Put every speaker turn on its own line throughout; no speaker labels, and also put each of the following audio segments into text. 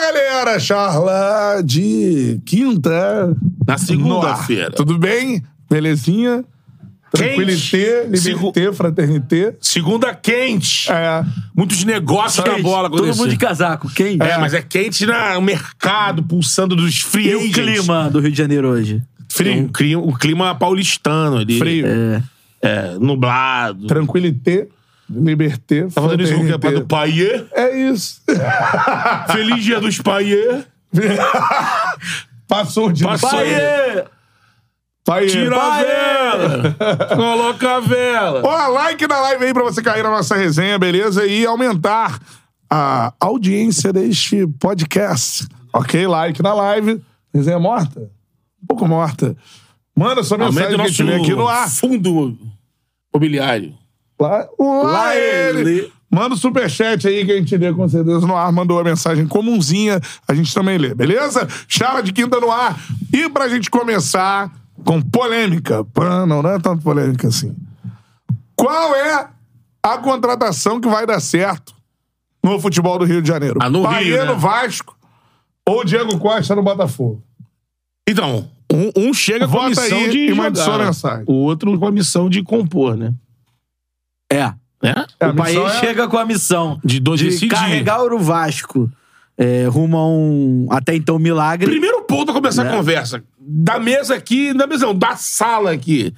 galera, charla de quinta.
Na
no ar.
segunda-feira.
Tudo bem? Belezinha? Tranquilité,
Quente.
liberté, fraternité.
Segunda quente.
É.
Muitos negócios na
Quente.
bola
Todo mundo de
acontecendo.
casaco. Quem?
É, mas é quente na, o mercado pulsando dos
E
frios.
é o clima do Rio de Janeiro hoje?
Frio. Um clima, um clima paulistano ali.
Frio.
É.
É, nublado.
Tranquilité, liberté,
Tá falando isso com o quê? Pra do
fraternité.
Paier?
É isso.
Feliz dia dos Paier.
Passou de
Passou.
Paiê!
Pai,
Tira a vela. Coloca a vela.
Ó, like na live aí pra você cair na nossa resenha, beleza? E aumentar a audiência deste podcast. Ok? Like na live. Resenha morta? Um pouco morta. Manda sua mensagem
Aumenta
que
o
a gente
nosso
vê aqui no ar.
fundo imobiliário.
Lá, lá,
Lá
ele.
ele.
Manda o superchat aí que a gente lê com certeza no ar. Mandou a mensagem comunzinha, a gente também lê, beleza? Charla de quinta no ar. E pra gente começar com polêmica. Pã, Não, não é tanto polêmica assim. Qual é a contratação que vai dar certo no futebol do Rio de Janeiro?
Ah, no
Bahia
Rio, né?
no Vasco ou Diego Costa no Botafogo?
Então, um, um chega com a
Vota
missão
aí
de
e mande sua
jogar. né?
mensagem.
O outro com a missão de compor, né?
É.
Né?
É, a
O Paiê
missão é-
chega com a missão
De dois decidir.
carregar o Vasco é, rumo a um até então milagre.
Primeiro ponto pra começar a
Né?
conversa. Da mesa aqui, da mesa não, da sala aqui.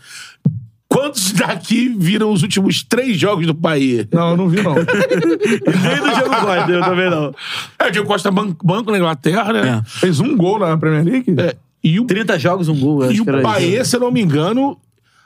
Quantos daqui viram os últimos três jogos do país?
Não, eu não vi, não.
Nem do Diego Costa, eu também não.
É, o Diego Costa ban- banco na Inglaterra, né?
Fez um gol na Premier League?
É, e o,
30 jogos, um gol.
e
acho
o
que era isso.
Paê, se eu não me engano,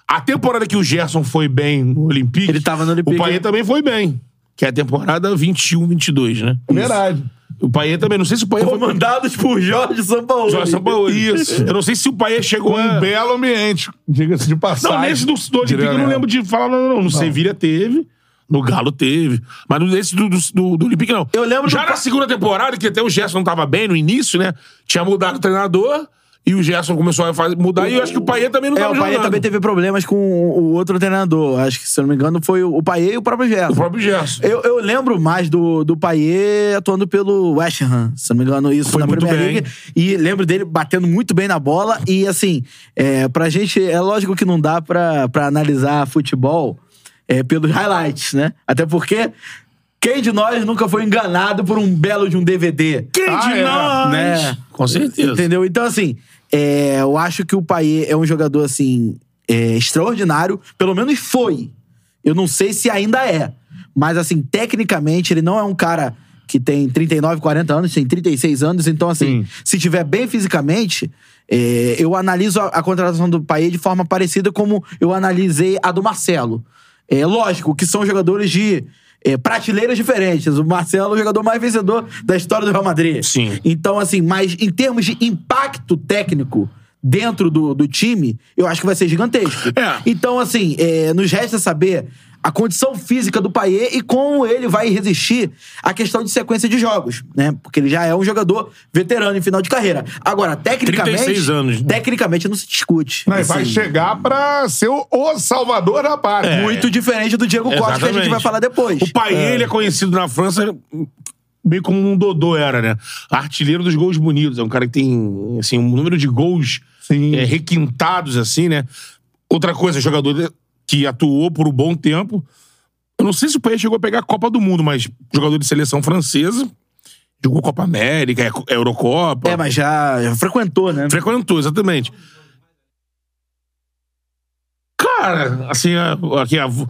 a temporada que o Gerson foi bem no Olympique,
Ele tava no Olympique. né?
o Paê também foi bem. Que é a temporada 21-22, né?
É Verdade.
O Paê também, não sei se o Paê foi...
Comandados por Jorge Sampaoli.
é Jorge Sampaoli.
Isso.
Eu não sei se o Paê chegou
um
é?
a...
belo ambiente, diga-se de passagem. né?
Não, nesse do, do Olympique
Diria
eu não
mesmo.
lembro de falar, não, não, não. No Sevilha teve, no Galo teve. Mas no- nesse do, do, do, do Olympique não.
Eu lembro
Já
do-
na segunda temporada, que até o Gerson não tava bem no início, né? Tinha mudado o treinador e o Gerson começou a faz- mudar. E eu acho que o Paê também não
É,
tava
o Paê
tá jogando.
também teve problemas com o outro treinador. Acho que, se eu não me engano, foi o Paê e o próprio Gerson.
O próprio Gerson.
Eu, eu lembro mais do, do Paier atuando pelo West Ham, se não me engano, isso
Foi
na
muito
Premier
bem.
League. E lembro dele batendo muito bem na bola. E assim, é, pra gente, é lógico que não dá pra, pra analisar futebol é, pelos highlights, né? Até porque quem de nós nunca foi enganado por um belo de um DVD?
Quem
Ah,
de
é.
nós?
Né?
Com certeza.
Entendeu? Então, assim, é, eu acho que o Paier é um jogador, assim, é, extraordinário. Pelo menos foi. Eu não sei se ainda é. Mas, assim, tecnicamente, ele não é um cara que tem 39, 40 anos, tem 36 anos. Então, assim, se tiver bem fisicamente, é, eu analiso a, a contratação do Paier de forma parecida como eu analisei a do Marcelo. É lógico que são jogadores de é, prateleiras diferentes. O Marcelo é o jogador mais vencedor da história do Real Madrid.
Sim.
Então, assim, mas em termos de impacto técnico dentro do, do time, eu acho que vai ser gigantesco.
É.
Então, assim, é, nos resta saber a condição física do Paier e como ele vai resistir à questão de sequência de jogos, né? Porque ele já é um jogador veterano em final de carreira. Agora, tecnicamente...
36 anos, né?
Tecnicamente não se discute.
Mas vai
Assim,
chegar pra ser o, o salvador da parte.
É.
Muito diferente do Diego Costa, que a gente
Exatamente.
vai falar depois.
O Paê, ele é conhecido na França meio como um Dodô era, né? Artilheiro dos gols bonitos. É um cara que tem, assim, um número de gols
Sim.
é, requintados, assim, né? Outra coisa, jogador que atuou por um bom tempo. Eu não sei se o Paê chegou a pegar a Copa do Mundo, mas jogador de seleção francesa. Jogou Copa América, é- Eurocopa.
É, mas já, já frequentou, né?
Frequentou, exatamente. Cara, assim, a- aqui a. o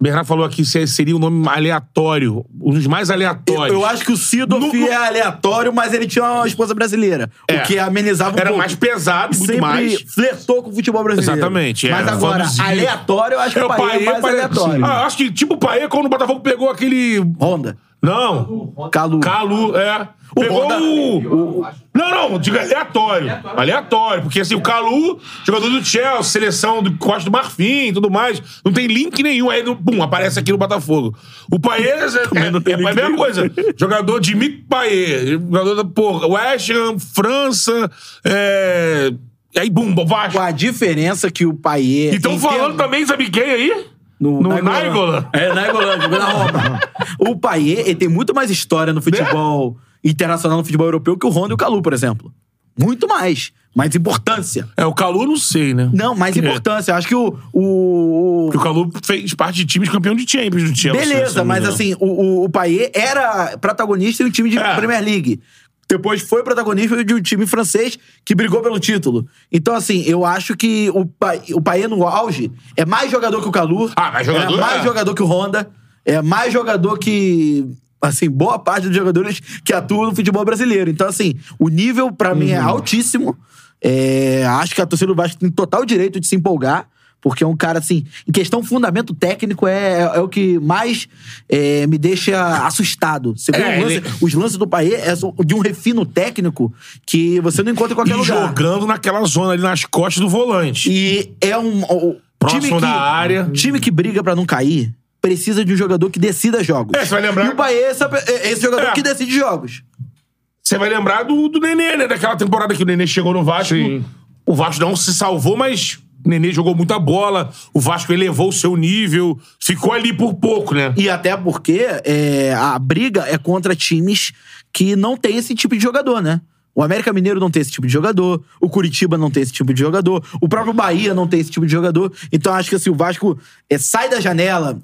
Bernardo falou aqui se seria um nome aleatório, um dos mais
Eu,
aleatórios.
eu acho que o Sidorf
No- no-
é aleatório, mas ele tinha uma esposa brasileira.
É.
O que amenizava um
Era
pouco.
mais pesado, muito
Sempre
mais.
flertou com o futebol brasileiro.
Exatamente, é.
Mas agora,
Vamos ir.
aleatório, eu acho que
É,
o Paê é mais
Paê-
aleatório.
Ah, eu acho que tipo o Paê quando o Botafogo pegou aquele.
Honda,
Não.
Calu.
Calu, é.
O
pegou
Honda-
o. Não, não, diga
é
aleatório. Aleatório, porque assim, o Calu, jogador do Chelsea, seleção do Costa do Marfim e tudo mais, não tem link nenhum. Aí, pum, aparece aqui no Botafogo. O Paê é, é,
não tem
é
link
a mesma
nenhum.
coisa. Jogador de Mick Paê, jogador da porra, West Ham, França, é. Aí, bum, Vasco.
Com a diferença que o Paê...
E estão
em
Então falando
termos-
também, sabe quem aí?
No,
No
Nainggolan.
Nainggolan.
É, Naigolan, jogou na Roma. O Paier, ele tem muito mais história no futebol
Né?
internacional no futebol europeu que o Ronda e o Calu, por exemplo. Muito mais. Mais importância.
É, o Calu eu não sei, né?
Não, mais
É.
importância. Eu acho que o- o- o
Porque o Calu fez parte de times campeão de Champions do Chelsea. né, se
Beleza,
eu não me
mas
engano.
assim, o, o, o Payet era protagonista de um time de
É.
Premier League. Depois foi protagonista de um time francês que brigou pelo título. Então, assim, eu acho que o, Pa- o Payet no auge é mais jogador que o Calu.
Ah, mais jogador,
É mais
é.
jogador que o Honda. É mais jogador que. Assim, boa parte dos jogadores que atuam no futebol brasileiro. Então, assim, o nível, pra mim, é
Uhum.
altíssimo. É, acho que a torcida do Vasco tem total direito de se empolgar, porque é um cara, assim, em questão fundamento técnico, é, é o que mais é, me deixa assustado. Você vê
É,
um lance-
ele-
os lances do Paê é só- de um refino técnico que você não encontra em qualquer
E
lugar.
jogando naquela zona ali nas costas do volante.
E é um. o- o
Próximo da área.
Time que briga pra não cair precisa de um jogador que decida jogos.
É, você vai lembrar-
E o Paê é essa- é esse jogador
É.
que decide jogos.
Você vai lembrar do, do Nenê, né? Daquela temporada que o Nenê chegou no Vasco.
Sim.
O Vasco não se salvou, mas o Nenê jogou muita bola. O Vasco elevou o seu nível. Ficou ali por pouco, né?
E até porque é, a briga é contra times que não tem esse tipo de jogador, né? O América Mineiro não tem esse tipo de jogador, o Curitiba não tem esse tipo de jogador, o próprio Bahia não tem esse tipo de jogador. Então acho que assim, o Vasco é, sai da janela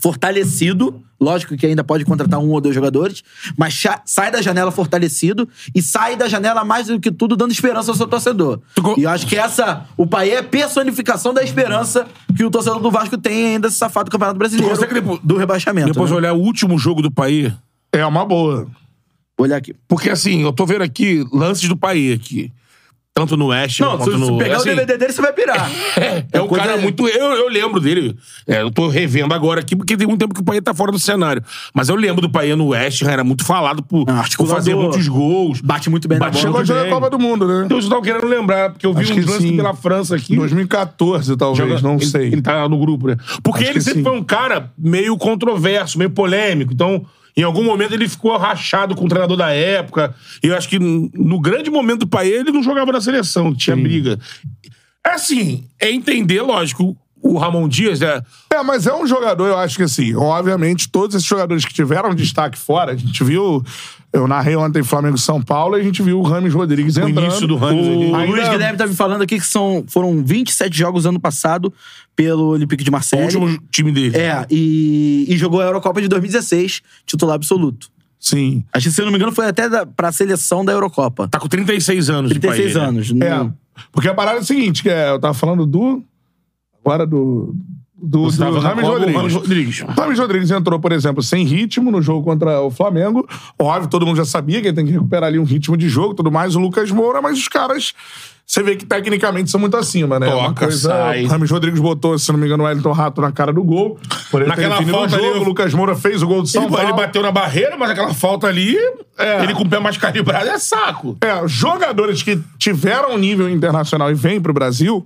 fortalecido. Lógico que ainda pode contratar um ou dois jogadores, mas cha- sai da janela fortalecido e sai da janela mais do que tudo dando esperança ao seu torcedor.
Tu co-
E eu acho que essa, o Paê é a personificação da esperança que o torcedor do Vasco tem ainda se safar do Campeonato Brasileiro
consegue tipo, depo-
do rebaixamento.
Depois
né?
olhar o último jogo do Paê.
É uma boa.
Vou olhar aqui.
Porque assim, eu tô vendo aqui lances do Paê aqui. Tanto no Oeste
Não, se,
quanto no.
se pegar
assim,
o DVD dele, você vai pirar.
É um
coisa-
cara muito. Eu, eu lembro dele. É, eu tô revendo agora aqui, porque tem muito tempo que o Paê tá fora do cenário. Mas eu lembro do Paê no West, Ham, era muito falado por,
Ah,
por
articulador.
fazer muitos gols.
Bate muito bem
Bate-
na
Chegou
bola.
a jogar a
bem.
Copa do Mundo, né?
Então, eu tava querendo lembrar, porque eu vi
Acho
uns
que
lances
sim.
pela França aqui.
2014, talvez,
Joga-
não
ele,
sei.
Ele tá no grupo, né? Porque
Acho
ele
que
sempre
sim.
foi um cara meio controverso, meio polêmico. Então, em algum momento ele ficou rachado com o treinador da época. E eu acho que n- no grande momento do Paê, ele não jogava na seleção, tinha briga. É assim, é entender, lógico, o Ramon Dias, né?
É, mas é um jogador, eu acho que assim, obviamente, todos esses jogadores que tiveram destaque fora, a gente viu. Eu narrei ontem Flamengo e São Paulo e a gente viu o Rames Rodrigues
O
entrando.
início do Rames ali.
o...
O Luiz
ainda-
Guilherme tá me falando aqui que são, foram 27 jogos ano passado pelo Olympique de
O
Marseille.
último time dele.
É, e, e jogou a Eurocopa de 2016, titular absoluto.
Sim.
Acho que, se eu não me engano, foi até da, pra seleção da Eurocopa.
Tá com 36 anos. o
36
Paê, né?
anos.
É.
não-
Porque a parada é a seguinte, que é, eu tava falando do. Agora do. Do,
Você
do
tava
Rames
com o
Rodrigues.
Rames Rodrigues.
O Rames Rodrigues entrou, por exemplo, sem ritmo no jogo contra o Flamengo. Óbvio, todo mundo já sabia que ele tem que recuperar ali um ritmo de jogo e tudo mais. O Lucas Moura, mas os caras. Você vê que tecnicamente são muito acima, né?
Toca, sai.
O Rames Rodrigues botou, se não me engano, o Elton Rato na cara do gol. Por ele ter
Naquela
definido o
falta ali,
jogo,
eu-
o Lucas Moura fez o gol do São
Ele,
Paulo.
ele bateu na barreira, mas aquela falta ali,
É.
ele com o pé mais calibrado, é saco.
É, jogadores que tiveram nível internacional e vêm pro Brasil,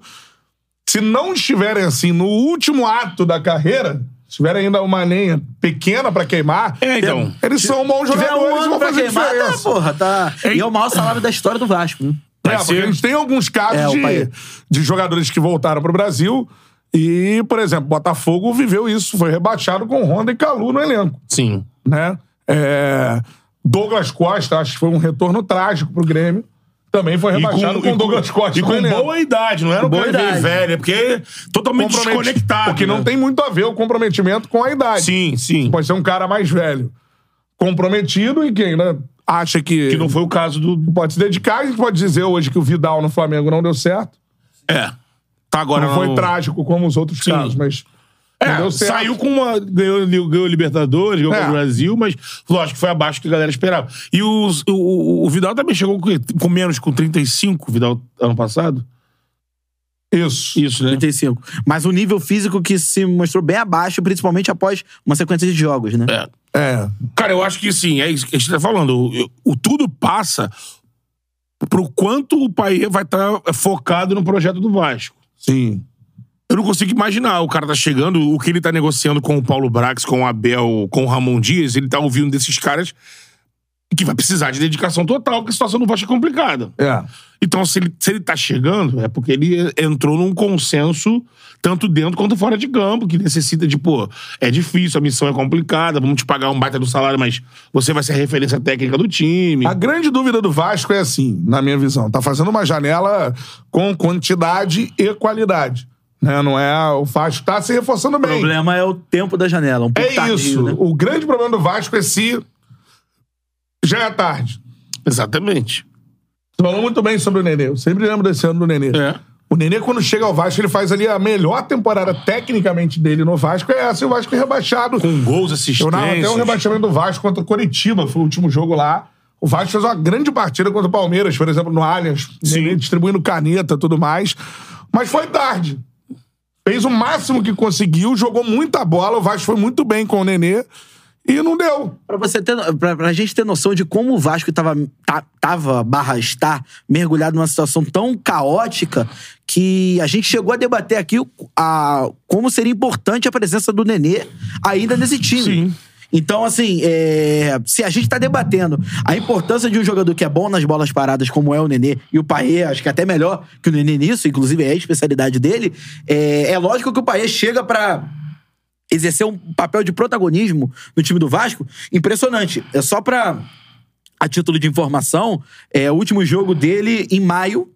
se não estiverem assim no último ato da carreira, se tiverem ainda uma lenha pequena pra queimar,
É, então.
eles são bons
Se tiver
jogadores,
um
eles
ano
vão
pra
fazer
queimar, tá,
diferença.
porra, tá. E é o maior salário da história do Vasco, né?
É, porque a gente tem alguns casos
É, o
de,
Paê.
de jogadores que voltaram pro Brasil e, por exemplo, Botafogo viveu isso, foi rebaixado com Honda e Calu no elenco,
Sim.
né? É, Douglas Costa, acho que foi um retorno trágico pro Grêmio. Também foi rebaixado com,
e
Douglas Costa.
E
no
com né,
elenco.
boa idade, não era um
Boa
cara meio
idade.
velho, é porque é totalmente
compromete-
desconectado.
O que não
né?
tem muito a ver o comprometimento com a idade.
Sim, sim.
Pode ser um cara mais velho. Comprometido e quem, né? Acha que,
Que não foi o caso do.
pode se dedicar. A gente pode dizer hoje que o Vidal no Flamengo não deu certo.
É. Tá agora.
Não,
lá
foi
no-
trágico como os outros
Sim.
casos, mas não
É,
deu certo.
saiu com uma. Ganhou, ganhou Libertadores, ganhou
É.
o Brasil, mas lógico que foi abaixo do que a galera esperava. E os- o, o, o Vidal também chegou com, com menos, com 35, o Vidal ano passado?
Isso.
Isso, né?
35. Mas o nível físico que se mostrou bem abaixo, principalmente após uma sequência de jogos, né?
É.
É.
Cara, eu acho que sim, é isso que a gente tá falando. O, o tudo passa pro quanto o país vai estar focado no projeto do Vasco.
Sim.
Eu não consigo imaginar. O cara tá chegando, o que ele tá negociando com o Paulo Brax, com o Abel, com o Ramon Dias, ele tá ouvindo desses caras que vai precisar de dedicação total, porque a situação do Vasco é complicada.
É.
Então, se ele, se ele tá chegando, é porque ele entrou num consenso, tanto dentro quanto fora de campo, que necessita de, pô, é difícil, a missão é complicada, vamos te pagar um baita do salário, mas você vai ser a referência técnica do time.
A grande dúvida do Vasco é assim, na minha visão. Tá fazendo uma janela com quantidade e qualidade. Né? Não é. O Vasco tá se reforçando
O
bem.
problema é o tempo da janela. Um pouco
é
tardio,
isso.
né?
O grande problema do Vasco é se. Já é tarde.
Exatamente.
Você falou muito bem sobre o Nenê. Eu sempre lembro desse ano do Nenê.
É.
O Nenê, quando chega ao Vasco, ele faz ali a melhor temporada tecnicamente dele no Vasco. É essa, e o Vasco é rebaixado.
Com gols,
Eu narro até um
assistências.
o rebaixamento do Vasco contra o Coritiba, foi o último jogo lá. O Vasco fez uma grande partida contra o Palmeiras, por exemplo, no Allianz, Nenê distribuindo caneta e tudo mais. Mas foi tarde. Fez o máximo que conseguiu, jogou muita bola, o Vasco foi muito bem com o Nenê e não deu.
Pra você ter, pra, pra gente ter noção de como o Vasco tava, tá- tava, barra está, mergulhado numa situação tão caótica que a gente chegou a debater aqui o- a, como seria importante a presença do Nenê ainda nesse time.
Sim.
Então, assim, é, se a gente tá debatendo a importância de um jogador que é bom nas bolas paradas, como é o Nenê, e o Paê, acho que é até melhor que o Nenê nisso, inclusive é a especialidade dele, é, é lógico que o Paê chega pra exercer um papel de protagonismo no time do Vasco impressionante. É só pra, a título de informação, é o último jogo dele em maio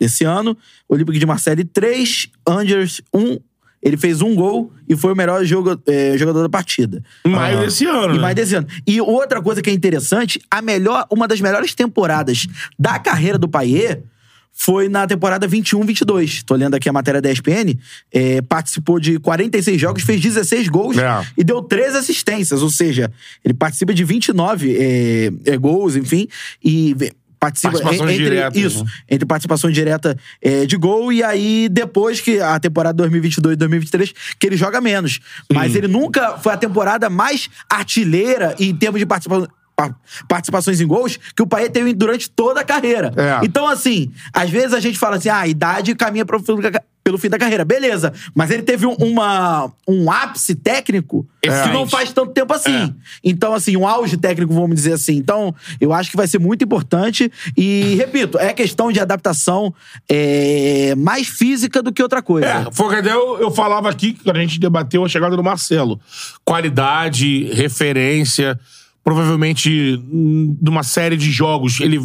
desse ano, Olympique de Marseille 3, Angers 1. Ele fez um gol e foi o melhor jogo- é, jogador da partida.
Em maio desse ano.
E
né?
mais desse ano. E outra coisa que é interessante, a melhor, uma das melhores temporadas da carreira do Paier foi na temporada 21-22. Tô lendo aqui a matéria da ESPN. É, participou de 46 jogos, fez 16 gols
É.
e deu 13 assistências. Ou seja, ele participa de 29 é, é, gols, enfim. E ve- participa
Participações
entre,
diretas,
Isso,
né?
entre participação direta é, de gol e aí depois que a temporada 2022 2023 que ele joga menos. Mas ele nunca foi a temporada mais artilheira em termos de participa- pa- participações em gols que o Paê teve durante toda a carreira.
É.
Então, assim, às vezes a gente fala assim, ah, a idade caminha pro fim da ca- pelo fim da carreira. Beleza, mas ele teve um, uma, um ápice técnico que não
Excelente.
faz tanto tempo assim.
É.
Então, assim, um auge técnico, vamos dizer assim. Então, eu acho que vai ser muito importante. E, repito, é questão de adaptação é, mais física do que outra coisa.
É, foi o que até eu, eu falava aqui, quando a gente debateu a chegada do Marcelo. Qualidade, referência, provavelmente hum, de uma série de jogos. Ele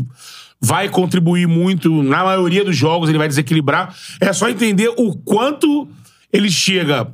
vai contribuir muito, na maioria dos jogos ele vai desequilibrar. É só entender o quanto ele chega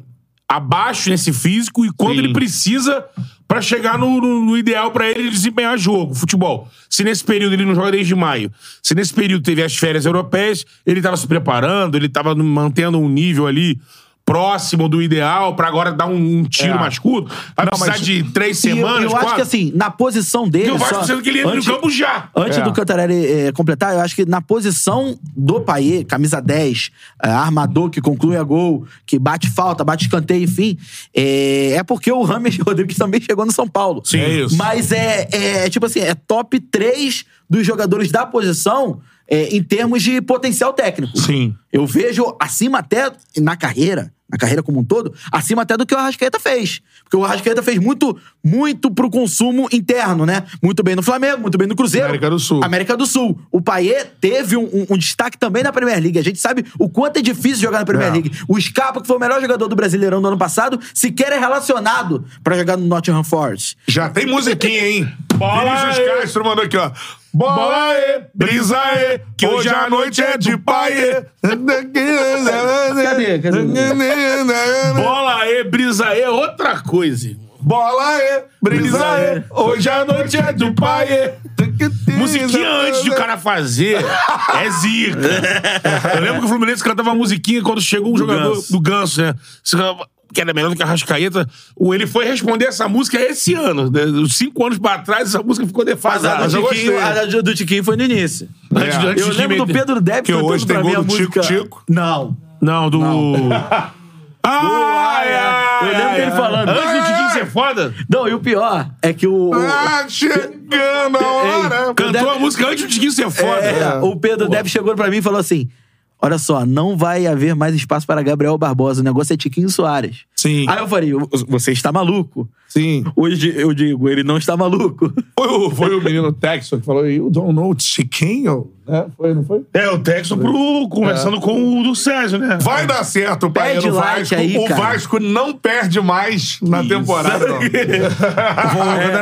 abaixo nesse físico e quanto
Sim.
ele precisa pra chegar no, no- no ideal pra ele desempenhar jogo, futebol. Se nesse período ele não joga desde maio, se nesse período teve as férias europeias, ele tava se preparando, ele tava mantendo um nível ali próximo do ideal pra agora dar um, um tiro
É.
mais curto, vai precisar
mas-
de três
E eu-
semanas,
eu, acho
quatro.
que, assim, na posição dele.
E o Vasco
só-
precisa que ele entre
antes-
no campo já.
Antes
É.
do Cantarelli eh, completar, eu acho que na posição do Paê, camisa 10, eh, armador que conclui a gol, que bate falta, bate escanteio, enfim, eh, é porque o Rames Rodrigues também chegou no São Paulo.
Sim. É isso.
Mas é, é, tipo assim, é top 3 dos jogadores da posição eh, em termos de potencial técnico.
Sim.
Eu vejo acima até na carreira, na carreira como um todo, acima até do que o Arrascaeta fez. Porque o Arrascaeta fez muito, muito pro consumo interno, né? Muito bem no Flamengo, muito bem no Cruzeiro.
América do Sul.
América do Sul. O Paiê teve um, um- um destaque também na Premier League. A gente sabe o quanto é difícil jogar na Premier
É.
League. O Scarpa, que foi o melhor jogador do Brasileirão do ano passado, sequer é relacionado pra jogar no Nottingham Forest.
Já tem musiquinha, hein?
Bola
Vinícius
aí.
Castro mandou aqui, ó. Bola aí, brisa aí, que hoje a noite é de paie.
Cadê? Cadê?
Bola aí, brisa aí, é outra coisa.
Bola aí, brisa aí, hoje a noite é de paie.
Musiquinha antes de o cara fazer é zica. Eu lembro que o Fluminense cantava uma musiquinha quando chegou um jogador
Ganso.
do Ganso, né? Se- Que era melhor do que a Rascaeta. Ele foi responder essa música esse ano. né? Uns Cinco anos pra trás, essa música ficou defasada.
a
mas eu
do Tiquinho-
gostei.
a do- do Tiquinho foi no início.
Antes-
É.
antes
Eu
de
lembro do
meter-
Pedro Depp
Que
cantando
hoje tem
pra
gol
mim a
do Tico
música...
Tico?
Não.
Não, do.
ai,
ai,
ai.
ai,
Eu lembro
ai,
dele
ai.
falando.
Antes do Tiquinho ser foda,
Não, e o pior é que o. o-
Tá chegando a hora.
cantou a música antes do Tiquinho ser foda.
é, o Pedro Depp chegou pra mim e falou assim: Olha só, não vai haver mais espaço para Gabriel Barbosa. O negócio é Tiquinho Soares.
Sim.
Aí eu falei, "Vo- você está maluco.
Sim.
Hoje eu digo, ele não está maluco.
Foi o, foi o menino Texo que falou, you don't know Chiquinho? Né? Foi, não foi?
É, o texto pro. conversando com o do Sérgio, né?
Vai dar certo, pai.
Pede
no
like
Vasco.
aí,
o
cara.
Vasco não perde mais na temporada. não.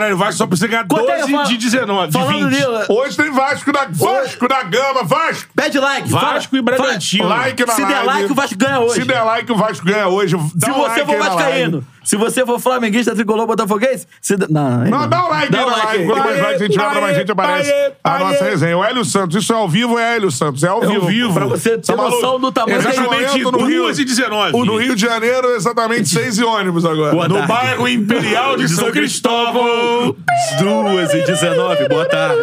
É. Vai só precisa ganhar
Quanto é,
12
fala-
de 19. De
Falando
20.
nisso,
Hoje tem Vasco na, Vasco na gama, Vasco!
pede like.
Vasco
fala-
e Bragantino.
fala-
Like na
Se der
live.
like, o Vasco ganha hoje.
Se der like, o Vasco ganha hoje. Dá
Se
um
você
like
for
aí na live.
vascaíno, se você for flamenguista, tricolor, botafoguense, se... dá- Não, aí
Não, dá um like aí na
like
live.
aí.
Quanto mais like a gente
Aê,
abre, mais gente aparece
aê,
a
aê.
nossa resenha. O Hélio Santos, isso é ao vivo, é Hélio Santos. É ao
ao
vivo.
vivo.
Pra você ter
Tá maluco?
noção do tamanho da
Exatamente
no Rio.
2 e 19.
No Rio de Janeiro, exatamente seis e ônibus agora.
Boa
No
tarde.
bairro Imperial de São Cristóvão.
2 e 19, boa tarde.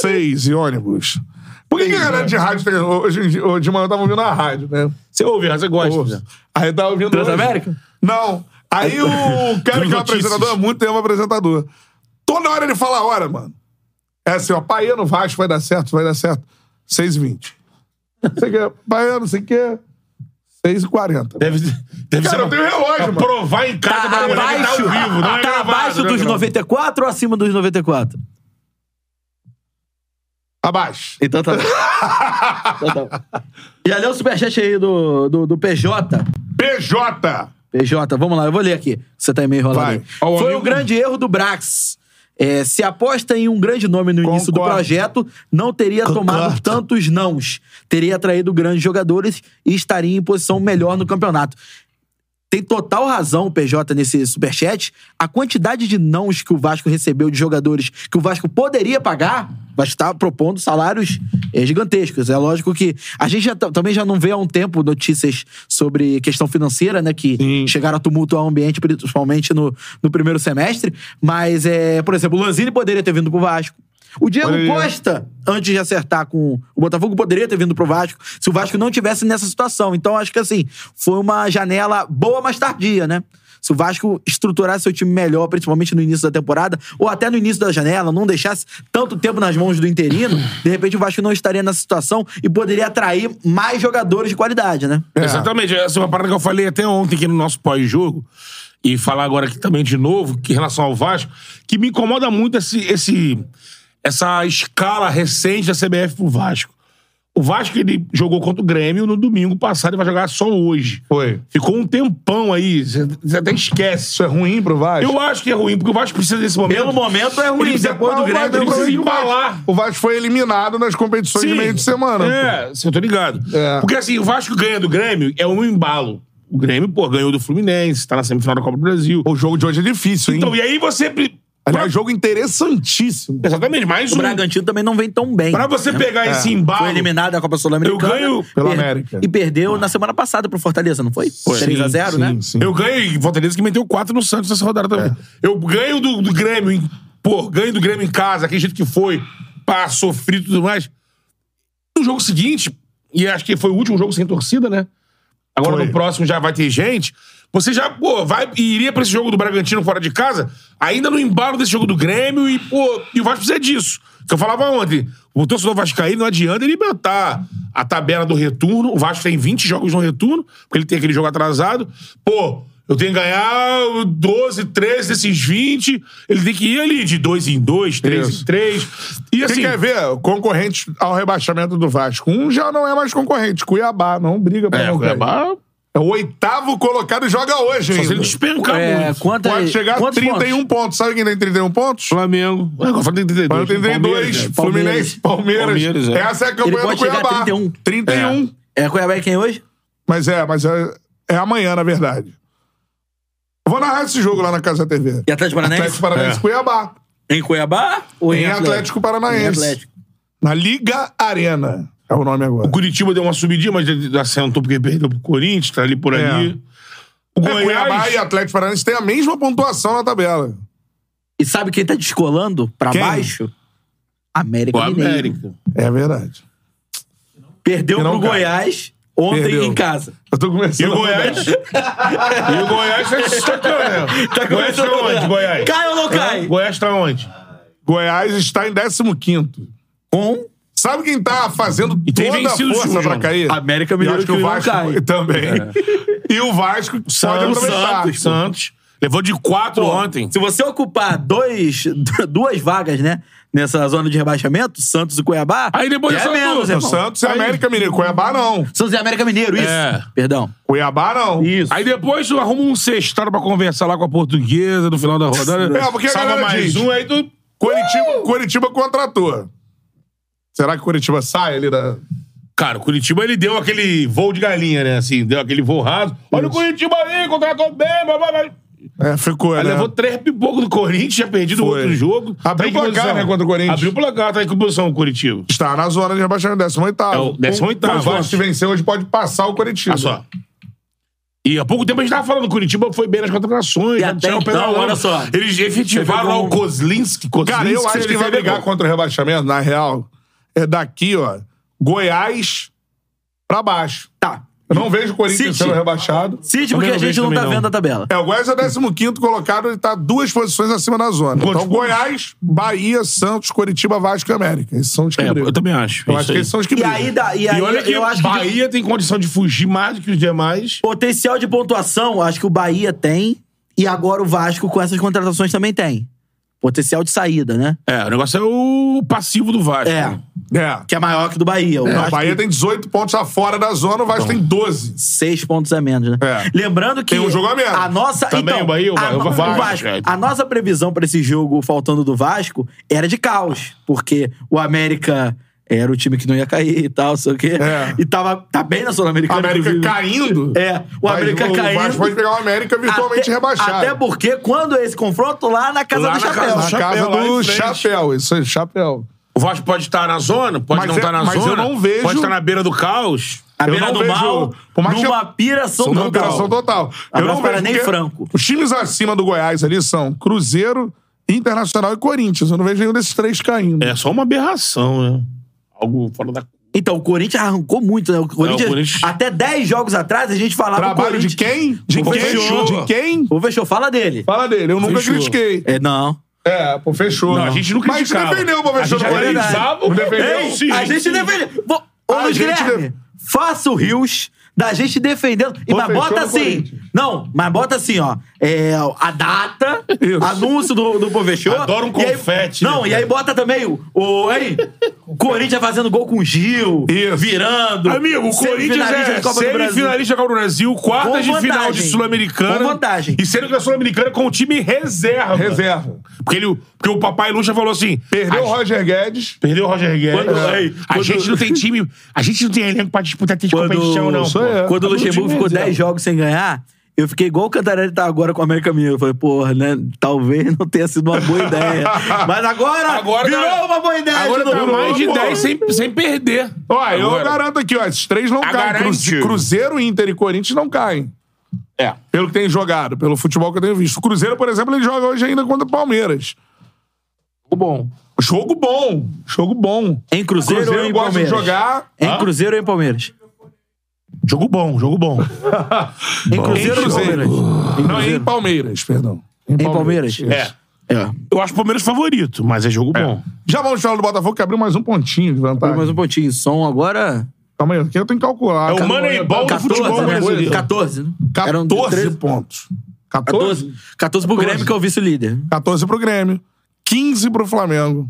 Seis e ônibus. Por que, que a galera de rádio tem. Hoje, em dia- hoje de manhã eu tava ouvindo a rádio, né?
Você ouve, você gosta. né?
Aí eu tava ouvindo.
Transamérica?
hoje. Não. Aí o cara que é o apresentador há muito tempo apresentador. Toda hora ele fala a hora, mano. É assim, ó, Paia no Vasco vai dar certo, vai dar certo. 6h20. Você quer? Paia, não sei é o quê. 6h40.
Deve, deve
Cara,
ser.
eu tenho relógio, mano.
Provar em casa
Tá
pra mulher que tá
abaixo,
ao vivo, não é
tá
gravado,
abaixo
né,
dos
gravado.
94 ou acima dos 94?
Abaixo.
Então tá bom. então tá bom. Já leu o superchat aí do, do, do PJ.
PJ.
PJ, vamos lá, eu vou ler aqui. Você tá meio enrolado
Vai.
aí.
Ó, o
Foi
amigo-
o grande erro do Brax. É, se aposta em um grande nome no início do
Concordo.
projeto, não teria tomado tantos nãos. Teria atraído grandes jogadores e estaria em posição melhor no campeonato. Tem total razão o PJ nesse superchat. A quantidade de nãos que o Vasco recebeu de jogadores que o Vasco poderia pagar, o Vasco está propondo salários eh, gigantescos. É lógico que a gente já tá- também já não vê há um tempo notícias sobre questão financeira, né? Que chegaram a tumultuar o ambiente, principalmente no, no primeiro semestre. Mas, é, por exemplo, o Lanzini poderia ter vindo pro Vasco. O Diego
Poderia.
Costa, antes de acertar com o Botafogo, poderia ter vindo pro Vasco se o Vasco não tivesse nessa situação. Então, acho que assim, foi uma janela boa, mas tardia, né? Se o Vasco estruturasse seu time melhor, principalmente no início da temporada, ou até no início da janela, não deixasse tanto tempo nas mãos do interino, de repente o Vasco não estaria nessa situação e poderia atrair mais jogadores de qualidade, né?
É.
Exatamente. Essa é uma parada que eu falei até ontem aqui no nosso pós-jogo. E falar agora aqui também de novo, que em relação ao Vasco, que me incomoda muito esse, esse, essa escala recente da CBF pro Vasco. O Vasco ele jogou contra o Grêmio no domingo passado e vai jogar só hoje.
Foi.
Ficou um tempão aí, você até esquece.
Isso é ruim pro Vasco?
Eu acho que é ruim, porque o Vasco precisa desse momento.
Pelo momento é ruim,
Ele precisa-
depois
Ah,
do
o
Grêmio
Vasco
Mas o
ele
precisa
problema é que o
embalar.
Vasco- O Vasco foi eliminado nas competições de meio de semana. pô.
É, sim, eu tô ligado.
É.
Porque assim, o Vasco ganha do Grêmio é um embalo. O Grêmio, pô, ganhou do Fluminense, tá na semifinal da Copa do Brasil.
O jogo de hoje é difícil, hein?
Então, e aí você. pre-
Aliás, jogo interessantíssimo.
Exatamente, mais
O
um.
Bragantino também não vem tão bem. né?
Pra você
É.
pegar esse
É. Foi
embalo.
eliminado da Copa Sul-Americana.
Eu ganho
pela América.
E perdeu na semana passada pro Fortaleza, não foi? 3x0,
sim,
né?
Sim. É.
Eu ganho, e Fortaleza que meteu 4 no Santos nessa rodada também. Eu ganho do, do Grêmio, em- pô, ganho do Grêmio em casa, aquele jeito que foi, pá, sofrido e tudo mais. No jogo seguinte, e acho que foi o último jogo sem torcida, né? Agora
Foi.
no próximo já vai ter gente. Você já, pô, vai e iria pra esse jogo do Bragantino fora de casa, ainda no embalo desse jogo do Grêmio e, pô, e o Vasco precisa disso. Que eu falava ontem, o torcedor vascaíno não adianta ele inventar a tabela do retorno. O Vasco tem 20 jogos no retorno, porque ele tem aquele jogo atrasado. Pô, eu tenho que ganhar 12, 13 desses 20. Ele tem que ir ali de 2 em 2, 3
Isso.
em 3. E
Quem
assim,
quer ver concorrentes ao rebaixamento do Vasco? Um já não é mais concorrente. Cuiabá não briga pra
é,
não
o
cair.
Cuiabá,
É o oitavo colocado e joga hoje
só se
ainda.
ele despencar
É,
muito.
quanta-
Pode chegar a
Quantos
31 pontos? Sabe quem tem 31 pontos?
Flamengo. Ué, Agora falta 32.
Agora tem 32.
Palmeiras, né?
Fluminense, Palmeiras.
Palmeiras, é.
Essa é a
Ele
campanha
pode
do
chegar a
Cuiabá.
31.
31.
É Cuiabá e quem hoje?
Mas é, mas é, é amanhã, na verdade. Eu vou narrar esse jogo lá na Casa da TV.
E Atlético Paranaense?
Atlético Paranaense
É.
Cuiabá.
Em Cuiabá? Ou
Em Atlético Paranaense.
Em Atlético.
Na Liga Arena. É o nome agora.
O Curitiba deu uma subidinha, mas ele assentou porque perdeu pro Corinthians, tá ali por
É.
ali. O
É, Cuiabá
Goiás.
e Atlético Paranaense têm a mesma pontuação na tabela.
E sabe quem tá descolando pra
Quem?
baixo? América
o
Mineiro.
América.
É verdade.
Perdeu
Que não
pro
cai.
Goiás ontem
Perdeu.
em casa.
Eu tô
E
começando.
o Goiás. e o Goiás tá destacando, né? Goiás tá onde, Goiás?
Cai ou não cai?
Goiás tá onde?
Goiás está em 15.
Com
Sabe quem tá fazendo
E tem
toda a
vencido os
força
jogos,
pra cair?
América
Eu
Mineiro
acho que
que
o
não
Vasco
cai.
também. E o Vasco pode
É. Santos,
aproveitar.
Santos, Santos. Levou de quatro ontem.
Se você ocupar dois, duas vagas, né? Nessa zona de rebaixamento, Santos e Cuiabá.
Aí depois
é
é Santos.
menos,
O
irmão.
Santos
tá
é América Mineiro. Cuiabá não.
Santos e América Mineiro, isso.
É.
Perdão.
Cuiabá não.
Isso.
Aí depois tu arruma um sextado pra conversar lá com a portuguesa no final da rodada.
É, porque a
Salva
galera
mais
diz.
um, aí tu.
Coritiba, Coritiba contratou. Será que Coritiba sai ali da.
Cara, o Curitiba ele deu aquele voo de galinha, né? Assim, deu aquele voo raso. Olha o Curitiba aí, contratou bem, blá, blá, blá.
É, ficou,
Aí
né?
levou três pipocos do Corinthians, já perdido o
Foi.
outro jogo.
Abriu
Tá em que
o placar,
posição?
né, contra o Corinthians.
Abriu o placar, tá em que posição o Curitiba?
Está na zona de rebaixamento, 18.
É o 18º,
O Vasco, se vencer hoje, pode passar o Coritiba.
Olha só. E há pouco tempo a gente tava falando, o Curitiba foi bem nas contratações. né?
E
já
até
tiraram o pé da
então,
lama.
olha só.
Eles efetivaram
Você
lá
viu
o
como-
Kozlinski.
Cara, eu acho que vai brigar contra o rebaixamento, na real. É daqui, ó. Goiás pra baixo.
Tá.
Eu não vejo o Corinthians
City.
sendo rebaixado.
City,
Também
porque a
não
gente
vejo
não tá
também, não.
vendo a tabela.
É, o Goiás é o 15 colocado, ele tá duas posições acima da zona.
Quantos
então,
pontos?
Goiás, Bahia, Santos, Curitiba, Vasco e América. Esses são os que
É,
brigam.
eu também acho.
Eu
Isso
acho que
aí.
esses são os que
E
brigam.
aí, dá- e aí
E olha que
eu acho que de
Bahia tem condição de fugir mais do que os demais.
potencial de pontuação, acho que o Bahia tem. E agora o Vasco, com essas contratações, também tem. Potencial de saída, né?
É, o negócio é o passivo do Vasco.
É.
É.
Que é maior que Tá. do Bahia. O
É,
Vasco
o Bahia tem 18 pontos lá fora da zona, o Vasco tem 12.
seis pontos a menos, né?
É.
Lembrando que.
Tem um jogo a menos.
A nossa.
Também
então,
o Bahia, o
a
Bahia, o
no-
Vasco,
né?
é.
A nossa previsão pra esse jogo faltando do Vasco era de caos, porque o América era o time que não ia cair e tal, sei o quê.
É.
E tava tá bem na Sul-Americana.
América
inclusive.
caindo.
É, o
Mas
América
o
caindo.
Vasco pode pegar o América virtualmente
até,
rebaixado.
Até porque quando é esse confronto lá na Casa
Lá na
do Chapéu.
Casa
Na
do Chapéu,
casa
lá
do
em frente.
chapéu, isso aí, chapéu.
O Vasco pode estar na zona, pode
Mas
não
é-
estar na
mas eu
zona.
não vejo-
Pode estar na beira do caos.
A
Eu
beira
não
do
vejo-
mal,
por mais que
numa
eu- um
piração
São
total.
operação total.
Abraço para
vejo
Ney
porque
Franco.
Os times acima do Goiás ali são Cruzeiro, Internacional e Corinthians. Eu não vejo nenhum desses três caindo.
É só uma aberração, né? Algo fora da.
Então, o Corinthians arrancou muito, né? O Corinthians,
Corinthians-
até 10 jogos atrás, a gente falava
Trabalho
o
de
Corinthians...
quem? De
Pô,
quem?
fechou.
De quem?
Ô, Fechou, fala dele.
Fala dele, eu nunca
Fechou.
critiquei.
É, não.
É, pô, fechou.
Não, a gente não
Mas
criticava.
defendeu o professor
A gente
do Corinthians.
analisava o-
Não defendeu.
Ei, Sim,
a
sim.
gente defende. Vo- Ô,
A
Luiz
gente
Guilherme,
def-
faça o Rios da gente defendendo. E,
Pô,
mas
fechou
bota
no
assim.
Corinthians.
Não, mas bota assim, ó. É, a data,
Isso.
anúncio do, do Povechô.
Adoro um
E aí-
confete,
não,
né,
e aí bota também o. o aí, o Corinthians fazendo gol com o Gil.
Isso.
Virando.
Amigo, o Corinthians
semifinalista
é
de Copa do Brasil.
semifinalista da Copa do Brasil, quartas de
vantagem.
final de Sul-Americana.
Com vantagem.
E sendo que a Sul-Americana com o time reserva.
Reserva.
Porque, ele, porque o papai Lucha falou assim:
Perdeu o
a,
Roger Guedes.
perdeu o Roger Guedes.
Quando-
É.
ei,
a
quando-
gente não tem time. A gente não tem elenco pra disputar time de
Quando-
competição, não.
Isso
pô.
é.
Quando
Tá
o
no
Luxemburgo
time
ficou
reserva.
10 jogos sem ganhar, eu fiquei igual o Cantarelli tá agora com o América Mineiro. Eu falei, porra, né? Talvez não tenha sido uma boa ideia. Mas agora,
Agora
virou
tá-
uma boa ideia.
Agora
de
tá
novo.
mais de
Pô.
10 sem, sem perder.
Ó, eu
Agora.
garanto aqui, ó. Esses três não
Ah,
caem. Cru-
garante.
Cruzeiro, Inter e Corinthians não caem.
É.
Pelo que tem jogado, pelo futebol que eu tenho visto. O Cruzeiro, por exemplo, ele joga hoje ainda contra o Palmeiras.
Bom.
Jogo bom. Jogo bom.
Em Cruzeiro,
Cruzeiro
ou em
gosta de
Palmeiras?
jogar.
Em Cruzeiro ou em Palmeiras?
Jogo bom, jogo bom.
Em Cruzeiro
em
ou em
Cruzeiro.
Palmeiras?
Não, em Palmeiras, perdão.
Em Palmeiras?
É.
É.
Eu acho o Palmeiras favorito, mas é jogo bom.
Já vamos falar do Botafogo, que abriu mais um pontinho de vantagem.
Mais um pontinho. Som agora...
Calma aí, aqui eu tenho que calcular.
É o
Cada
Moneyball
um-
do
14,
futebol
né?
brasileiro.
14, né? Eram
14
13,
pontos. 14?
14, 14 pro Grêmio, que é o vice-líder.
14 pro Grêmio. 15 pro Flamengo.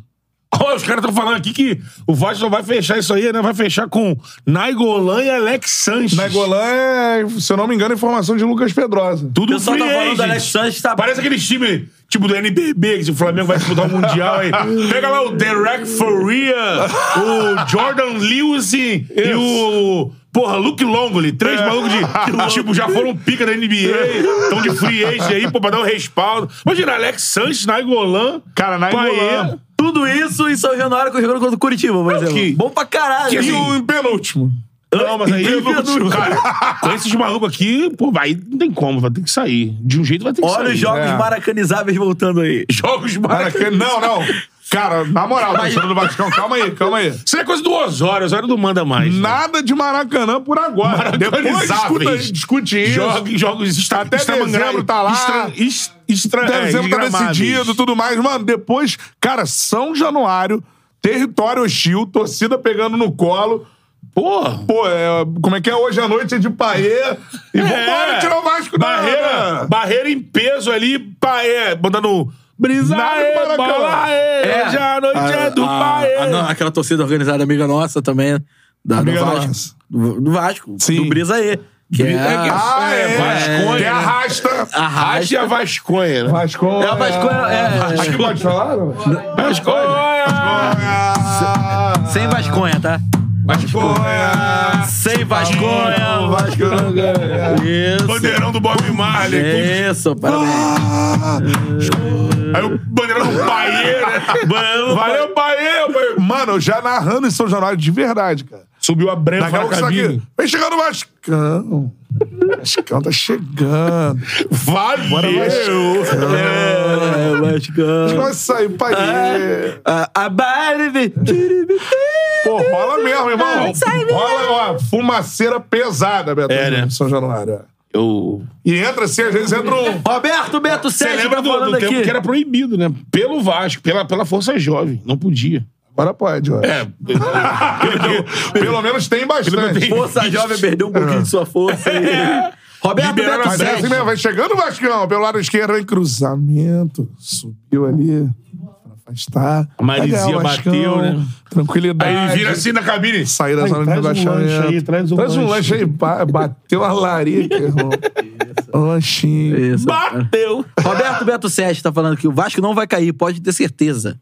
Ó, os caras estão falando aqui que o Vasco não vai fechar isso aí, né? Vai fechar com Naigolan e Alex Sanches.
Nagolan é, se eu não me engano, informação de Lucas Pedrosa.
O
Tudo
pessoal tá
free
falando do
agent.
Alex Sanches, tá...
Parece aquele time, tipo do NBB, que o Flamengo vai disputar o Mundial aí. Pega lá o Derek Faria, o Jordan Lewis e, e o... Porra, Luke Longley. Três malucos de... tipo, já foram pica da NBA. Estão de free agent aí, pô, pra dar um respaldo. Imagina, Alex Sanches, Naigolan...
Cara, Nagolan.
Paê,
Tudo isso em São Januário, que jogando contra o Curitiba, por exemplo.
que-
Bom pra caralho.
E
assim,
o em penúltimo.
Não, mas aí
Incrível,
eu vou
Dudu.
continuar. Cara, com esses malucos aqui, pô, aí não tem como, vai ter que sair. De um jeito vai ter que
Olha
sair.
os jogos
é.
maracanizáveis voltando aí.
Jogos
Maracanã.
maracanã.
Não, não. Cara, na moral, torcedor do Vascão, calma aí, calma aí.
Isso é coisa do Osório, Osório não manda mais. né?
Nada de Maracanã por agora. Depois discuta,
Maracanizáveis.
discute isso.
Jogos, jogos extra,
Até
extramangra-
dezembro tá lá.
Extra, es- extra,
Dezembro tá
desgramáveis.
decidido, tudo mais. Mano, depois, cara, São Januário território hostil, torcida pegando no colo.
Porra!
Pô, é, como é que é hoje à noite é de paê? E vambora tirar o Vasco da
barreira, barreira em peso ali, paê, botando brisa
Nada
aê,
no Maracanã.
bola aê, hoje a noite é do paê.
a- não, aquela torcida organizada amiga nossa também. Da,
Amiga
do Vasco.
nossa.
Do, do Vasco.
Sim.
Do Brisa E. Que é, a-
Ah, é,
É, Vasconha,
Que
né?
arrasta.
Racha e a Vasconha, né?
Vasconha.
É, a Vasconha, é, é.
Acho que pode falar? não?
Vasconha!
Vasconha.
Sem Vasconha, tá?
Vasconha.
Sem Vasconha.
O Vasco não ganha.
Isso.
Bandeirão do Bob Marley. com-
Isso, parabéns.
Ah,
Aí o bandeirão do Paê, né? Bandeirão do
Valeu, Bahia! meu. Mano, já narrando em São Januário de verdade, cara.
Subiu a Breno
Daqui a
na
pouco isso aqui.
cabine.
Vem chegando o Vascão. Vascão tá chegando.
Valeu!
É, Vascão.
Vai sair, pai.
A, a Barbie.
Pô, rola mesmo, irmão.
Sai mesmo.
Rola, ó, fumaceira pesada, Beto.
É, né?
em São Januário. é.
Eu...
E entra assim, às vezes entra um.
Roberto Beto
Você
Sérgio
lembra
tá
do,
falando
do
aqui.
tempo que era proibido, né? Pelo Vasco, pela, pela Força Jovem. Não podia.
Agora pode, ó.
É.
Pelo menos tem bastante.
Força
é
Jovem perdeu um pouquinho de sua força aí. Roberto
Liberaram
Beto
a
Mas é
Sérgio. né,
assim mesmo, vai chegando o Vascão. Pelo lado esquerdo, vem cruzamento. Subiu ali. pra Afastar.
A Marizia
Legal, Vascão,
bateu, né?
Tranquilidade.
Aí vira assim na cabine.
Sair da zona de
traz um
rebaixamento.
lanche aí, traz um lanche.
aí. ba- Bateu a larica, irmão. Um lanchinho.
Isso.
Bateu!
Roberto Beto Sérgio tá falando que o Vasco não vai cair, pode ter certeza.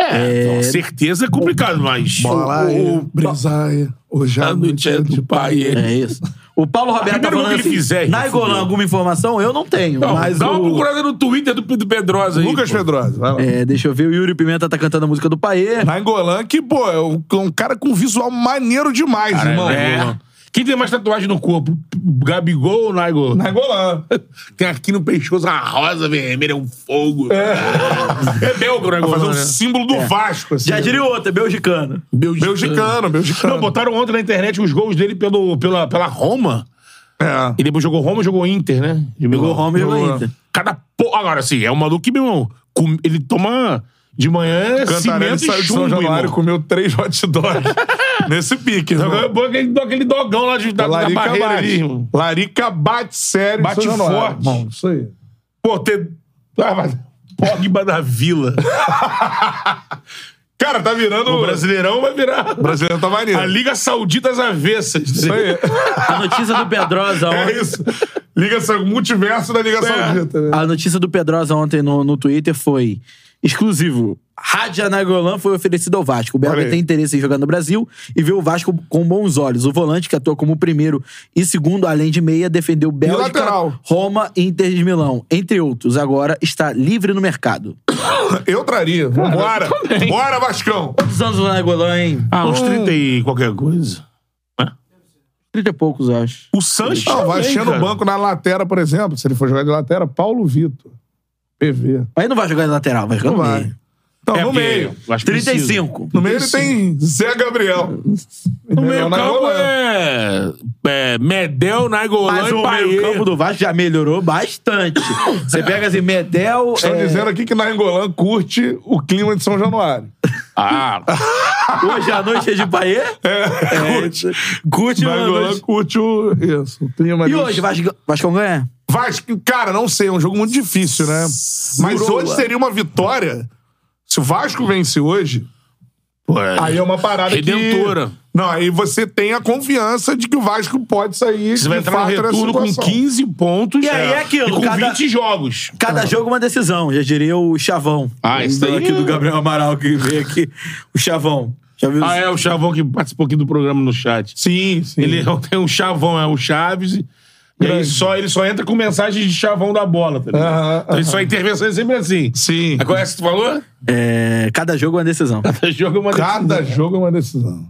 É, então, certeza é complicado, mas.
Bola lá,
o,
aí, brisaia. Hoje
a noite é do pai. ele.
É isso. O Paulo Roberto tá
Primeiro
falando
que ele
assim,
fizer,
Naigolan,
fudeu.
alguma informação? Eu não tenho,
Não,
mas
Então, dá uma
o...
procurada no Twitter do, do Pedrosa aí.
Lucas
pô.
Pedrosa, vai lá.
É, deixa eu ver, o Yuri Pimenta tá cantando a música do Paê.
Nainggolan, que, pô, é um, um cara com visual maneiro demais,
Caralho,
irmão.
é. Quem tem mais tatuagem no corpo? Gabigol ou Naigo?
Nainggolan.
Tem aqui no pescoço uma rosa vermelha, um fogo. É, belga o
Pra
Naigo.
fazer
né?
um símbolo do Vasco, assim.
Já diria o outro, é belgicano.
Belgicano, belgicano.
Não, botaram ontem na internet os gols dele pelo, pela, pela Roma.
É.
E depois jogou Roma e jogou Inter, né? De
Jogou
Milão.
Roma e jogou Inter.
Cada po... Agora, assim, é um maluco que, meu irmão, com- ele toma de manhã
Cantarelli
cimento
saiu
e
de São
chumbo,
Januário
irmão.
comeu três hot dogs nesse pique. irmão.
Agora, pô, aquele, aquele dogão lá de, da, da
Larica
barreira
bate.
ali, Tá irmão.
Larica bate sério. em
Bate
São Januário,
forte.
irmão, isso aí.
Pô, ter... Ah, mas- Pogba da Vila.
Cara, tá virando.
O Brasileirão vai virar...
O brasileiro tá maneiro.
A Liga Saudita às avessas. né?
Isso aí.
A notícia do Pedrosa
É
ontem...
isso. Liga Sa- multiverso da
é
Liga Saudita. né?
A notícia do Pedrosa ontem no, no Twitter foi exclusivo. Rádio Anagolan foi oferecido ao Vasco. O
Olha
Berger
aí.
tem interesse em jogar no Brasil e vê o Vasco com bons olhos. O volante, que atua como primeiro e segundo, além de meia, defendeu Bélgica,
lateral.
Roma e Inter de Milão, entre outros. Agora está livre no mercado.
Eu traria. Bora. Bora, Vascão.
Quantos anos o Anagolan, hein?
Ah, uns 30 e qualquer coisa.
Trinta e poucos, acho.
O Sanches
Não, vai
também,
encher no
cara.
banco na lateira, por exemplo. Se ele for jogar de lateira, Paulo Vitor. PV.
Aí não vai jogar de lateral, vai jogar
Não
no
vai.
meio.
Não,
É,
no
porque
meio.
eu acho que precisa.
35.
No meio ele tem Zé Gabriel.
No meio
na
campo
gola.
é... é Medel, Naigolan
Mas
e
o meio-campo
Paê.
do Vasco já melhorou bastante. Você pega assim, Medel.
Estão
é,
dizendo aqui que na Angolan curte o clima de São Januário.
Ah,
Hoje à noite é de Paê? É. Curte. Curte,
Na
mano.
Angolan curte o. Isso, o clima
E
ali.
hoje, Vasco, Vascão ganha?
Vasco, cara, não sei, é um jogo muito difícil, né? Mas
Segurou,
hoje
ué.
seria uma vitória. Se o Vasco vence hoje,
pô, é.
aí é uma parada
Redentora.
que... Não, aí você tem a confiança de que o Vasco pode sair
Você vai
de
entrar no
fato dessa
retorno com
situação.
15 pontos.
E aí é aquilo,
E com
cada-
20 jogos.
Cada jogo uma decisão, já diria o Chavão.
Ah, isso daí-
Aqui do Gabriel Amaral que veio aqui. O Chavão. Já viu?
Ah, é o Chavão que participou aqui do programa no chat.
Sim, sim.
Ele tem um Chavão, é o Chaves. E aí
Grande.
só, ele só entra com mensagem de Chavão da bola, tá ligado?
Aham,
então ele só intervenção é sempre assim.
Sim.
Agora essa que tu falou?
É, cada jogo uma decisão.
Cada jogo é uma
Cada jogo é uma decisão.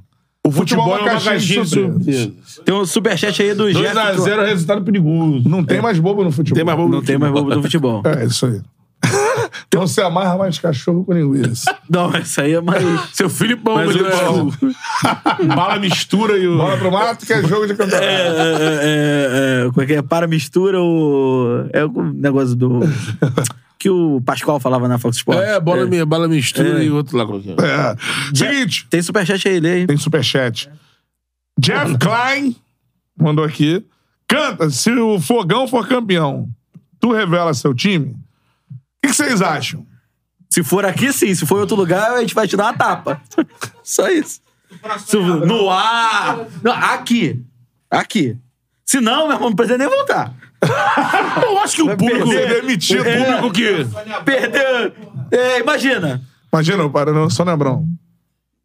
O futebol, é uma caixinha de surpresas.
Tem um superchat aí do Jeff.
2x0 é resultado perigoso.
Não tem mais bobo no futebol.
É. Tem mais bobo.
Não tem mais bobo do futebol.
É, isso aí. Não se amarra mais cachorro com linguiça.
Não, essa aí é mais.
Seu Filipão,
Mas
mas
o-
Bala mistura e o...
Bola pro mato que é jogo de campeonato.
É, é, é, é, como é que é? Para mistura ou. É o negócio do. que o Pascoal falava na Fox Sports.
É, bola, mi- bola mistura
É.
e outro lá. qualquer.
É. Seguinte,
Tem superchat aí, lê aí.
tem superchat. Jeff Klein mandou aqui. Canta, se o Fogão for campeão, tu revela seu time? O que que vocês acham?
Se for aqui, sim. Se for em outro lugar, a gente vai te dar uma tapa. Só isso. Se- no ar! Não, aqui. Aqui. Se não, meu irmão, não precisa nem voltar.
Eu acho que o público.
Você é
O
demitido.
público que.
Perdeu. É, imagina.
Imagina, eu paro na Sônia Abrão.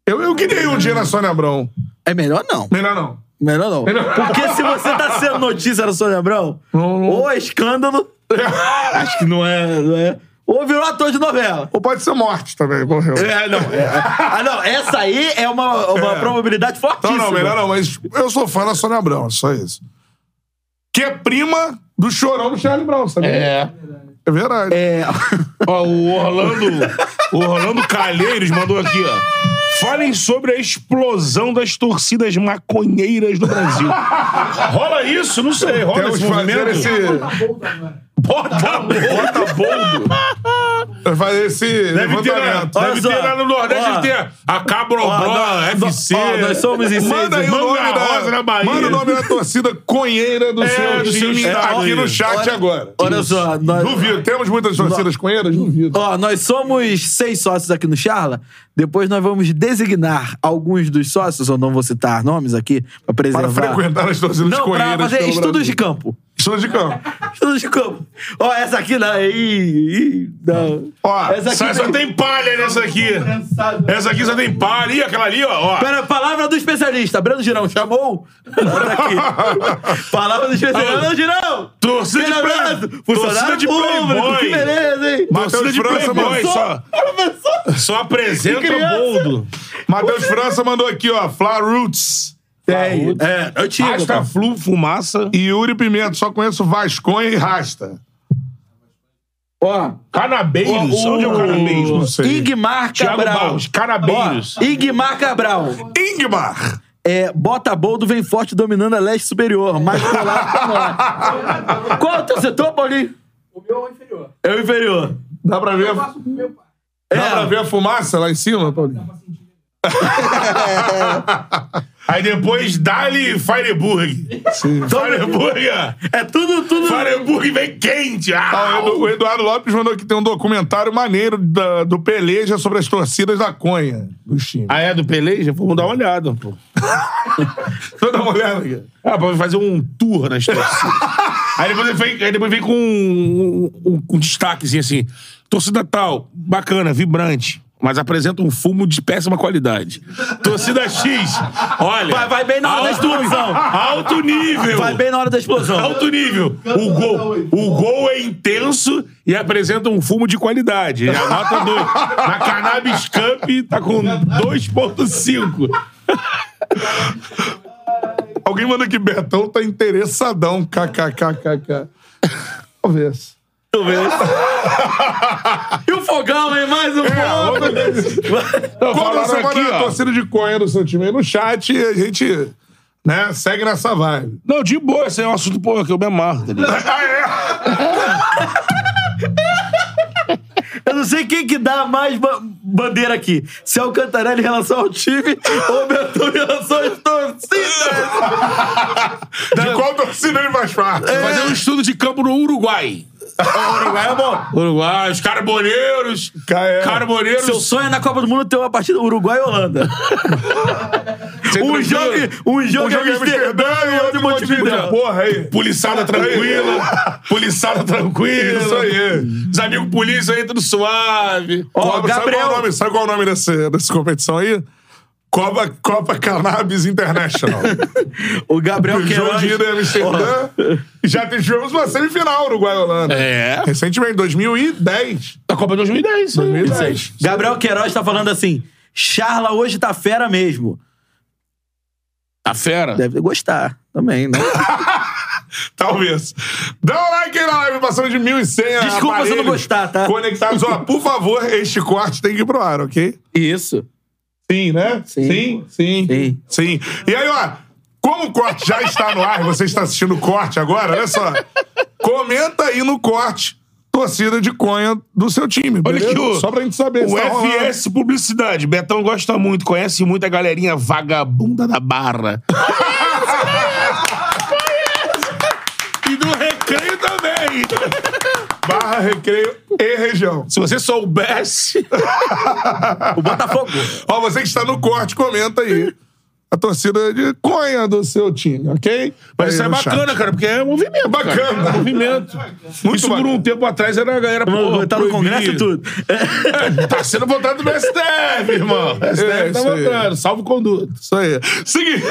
Eu, eu queria ir um dia na Sônia Abrão.
É melhor não.
Melhor não.
Melhor não. Porque se você tá sendo notícia do Sônia Abrão,
Não, não.
ou é escândalo, acho que não é, não é. Ou virou ator de novela.
Ou pode ser morte também, morreu.
É, não. Ah, não. Essa aí é uma, uma
É.
probabilidade
Não,
fortíssima.
não, melhor não, mas eu sou fã da Sônia Abrão, só isso. Que é prima do chorão do Charlie Brown, sabe?
É.
É verdade.
É.
Ó, o Orlando. O Orlando Calheiros mandou aqui, ó. Falem sobre a explosão das torcidas maconheiras do Brasil. Rola isso? Não sei. Rola
Temos
esse
que fazer
movimento?
esse.
Bota, bota boldo.
Fazer esse
Deve ter, lá,
levantamento.
Olha
deve ter
só.
lá no Nordeste,
Ó.
deve ter a Cabrobó,
nós-
FC.
ó, nós somos em
Manda aí o
Manga
nome
Rosa
da,
na Bahia.
Manda o nome da torcida conheira do
É,
seu
do seu
time
estado
aqui
aí.
no chat
Olha-
agora.
Olha só, nós-
Duvido. Temos muitas torcidas conheiras? Duvido.
Ó, nós somos seis sócios aqui no Charla. Depois nós vamos designar alguns dos sócios, ou não vou citar nomes aqui, pra
Para
preservar.
frequentar as torcidas
não,
conheiras.
pra fazer
pelo
estudos
Brasil.
de campo.
Estudos de campo.
Estudos de campo. Ó, essa aqui não. Ih, ih, não.
Ó,
essa
Só,
aqui
só
tem-
tem palha nessa aqui. Essa aqui só tem palha. Ih, aquela ali, ó. ó.
Pera, palavra do especialista. Breno Girão, chamou? Bota aqui. palavra do especialista. Breno Girão!
Torcida de
Treinamento,
play- torcida
Funcionário
de
público.
playboy.
Que beleza, hein?
Torcida de
Matheus França,
playboy.
mano.
Só,
Professor!
só apresenta
Que
o
criança.
boldo.
Matheus França mandou aqui, ó. Fla Roots.
Tem. É, antigo.
Rasta,
cara.
flu, fumaça.
E Yuri Pimenta, só conheço Vasconha e Rasta.
Ó,
Canabeiros.
Ó,
Onde é o
o-
canabeiros? Não sei.
Igmar
Thiago
Cabral.
Barros, Canabeiros.
Ó, Igmar Cabral.
Ingmar!
É, bota boldo, vem forte, dominando a leste superior. Mais colado pra nós. Qual é o teu setor, Paulinho?
O meu é o inferior.
É o inferior. É,
Dá pra ver,
Eu faço pro meu pai.
dá pra ver a fumaça lá em cima, Paulinho?
Aí depois Dali Fireburg.
Sim.
Fireburg, ó.
então É tudo, tudo.
Fireburg vem quente.
Ah,
Ah,
o Edu- o Eduardo Lopes mandou que tem um documentário maneiro da- do Peleja sobre as torcidas da Conha dos times.
Ah, é do Peleja? Vamos dar uma olhada, pô.
Deixa eu dar uma olhada aqui.
Ah, pra fazer um tour nas torcidas. aí, depois ele vem, aí depois vem com um, um- um destaquezinho assim. Torcida tal, bacana, vibrante, mas apresenta um fumo de péssima qualidade. Torcida X, olha.
Vai- vai bem na hora da explosão.
Alto nível.
Vai bem na hora da explosão.
Alto nível. O gol, o gol é intenso e apresenta um fumo de qualidade. É a nota 2. Na Cannabis Camp tá com 2.5.
Alguém manda que Betão tá interessadão. KKKKK. Talvez.
E o fogão, hein? Mais
É,
um ponto.
Qual
falaram
você manda
aqui,
a
ó.
é torcida de Conha do seu time aí no chat e a gente né, segue nessa vibe.
Não, de boa, esse é um assunto, pô, que eu me amarro, tá ligado?
Eu não sei quem que dá mais ba- bandeira aqui. Se é o Cantarelli em relação ao time ou o Betão em relação às torcidas.
De qual torcida ele mais parte?
É.
Fazer um estudo de campo no Uruguai.
Uruguai é bom.
Uruguai, os carboneiros.
Ca- é.
Carboneiros.
Seu sonho é na Copa do Mundo ter uma partida Uruguai e Holanda. um, jogo, um jogo
Um jogo em Amsterdã e outro em Montevideo. Porra É aí.
Policiada tranquila. Policiada tranquila.
É Isso aí.
Os amigos polícia aí, tudo suave.
Ó,
Cobra, sabe qual é o
Gabriel,
nome, sabe qual é o nome dessa, dessa competição aí? Copa, Copa Cannabis International.
o Gabriel
é o jogo de
Queiroz.
ida em Amsterdã. E já tivemos uma semifinal Uruguai e Holanda.
É.
Recentemente, 2010.
A
é
Copa de 2010. né?
2010.
Gabriel Queiroz tá falando assim: Charla hoje tá fera mesmo.
Tá
A fera.
Deve gostar também, né?
Talvez. Dá um like aí na live, passando de 1.100
Desculpa se eu não
aparelhos
gostar, tá?
Conectados. Ó, por favor, este corte tem que ir pro ar, ok?
Isso.
Sim, né?
Sim.
Sim.
Sim.
Sim. E aí, ó, como o corte já está no ar, você está assistindo o corte agora, olha só. Comenta aí no corte. torcida de conha do seu time.
Olha
beleza?
aqui, o-
Só pra gente saber.
O
se tá rolando.
FS Publicidade. Betão gosta muito, conhece muito a galerinha vagabunda da barra. E do recreio também.
Barra, recreio e região.
Se você soubesse.
O Botafogo.
Ó, você que está no corte, comenta aí. A torcida de conha do seu time, ok?
Mas
Aí
isso é
no chat.
bacana, cara, porque é movimento. cara.
Bacana.
É movimento.
Muito
isso por
bacana.
um tempo atrás era a galera. pô,
Tá no
proibido.
congresso e tudo.
Tá sendo votado no STF, irmão.
É,
STF tá
É isso aí.
votando, salvo
tá
conduta.
Isso aí.
Seguinte.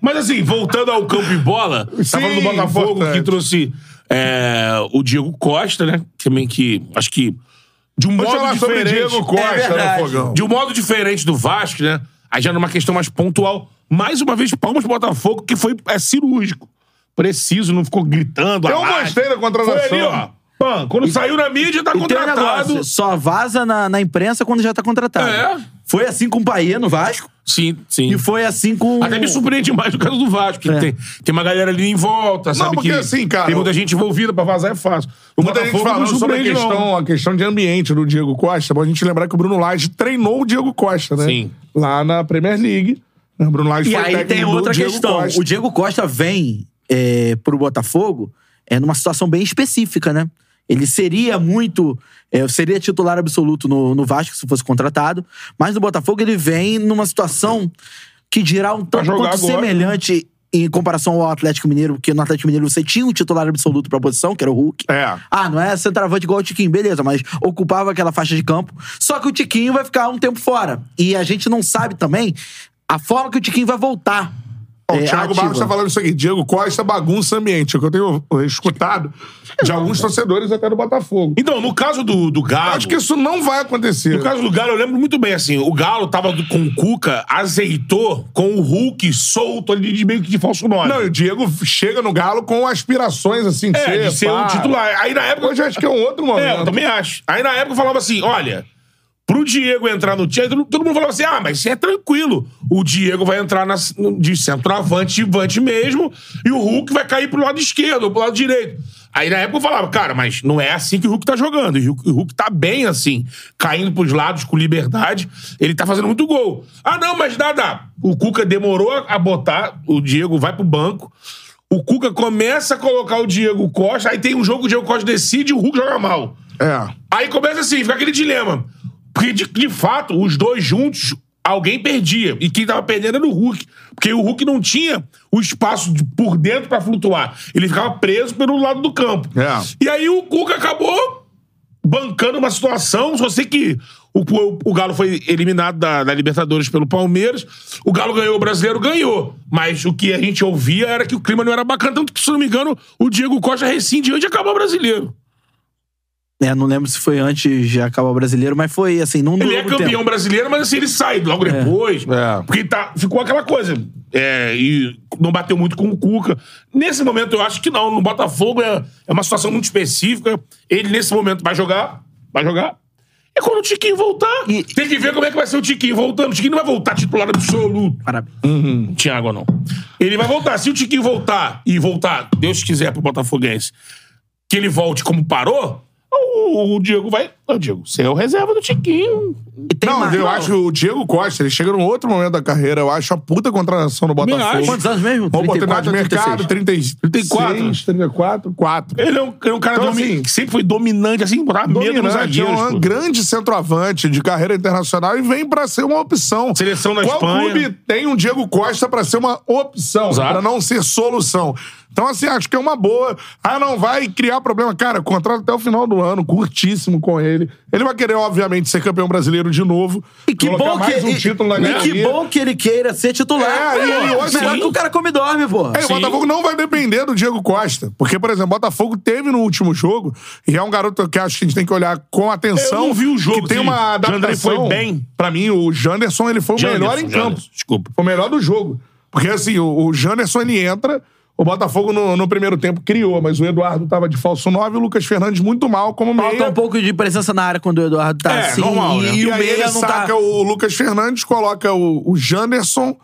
Mas assim, voltando ao campo e bola,
Sim,
tá falando do Botafogo
importante.
que trouxe é, o Diego Costa, né? Também que acho que de um
Vamos
modo
falar sobre
diferente,
Diego Costa
É verdade.
no fogão.
de um modo diferente do Vasco, né? Aí já numa questão mais pontual, mais uma vez palmas pro Botafogo que foi é cirúrgico. Preciso, não ficou gritando.
Eu
alarde.
gostei da contratação.
Foi ali, ó. Pã, quando saiu na mídia, tá
E tem um
contratado.
negócio, só vaza na, na imprensa quando já tá contratado.
É.
Foi assim com o Paê no Vasco
Sim, sim.
e foi assim com...
Até me surpreende mais no caso do Vasco, que
É.
tem, tem uma galera ali em volta, sabe?
porque
que
assim, cara,
Tem muita gente envolvida pra vazar, é fácil. O
Muita gente
Botafogo não
falando sobre a
surpreende, não.
questão, a questão de ambiente do Diego Costa. é Bom, a gente lembrar que o Bruno Lage treinou o Diego Costa, né?
Sim.
Lá na Premier League. Né, O Bruno Lage
E
foi
aí
técnico
tem
do
outra
Diego
questão.
Costa.
O Diego Costa vem é, pro Botafogo é, numa situação bem específica, né? Ele seria muito. é, seria titular absoluto no, no Vasco se fosse contratado. Mas no Botafogo ele vem numa situação que dirá um tanto
jogar
quanto
agora, né?
semelhante em comparação ao Atlético Mineiro, porque no Atlético Mineiro você tinha um titular absoluto pra posição, que era o Hulk.
É.
Ah, não é centroavante igual o Tiquinho, beleza, mas ocupava aquela faixa de campo. Só que o Tiquinho vai ficar um tempo fora. E a gente não sabe também a forma que o Tiquinho vai voltar.
Ó, o
é,
Thiago
ativa.
Barros tá falando isso aqui. Diego Costa bagunça ambiente. É o que eu tenho escutado de alguns torcedores até do Botafogo.
Então, no caso do, do Galo.
Acho que isso não vai acontecer.
No caso do Galo, eu lembro muito bem, assim, o Galo tava do- com o Cuca, azeitou com o Hulk solto ali de meio que de falso nome.
Não, e o Diego chega no Galo com aspirações assim, de
é,
ser,
de ser
pá.
um titular. Aí na época.
Hoje eu acho que é um outro momento.
É, eu também acho. Aí na época eu falava assim: olha, pro Diego entrar no time, todo todo mundo falava assim: ah, mas isso é tranquilo. O Diego vai entrar na- de centroavante e vante mesmo, e o Hulk vai cair pro lado esquerdo ou pro lado direito. Aí na época eu falava, cara, mas não é assim que o Hulk tá jogando. E O Hulk- o Hulk tá bem assim, caindo pros lados com liberdade. Ele tá fazendo muito gol. Ah, não, mas nada. O Cuca demorou a botar, o Diego vai pro banco. O Cuca começa a colocar o Diego Costa, aí tem um jogo que o Diego Costa decide e o Hulk joga mal.
É.
Aí começa assim, fica aquele dilema. Porque, de, de fato, os dois juntos, alguém perdia. E quem tava perdendo era o Hulk. Porque o Hulk não tinha o espaço de- por dentro pra flutuar. Ele ficava preso pelo lado do campo.
É.
E aí o Cuca acabou bancando uma situação, só sei que o, o, o Galo foi eliminado da, da Libertadores pelo Palmeiras, o Galo ganhou, o Brasileiro ganhou, mas o que a gente ouvia era que o clima não era bacana, tanto que, se não me engano, o Diego Costa rescinde antes de acabar o Brasileiro.
É, não lembro se foi antes de acabar o brasileiro, mas foi assim, não durou
Ele é
muito
campeão
tempo.
brasileiro, mas assim, ele sai logo depois.
É.
Porque tá, ficou aquela coisa. É, e não bateu muito com o Cuca. Nesse momento, eu acho que não. No Botafogo é, é uma situação muito específica. Ele, nesse momento, vai jogar. Vai jogar. E quando o Tiquinho voltar,
E-
tem que ver como é que vai ser o Tiquinho voltando. O Tiquinho não vai voltar titular absoluto.
Parabéns.
Thiago, não. Ele vai voltar. Se o Tiquinho voltar e voltar, Deus quiser, pro Botafoguense, que ele volte como parou, o, o Diego vai. Ô, Diego, você é o reserva do Tiquinho.
E tem
Não,
mais-
eu acho que o Diego Costa, ele chega num outro momento da carreira, eu acho a puta contratação no
acho.
Botafogo.
Quantos anos mesmo?
Uma oportunidade de
36?
mercado, 30, 34. 34, 4.
Ele é um, ele é um cara
Então,
domi-
assim,
que sempre foi dominante, assim, botava medo nos
Dominante, é
zagueiros.
um
pô.
grande centroavante de carreira internacional e vem pra ser uma opção.
Seleção na
Qual
Espanha.
clube tem um Diego Costa pra ser uma opção,
Exato.
pra não ser solução? Então, assim, acho que é uma boa. Ah, não vai criar problema. Cara, contrato até o final do ano, curtíssimo com ele. Ele vai querer, obviamente, ser campeão brasileiro de novo.
E que
colocar
bom que,
mais um
e-
título na
e que
galeria.
bom que ele queira ser
É,
titular.
e ele hoje-
melhor que o cara come e dorme, pô.
É, o Botafogo não vai depender do Diego Costa. Porque, por exemplo, o Botafogo teve no último jogo, e é um garoto que acho que a gente tem que olhar com atenção.
Eu não vi o jogo,
Que tem
sim.
uma
O Janderson
adaptação.
foi bem.
Pra mim, o Janderson, ele foi o
Janderson,
melhor em
Janderson,
campo.
Desculpa.
Foi o melhor do jogo. Porque, assim, o, o Janderson, ele entra... O Botafogo no, no primeiro tempo criou, mas o Eduardo tava de falso 9 e o Lucas Fernandes muito mal como meia.
Falta um pouco de presença na área quando o Eduardo tá
É,
assim.
normal,
e,
né?
e o
aí
meia
ele
não
saca
tá.
o Lucas Fernandes, coloca o, o Janderson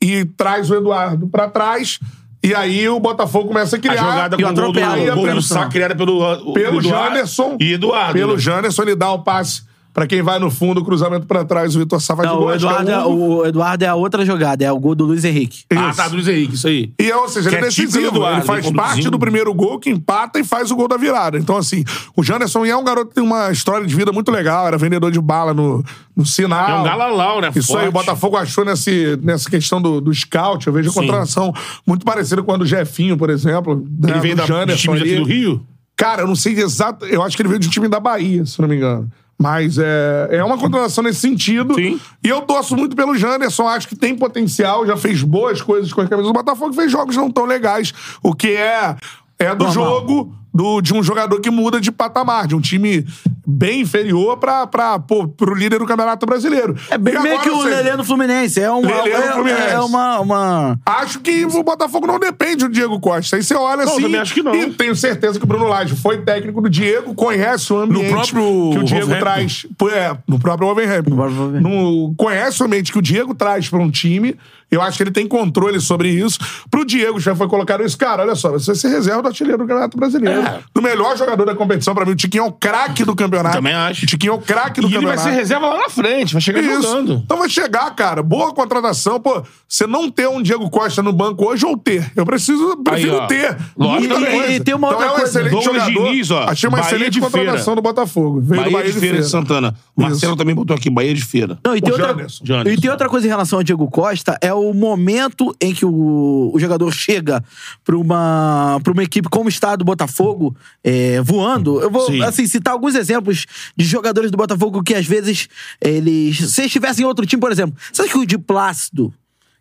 e traz o Eduardo pra trás. E aí o Botafogo começa a criar.
A jogada
e
com o gol do,
atropela,
e a
gol do
pressão.
tá.
Sá criada pelo, uh,
pelo
Eduardo
Janderson.
E Eduardo.
Pelo
né?
Janderson, ele dá o passe pra quem vai no fundo, o cruzamento pra trás, o Vitor Sá vai de
Não,
gol.
o
acho que é
Eduardo, é,
um.
o Eduardo é a outra jogada, é o gol do Luiz Henrique.
Ah,
Isso.
tá, do Luiz Henrique, isso aí.
E, ou seja, ele é
Que é típico do
decisivo.
Eduardo,
ele faz
ele
parte
conduzindo.
do primeiro gol que empata e faz o gol da virada. Então, assim, o Janderson é um garoto que tem uma história de vida muito legal. Era vendedor de bala no, no sinal.
É um galalau, né?
Isso aí, o
Forte.
Botafogo achou nesse, nessa questão do, do scout. Eu vejo a contratação muito parecida com a do Jefinho, por exemplo. né,
Ele vem
do
da, do
Janderson
time daqui
ali.
do Rio?
Cara, eu não sei exato. Eu acho que ele veio de um time da Bahia, se não me engano. Mas é, é uma contratação nesse sentido.
Sim.
E eu torço muito pelo Janderson. Acho que tem potencial, já fez boas coisas com as camisas do Botafogo, fez jogos não tão legais. O que é, é do
Normal.
jogo do, de um jogador que muda de patamar, de um time bem inferior pra, pra, pô, pro líder do Campeonato Brasileiro.
É bem,
E
meio
agora,
que o
ou seja,
Lelê no Fluminense. É uma.
Lelê no
é-
Fluminense.
é uma- uma...
Acho que o Botafogo não depende do Diego Costa. Aí você olha
Não, eu
assim.
também acho que não.
E tenho certeza que o Bruno Lage foi técnico do Diego, conhece o ambiente
próprio
que o Diego
Wolverhampton.
traz. Pô, É, no próprio Wolverhampton.
No próprio Wolverhampton.
No- conhece o ambiente que o Diego traz pra um time. Eu acho que ele tem controle sobre isso. Pro Diego já foi colocado isso. Cara, olha só, você vai ser reserva do artilheiro do Campeonato Brasileiro.
É.
Do melhor jogador da competição, pra mim, o Tiquinho é o craque do campeonato.
Também acho.
O Tiquinho é o craque do
E ele vai
campeonato.
ser reserva lá na frente, vai chegar
Isso.
jogando.
Então vai chegar, cara. Boa contratação, pô. Você não ter um Diego Costa no banco hoje ou ter. Eu preciso, prefiro
ó.
ter.
Lógico,
Muita
e-
coisa.
e tem uma
então
outra
é um
coisa.
excelente
Douglas
jogador.
Diniz, ó.
Achei uma
Bahia
excelente
de Feira.
contratação do Botafogo. Veio do
Bahia, de Feira e Santana. O Marcelo
Isso.
também botou aqui, Bahia de Feira.
Não, e tem,
O
outra,
Janderson.
Janderson.
e tem outra coisa em relação ao Diego Costa, é o momento em que o, o jogador chega pra uma, pra uma equipe como está a do Botafogo, é, voando. Eu vou
Sim.
assim, citar alguns exemplos de jogadores do Botafogo que às vezes eles... Se estivessem em outro time, por exemplo, você acha que o de Plácido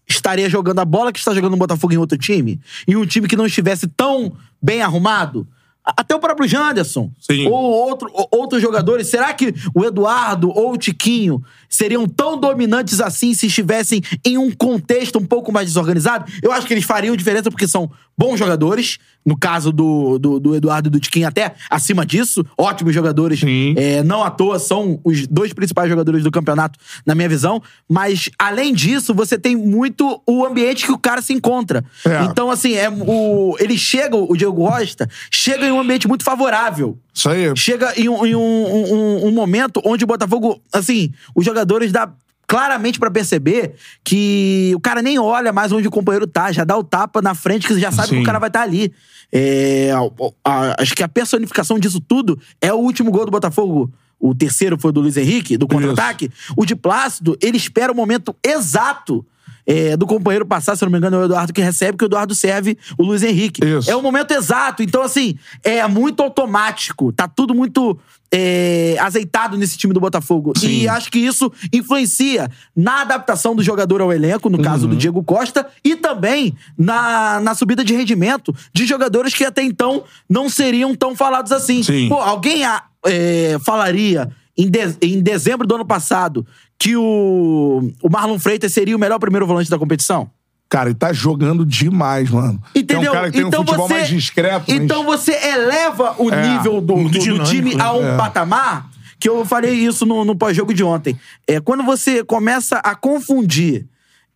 estaria jogando a bola que está jogando no Botafogo em outro time? Em um time que não estivesse tão bem arrumado? A- Até o próprio Janderson.
Sim.
Ou outro, ou- outros jogadores. Será que o Eduardo ou o Tiquinho seriam tão dominantes assim se estivessem em um contexto um pouco mais desorganizado? Eu acho que eles fariam diferença porque são bons jogadores. No caso do, do, do Eduardo e do Tiquinho, até acima disso, ótimos jogadores. É, não à toa, são os dois principais jogadores do campeonato, na minha visão. Mas, além disso, você tem muito o ambiente que o cara se encontra.
É.
Então, assim, é o, ele chega, o Diego Costa, chega em um ambiente muito favorável
Isso aí.
chega em, um, em um- um- um- um momento onde o Botafogo, assim, os jogadores dá claramente pra perceber que o cara nem olha mais onde o companheiro tá, já dá o tapa na frente que já sabe que o cara vai estar ali. É, a- a- acho que a personificação disso tudo é o último gol do Botafogo. O terceiro foi do Luiz Henrique, do contra-ataque. O de Plácido, ele espera o momento exato é, do companheiro passar, se eu não me engano, é o Eduardo que recebe, que o Eduardo serve o Luiz Henrique.
Isso.
É o momento exato. Então, assim, é muito automático. Tá tudo muito é, azeitado nesse time do Botafogo. E acho que isso influencia na adaptação do jogador ao elenco, no caso do Diego Costa, e também na, na subida de rendimento de jogadores que até então não seriam tão falados assim.
Sim.
Pô, alguém ah, é, falaria em, de- em dezembro do ano passado que o, o Marlon Freitas seria o melhor primeiro volante da competição?
Cara, ele tá jogando demais, mano.
Entendeu?
É um cara que tem um futebol mais discreto. mas-
Então você eleva o
É,
nível do,
muito
do- do
dinâmico,
time
né?
a um
É.
patamar. Que eu falei isso no, no pós-jogo de ontem. É, quando você começa a confundir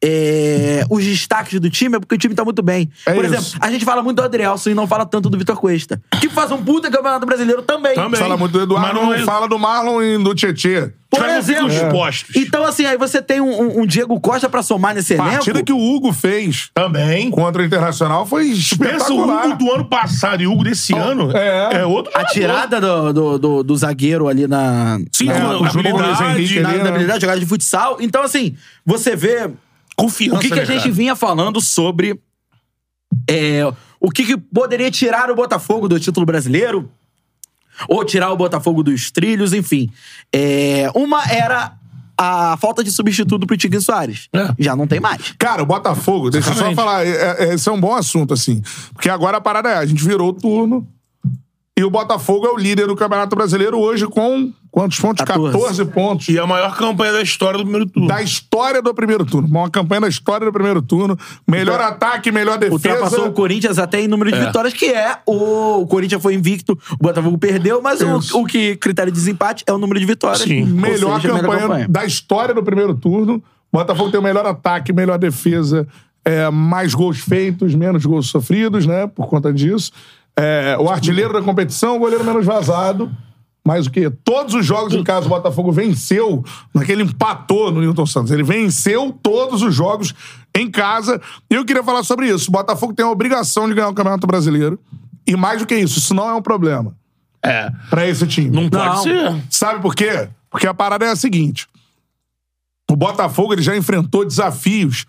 é, os destaques do time, é porque o time tá muito bem.
É
Por
isso.
exemplo, a gente fala muito do Adrielson e não fala tanto do Vitor Cuesta. Que faz um puta campeonato brasileiro também.
Também.
Fala muito do Eduardo,
Mas
não,
não é-
fala do Marlon e do Tietê.
Por
Tiveram
exemplo.
muitos postos.
Então, assim, aí você tem um, um- um Diego Costa pra somar nesse
Partida
elenco.
que o Hugo fez
Também.
contra o Internacional foi
Pensa o
espetacular.
Hugo do ano passado e o Hugo desse ano.
é.
outro.
A tirada do, do, do- do zagueiro ali na.
Sim, é-
na-
com
É, o jogo do Luiz Henrique
habilidade.
ali,
na
né?
habilidade, jogada de futsal. Então, assim, você vê
Confiança.
o que, que a
né,
gente
cara?
vinha falando sobre é, o que, que poderia tirar o Botafogo do título brasileiro ou tirar o Botafogo dos trilhos, enfim. É, uma era a falta de substituto pro Tiquinho Soares.
É.
Já não tem mais.
Cara, o Botafogo, deixa eu só
Exatamente.
falar, é- é- esse é um bom assunto, assim. Porque agora a parada é, a gente virou o turno e o Botafogo é o líder do Campeonato Brasileiro hoje com quantos pontos?
14.
14, pontos.
E a maior campanha da história do primeiro turno.
Da história do primeiro turno. Uma campanha da história do primeiro turno. Melhor ataque, melhor
Ultrapassou o
defesa.
Corinthians até em número de
É.
vitórias, que é o, o Corinthians foi invicto, o Botafogo perdeu, mas
Isso.
o, o que critério de desempate é o número de vitórias.
Sim.
Ou
Melhor
seja, a
campanha da história do primeiro turno. Botafogo tem o melhor ataque, melhor defesa. é, mais gols feitos, menos gols sofridos, né? Por conta disso. É, o artilheiro da competição, o goleiro menos vazado. Mas o quê? Todos os jogos em casa o Botafogo venceu, naquele empatou no Newton Santos. Ele venceu todos os jogos em casa. E eu queria falar sobre isso. O Botafogo tem a obrigação de ganhar o Campeonato Brasileiro. E mais do que isso, isso não é um problema
É.
pra esse time.
Não pode
Não.
ser.
Sabe por quê? Porque a parada é a seguinte: o Botafogo ele já enfrentou desafios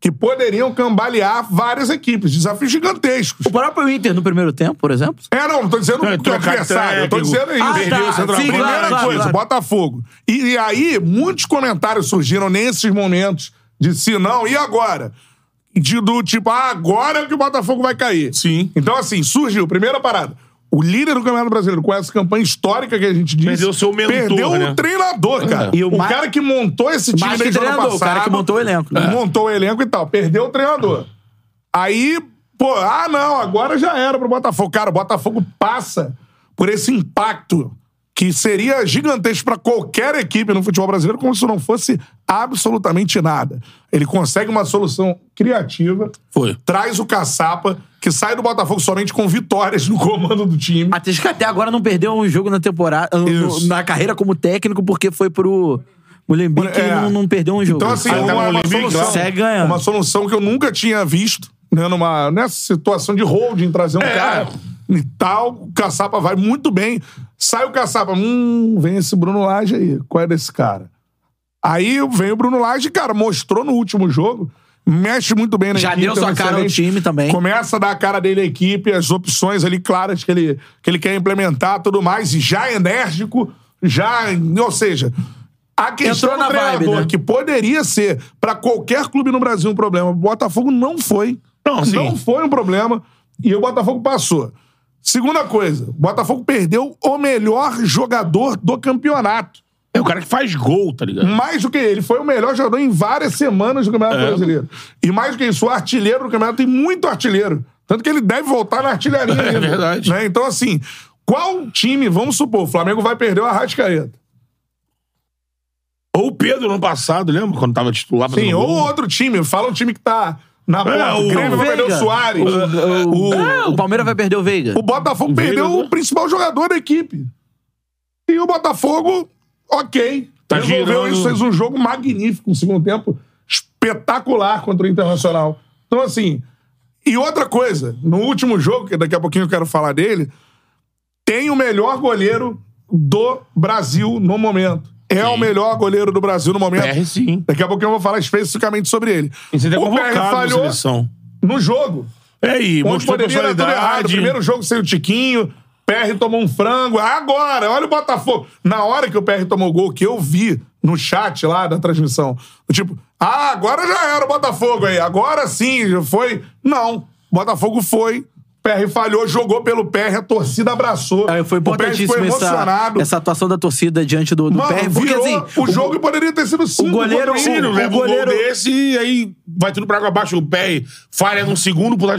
que poderiam cambalear várias equipes, desafios gigantescos.
O próprio Inter no primeiro tempo, por exemplo.
É, não, não tô dizendo
Não,
que o
trocar
adversário, eu tô
técnico,
dizendo isso.
Ah,
Perdeu
tá.
o centroavante.
Sim, claro,
Primeira
claro,
coisa,
claro.
Botafogo. E, e aí, muitos comentários surgiram nesses momentos de se não, e agora? De, do tipo, ah, agora que o Botafogo vai cair.
Sim.
Então, assim, surgiu, primeira parada. O líder do Campeonato Brasileiro, com essa campanha histórica que a gente disse.
Perdeu seu mentor,
Perdeu
né?
o treinador, cara.
É.
E o
o
mais-
cara que montou esse time
Mais que
desde o ano
treinador,
passado. É.
o cara que montou o elenco. né?
Montou o elenco e tal. Perdeu o treinador. Aí, pô, ah, não, agora já era pro Botafogo. Cara, o Botafogo passa por esse impacto que seria gigantesco pra qualquer equipe no futebol brasileiro, como se não fosse absolutamente nada. Ele consegue uma solução criativa,
Foi.
traz o caçapa, que sai do Botafogo somente com vitórias no comando do time.
Até que até agora não perdeu um jogo na temporada, no-
Isso.
na carreira como técnico, porque foi pro Mulherbique
É.
e não, não perdeu um jogo.
Então, assim,
Ah,
uma,
tá
uma
com o Olympique,
solução,
claro.
Segue ganhando.
uma solução que eu nunca tinha visto, né? Numa, nessa situação de holding, trazer um cara e tal. O Caçapa vai muito bem. Sai o Caçapa. Hum, vem esse Bruno Lage aí. Qual é desse cara? Aí vem o Bruno Lage, cara, mostrou no último jogo. Mexe muito bem na
Já
equipe,
deu sua
é um
cara ao
excelente-
time também.
Começa a dar a cara dele à equipe, as opções ali claras que ele, que ele quer implementar, tudo mais, e já enérgico, já. Ou seja, a questão
Entrou na
do
vibe,
treinador,
né?
que poderia ser pra qualquer clube no Brasil um problema, o Botafogo não foi.
Não, sim.
Não foi um problema, e o Botafogo passou. Segunda coisa, o Botafogo perdeu o melhor jogador do campeonato.
É o cara que faz gol, tá ligado?
Mais do que ele, foi o melhor jogador em várias semanas do Campeonato
É.
Brasileiro. E mais do que isso, o artilheiro do campeonato tem muito artilheiro. Tanto que ele deve voltar na artilharia
É
ainda,
verdade.
né? Então, assim, qual time, vamos supor, o Flamengo vai perder o Arrascaeta?
Ou o Pedro no passado, lembra? Quando tava titular fazendo
Sim, ou
gol.
outro time, fala um time que tá na porta.
o
o Grêmio vai perder o
Veiga.
Soares. É.
O, o- o Palmeiras vai perder o Veiga.
O Botafogo
Veiga,
perdeu
né?
o principal jogador da equipe. E o Botafogo, ok.
Tá
resolveu
girando.
isso, fez um jogo magnífico, um segundo tempo espetacular contra o Internacional. Então, assim. E outra coisa, no último jogo, que daqui a pouquinho eu quero falar dele, tem o melhor goleiro do Brasil no momento. É o melhor goleiro do Brasil no momento.
PR, É, sim.
Daqui a pouquinho eu vou falar especificamente sobre ele.
E você tá
o PR
convocado na
falhou
seleção.
no jogo.
É aí,
Onde
mostrou
poderia dar tudo errado.
personalidade.
Primeiro jogo sem o Tiquinho, PR tomou um frango. Agora, olha o Botafogo. Na hora que o PR tomou o gol, que eu vi no chat lá da transmissão, tipo, ah, agora já era o Botafogo aí. Agora sim, já foi. Não, o Botafogo foi. PR falhou, jogou pelo PR, a torcida abraçou.
Aí É, foi
o PR
Ah, importantíssimo
foi
essa,
emocionado.
essa atuação da torcida diante do, do
Mano,
PR, porque
virou,
assim,
o jogo poderia ter sido cinco
goleiro-
contra um.
Sim, não
o
leva
goleiro-
um gol desse e aí vai tudo pra água abaixo o pé e falha num segundo por estar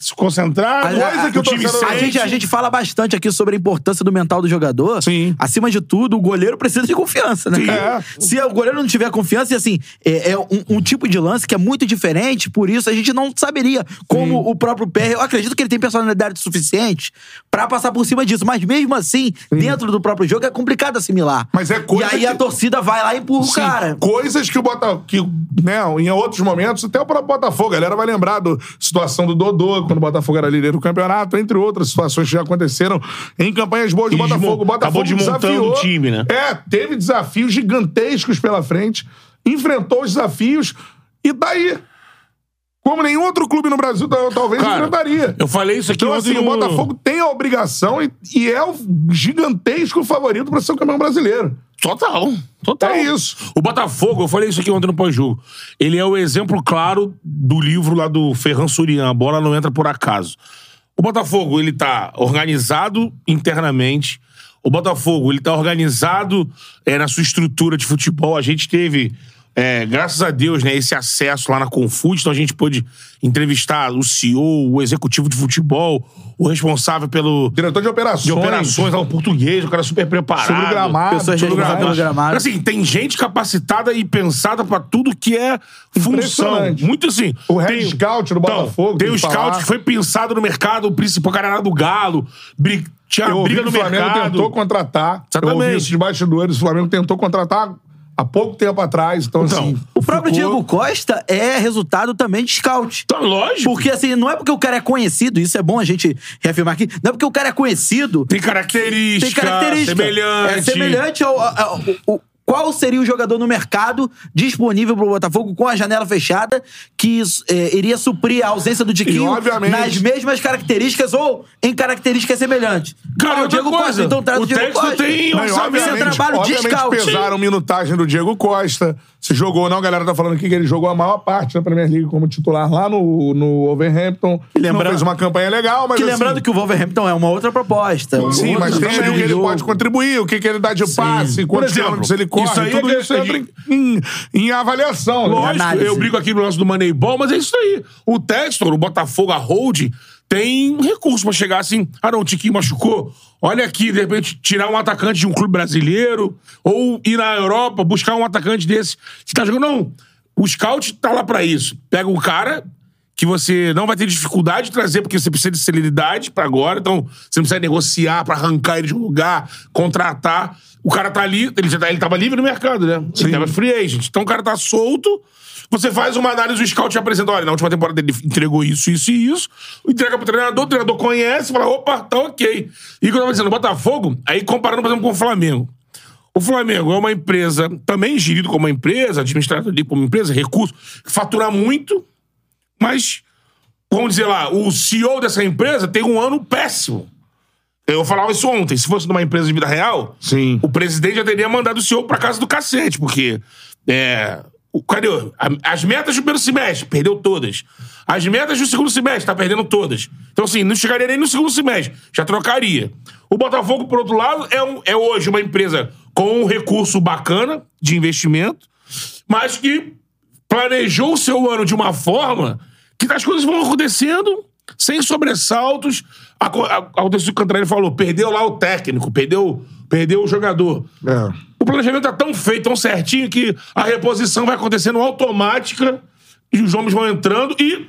desconcentrado.
A-
coisa que
o
o
time
torcedor-
sente.
A gente, a gente fala bastante aqui sobre a importância do mental do jogador.
Sim.
Acima de tudo, o goleiro precisa de confiança, né?
Sim. É.
cara? Se o goleiro não tiver confiança, e assim, é, é um, um tipo de lance que é muito diferente, por isso a gente não saberia como o próprio PR. Eu acredito que ele tem personalidade suficiente pra passar por cima disso, mas mesmo assim, dentro do próprio jogo, é complicado assimilar.
Mas é coisa
E aí
que-
a torcida vai lá e empurra o
Sim,
cara.
Coisas que o Botafogo. Que, né, em outros momentos, até o próprio Botafogo. A galera vai lembrar da situação do Dodô, quando o Botafogo era líder do campeonato, entre outras situações que já aconteceram em campanhas boas do
E desmon-
Botafogo. O Botafogo
acabou desmontando
desafiou,
o time, né?
É, teve desafios gigantescos pela frente, enfrentou os desafios, e daí? Como nenhum outro clube no Brasil tal- talvez
Cara,
enfrentaria.
Eu falei isso aqui
Então,
ontem
assim, o
no-
Botafogo tem a obrigação e, e é o gigantesco favorito para ser o campeão brasileiro.
Total. Total.
É isso.
O Botafogo, eu falei isso aqui ontem no pós-jogo. Ele é o exemplo claro do livro lá do Ferran Surian, A Bola Não Entra Por Acaso. O Botafogo, ele tá organizado internamente. é, O Botafogo, ele tá organizado eh, na sua estrutura de futebol. A gente teve
é, graças a Deus, né, esse acesso lá na Confute, então a gente pôde entrevistar o CEO, o executivo de futebol, o responsável pelo
Diretor de operações.
de operações lá, o português, o cara super preparado.
Sobre o gramado.
Pessoas
sobre o
responsáveis
gramado.
pelo gramado.
Assim, tem gente capacitada e pensada pra tudo que é função.
Impressionante.
Muito assim.
O head
tem- Então,
scout do Botafogo,
Tem
tem
o
que falar.
scout que foi pensado no mercado, o principal cara era do Galo. bri- Tinha
Eu ouvi
briga
que
no
o Flamengo
mercado.
tentou contratar. Eu ouvi
Exatamente.
isso de bastidores. O Flamengo tentou contratar há pouco tempo atrás. Então,
Então,
assim...
O próprio
ficou-
Diego Costa é resultado também de scout.
Tá lógico.
Porque, assim, não é porque o cara é conhecido, isso é bom a gente reafirmar aqui, não é porque o cara é conhecido,
Tem característica,
tem característica.
semelhante.
É semelhante ao. ao- ao- ao- qual seria o jogador no mercado disponível pro Botafogo com a janela fechada que é, iria suprir a ausência do Tiquinho
obviamente-
nas mesmas características ou em características semelhantes? Ah,
Cara,
o
outra
Diego
coisa,
Costa, então traz
o
o Diego
texto
Costa.
tem
Não, e
orçamento.
Isso é trabalho de
obviamente
scout.
pesaram minutagem do Diego Costa. Se jogou ou não, a galera tá falando aqui que ele jogou a maior parte da Premier League como titular lá no, no Wolverhampton.
lembra-
Não fez uma campanha legal, mas
Que
assim,
lembrando que o Wolverhampton é uma outra proposta. um
Sim,
outro
mas tem
estilo
aí o
de
que ele
jogo.
pode contribuir, o que, que ele dá de passe, quantos
exemplo,
quilômetros ele corre.
isso aí
tudo
é que-
isso entra em, em, em avaliação. né?
Lógico,
análise.
eu brigo aqui no lance do Moneyball, mas é isso aí. O Textor, o Botafogo, a Hold, tem recurso pra chegar assim. Ah, não, o Tiquinho machucou. Olha aqui, de repente, tirar um atacante de um clube brasileiro, ou ir na Europa, buscar um atacante desse que tá jogando. Não, o scout tá lá pra isso. Pega um cara que você não vai ter dificuldade de trazer, porque você precisa de celeridade pra agora, então você não precisa negociar pra arrancar ele de um lugar, contratar. O cara tá ali, ele já tá, ele tava livre no mercado, né? Ele tava free agent. Então o cara tá solto, você faz uma análise, o scout te apresenta, olha, na última temporada ele entregou isso, isso e isso, entrega pro treinador, o treinador conhece, fala, opa, tá ok. E quando eu tava dizendo, Botafogo, aí comparando, por exemplo, com o Flamengo. O Flamengo é uma empresa, também gerido como uma empresa, administrado ali como empresa, recurso, que fatura muito, mas, vamos dizer lá, o CEO dessa empresa tem um ano péssimo. Eu falava isso ontem. Se fosse numa empresa de vida real,
Sim.
o presidente já teria mandado o CEO pra casa do cacete, porque. É, o, cadê? o- a- As metas do primeiro semestre, perdeu todas. As metas do segundo semestre, tá perdendo todas. Então, assim, não chegaria nem no segundo semestre, já trocaria. O Botafogo, por outro lado, é, um- é hoje uma empresa com um recurso bacana de investimento, mas que planejou o seu ano de uma forma que as coisas vão acontecendo sem sobressaltos. Aco- a- Aconteceu o que o Cantarelli falou: perdeu lá o técnico, perdeu, perdeu o jogador.
É.
O planejamento tá tão feito, tão certinho, que a reposição vai acontecendo automática e os homens vão entrando e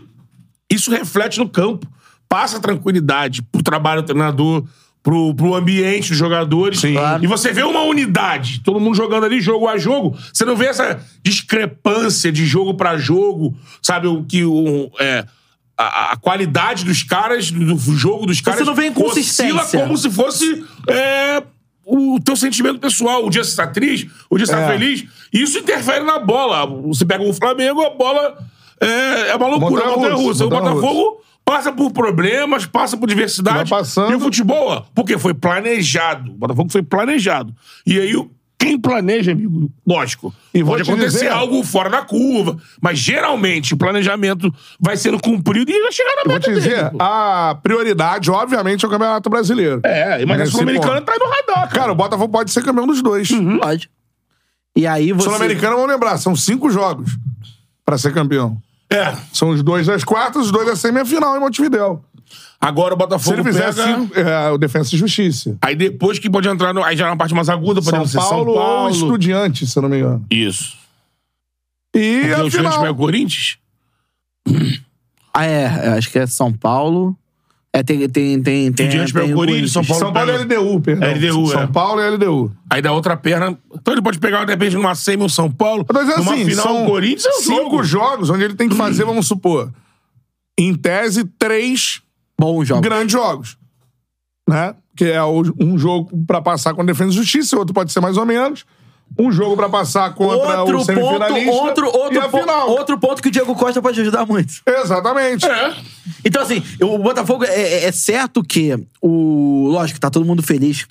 isso reflete no campo. Passa tranquilidade pro trabalho do treinador, pro, pro ambiente dos jogadores.
Claro.
E você vê uma unidade, todo mundo jogando ali jogo a jogo. Você não vê essa discrepância de jogo pra jogo, sabe? O que o. é, a, a qualidade dos caras, do jogo dos caras.
não vê inconsistência.
oscila como se fosse é, o teu sentimento pessoal. O dia que você tá triste, o dia que você tá
É.
feliz. E isso interfere na bola. Você pega o Flamengo, a bola é, é uma loucura.
Montanha-russa,
montanha russa. O
montanha-russa.
Botafogo passa por problemas, passa por diversidade.
Vai Tá passando.
E o futebol, ó, porque foi planejado. O Botafogo foi planejado. E aí, o- quem planeja, amigo, lógico.
E vou
pode
te
acontecer
dizer-
algo fora da curva. Mas geralmente o planejamento vai sendo cumprido e vai chegar na
Eu vou
meta
te
dele,
dizer,
pô.
a prioridade, obviamente, é o Campeonato Brasileiro.
É, mas a
Nesse
Sul-Americana Uhum.
ponto.
tá aí no radar, cara.
Cara, o Botafogo pode ser campeão dos dois.
Pode. E aí você.
Sul-Americana, vamos lembrar, são cinco jogos pra ser campeão.
É.
São os dois das quartas, os dois da semifinal em Montevidéu.
Agora o
Se
Botafogo
ele fizer
pega...
cinco, é, o Defensa e Justiça.
Aí depois que pode entrar no... Aí já na parte mais aguda,
São
podemos
Paulo,
ser São Paulo...
ou Estudiantes, se eu não me engano.
Isso.
E
Porque
a
o Estudiantes pega o
final...
Corinthians?
Ah, é, é, acho que é São Paulo. É, tem. tem, tem, tem,
Estudiantes
tem
pega o Corinthians, São Paulo
São Paulo
pega-
e LDU, perdão.
LDU, é.
São Paulo e LDU.
Aí da outra perna... Então ele pode pegar, de repente, numa semi
um
o São Paulo,
Eu tô dizendo
numa
assim,
final
são
o Corinthians, é um
cinco
jogo.
jogos onde ele tem que fazer, vamos supor, em tese, três
Bom jogo.
grandes jogos. Né? Que é o- um jogo pra passar com a Defesa e Justiça, outro pode ser mais ou menos. Um jogo pra passar contra
Outro
o
ponto,
semifinalista
outro,
e a
outro, ponto,
final.
outro ponto que o Diego Costa pode ajudar muito.
Exatamente.
É.
Então, assim, o Botafogo é, é- é certo que o. Lógico, tá todo mundo feliz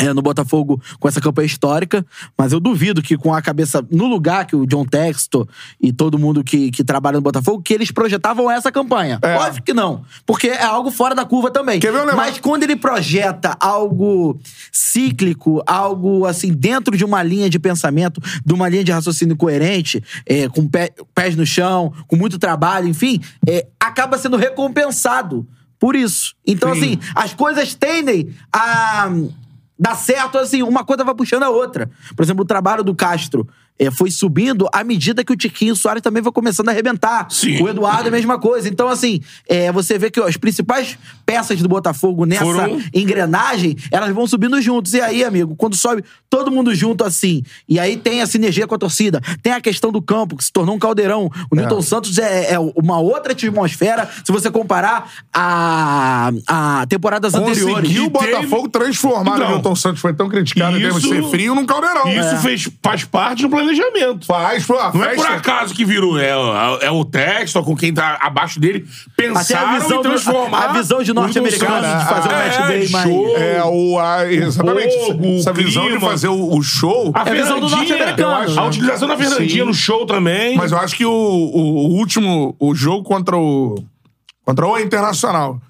é, no Botafogo com essa campanha histórica, mas eu duvido que com a cabeça no lugar que o John Textor e todo mundo que, que trabalha no Botafogo, que eles projetavam essa campanha.
É.
Óbvio que não, porque é algo fora da curva também.
Quer ver um negócio?
mas quando ele projeta algo cíclico, algo assim, dentro de uma linha de pensamento, de uma linha de raciocínio coerente, é, com pé- pés no chão, com muito trabalho, enfim, é, acaba sendo recompensado por isso. Então, assim, as coisas tendem a hum, dar certo, assim, uma coisa vai puxando a outra. Por exemplo, o trabalho do Castro. é, foi subindo à medida que o Tiquinho Soares também foi começando a arrebentar.
Sim.
O Eduardo é a mesma coisa. Então, assim, é, você vê que ó, as principais peças do Botafogo nessa
Foram-
engrenagem, elas vão subindo juntos. E aí, amigo, quando sobe todo mundo junto assim, e aí tem a sinergia com a torcida, tem a questão do campo, que se tornou um caldeirão. O Newton Santos é, é uma outra atmosfera se você comparar a, a temporadas anteriores.
Conseguiu o
E teve-
Botafogo transformar
Então,
o Milton Santos foi tão criticado em termos de
isso-
ser frio num caldeirão.
E isso fez, faz parte do planejamento.
Faz, pô, a
Não é
festa-
por acaso que virou. É, o- é o texto, com quem tá abaixo dele,
Até
pensaram
a visão
e
do-
transformar.
a- a visão de
o Nilson
norte-americano
Santos.
de fazer um
É,
match day mais-
show.
É, o, a, exatamente.
fogo,
essa
o
visão de
clima.
fazer o, o show.
A
É a visão do
Fernandinha,
norte-americano.
eu acho, A utilização da Fernandinha
Sim.
no show também.
Mas eu acho que o, o- o último, o jogo contra o. Contra o Internacional.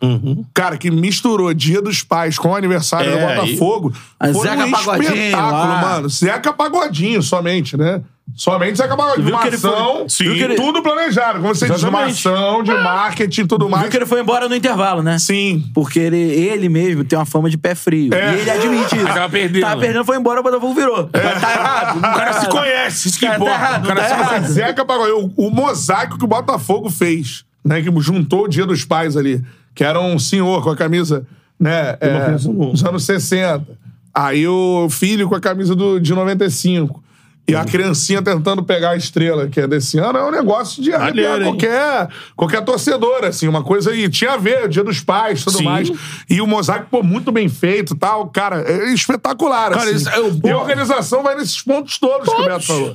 Cara, que misturou Dia dos Pais com o aniversário
É,
do Botafogo.
Uhum. aí-
Foi
Zeca
um
Pagodinho
espetáculo,
lá.
mano. Zeca Pagodinho somente, né? Somente Zeca Pagodinho.
Viu
Uma
que ele foi- Ah.
ação,
Sim.
viu que ele- tudo planejado. Como você diz, uma
Exatamente.
ação de marketing e tudo
Viu
mais.
que ele foi embora no intervalo, né?
Sim.
Porque ele, ele mesmo tem uma fama de pé frio.
É.
E ele admite isso.
Acaba perdendo. É.
Tava perdendo, foi embora, o Botafogo virou. Mas tá errado.
O cara se conhece, isso que
Tá
importa.
errado,
o cara
tá
se
errado.
conhece.
Zeca Pagodinho, o, o mosaico que o Botafogo fez, né? Que juntou o Dia dos Pais ali, que era um senhor com a camisa, né? É, dos anos 60. Aí o filho com a camisa do, de 95. E a criancinha tentando pegar a estrela, que é desse ano, é um negócio de arrepiar
Maneiro, hein?
qualquer, qualquer torcedor, assim, uma coisa aí. Tinha a ver, Dia dos Pais, tudo
Sim.
mais. E o mosaico, pô, muito bem feito e tal. Cara, é espetacular,
Cara,
assim.
isso é o-
E a organização vai nesses pontos todos, que o Beto falou.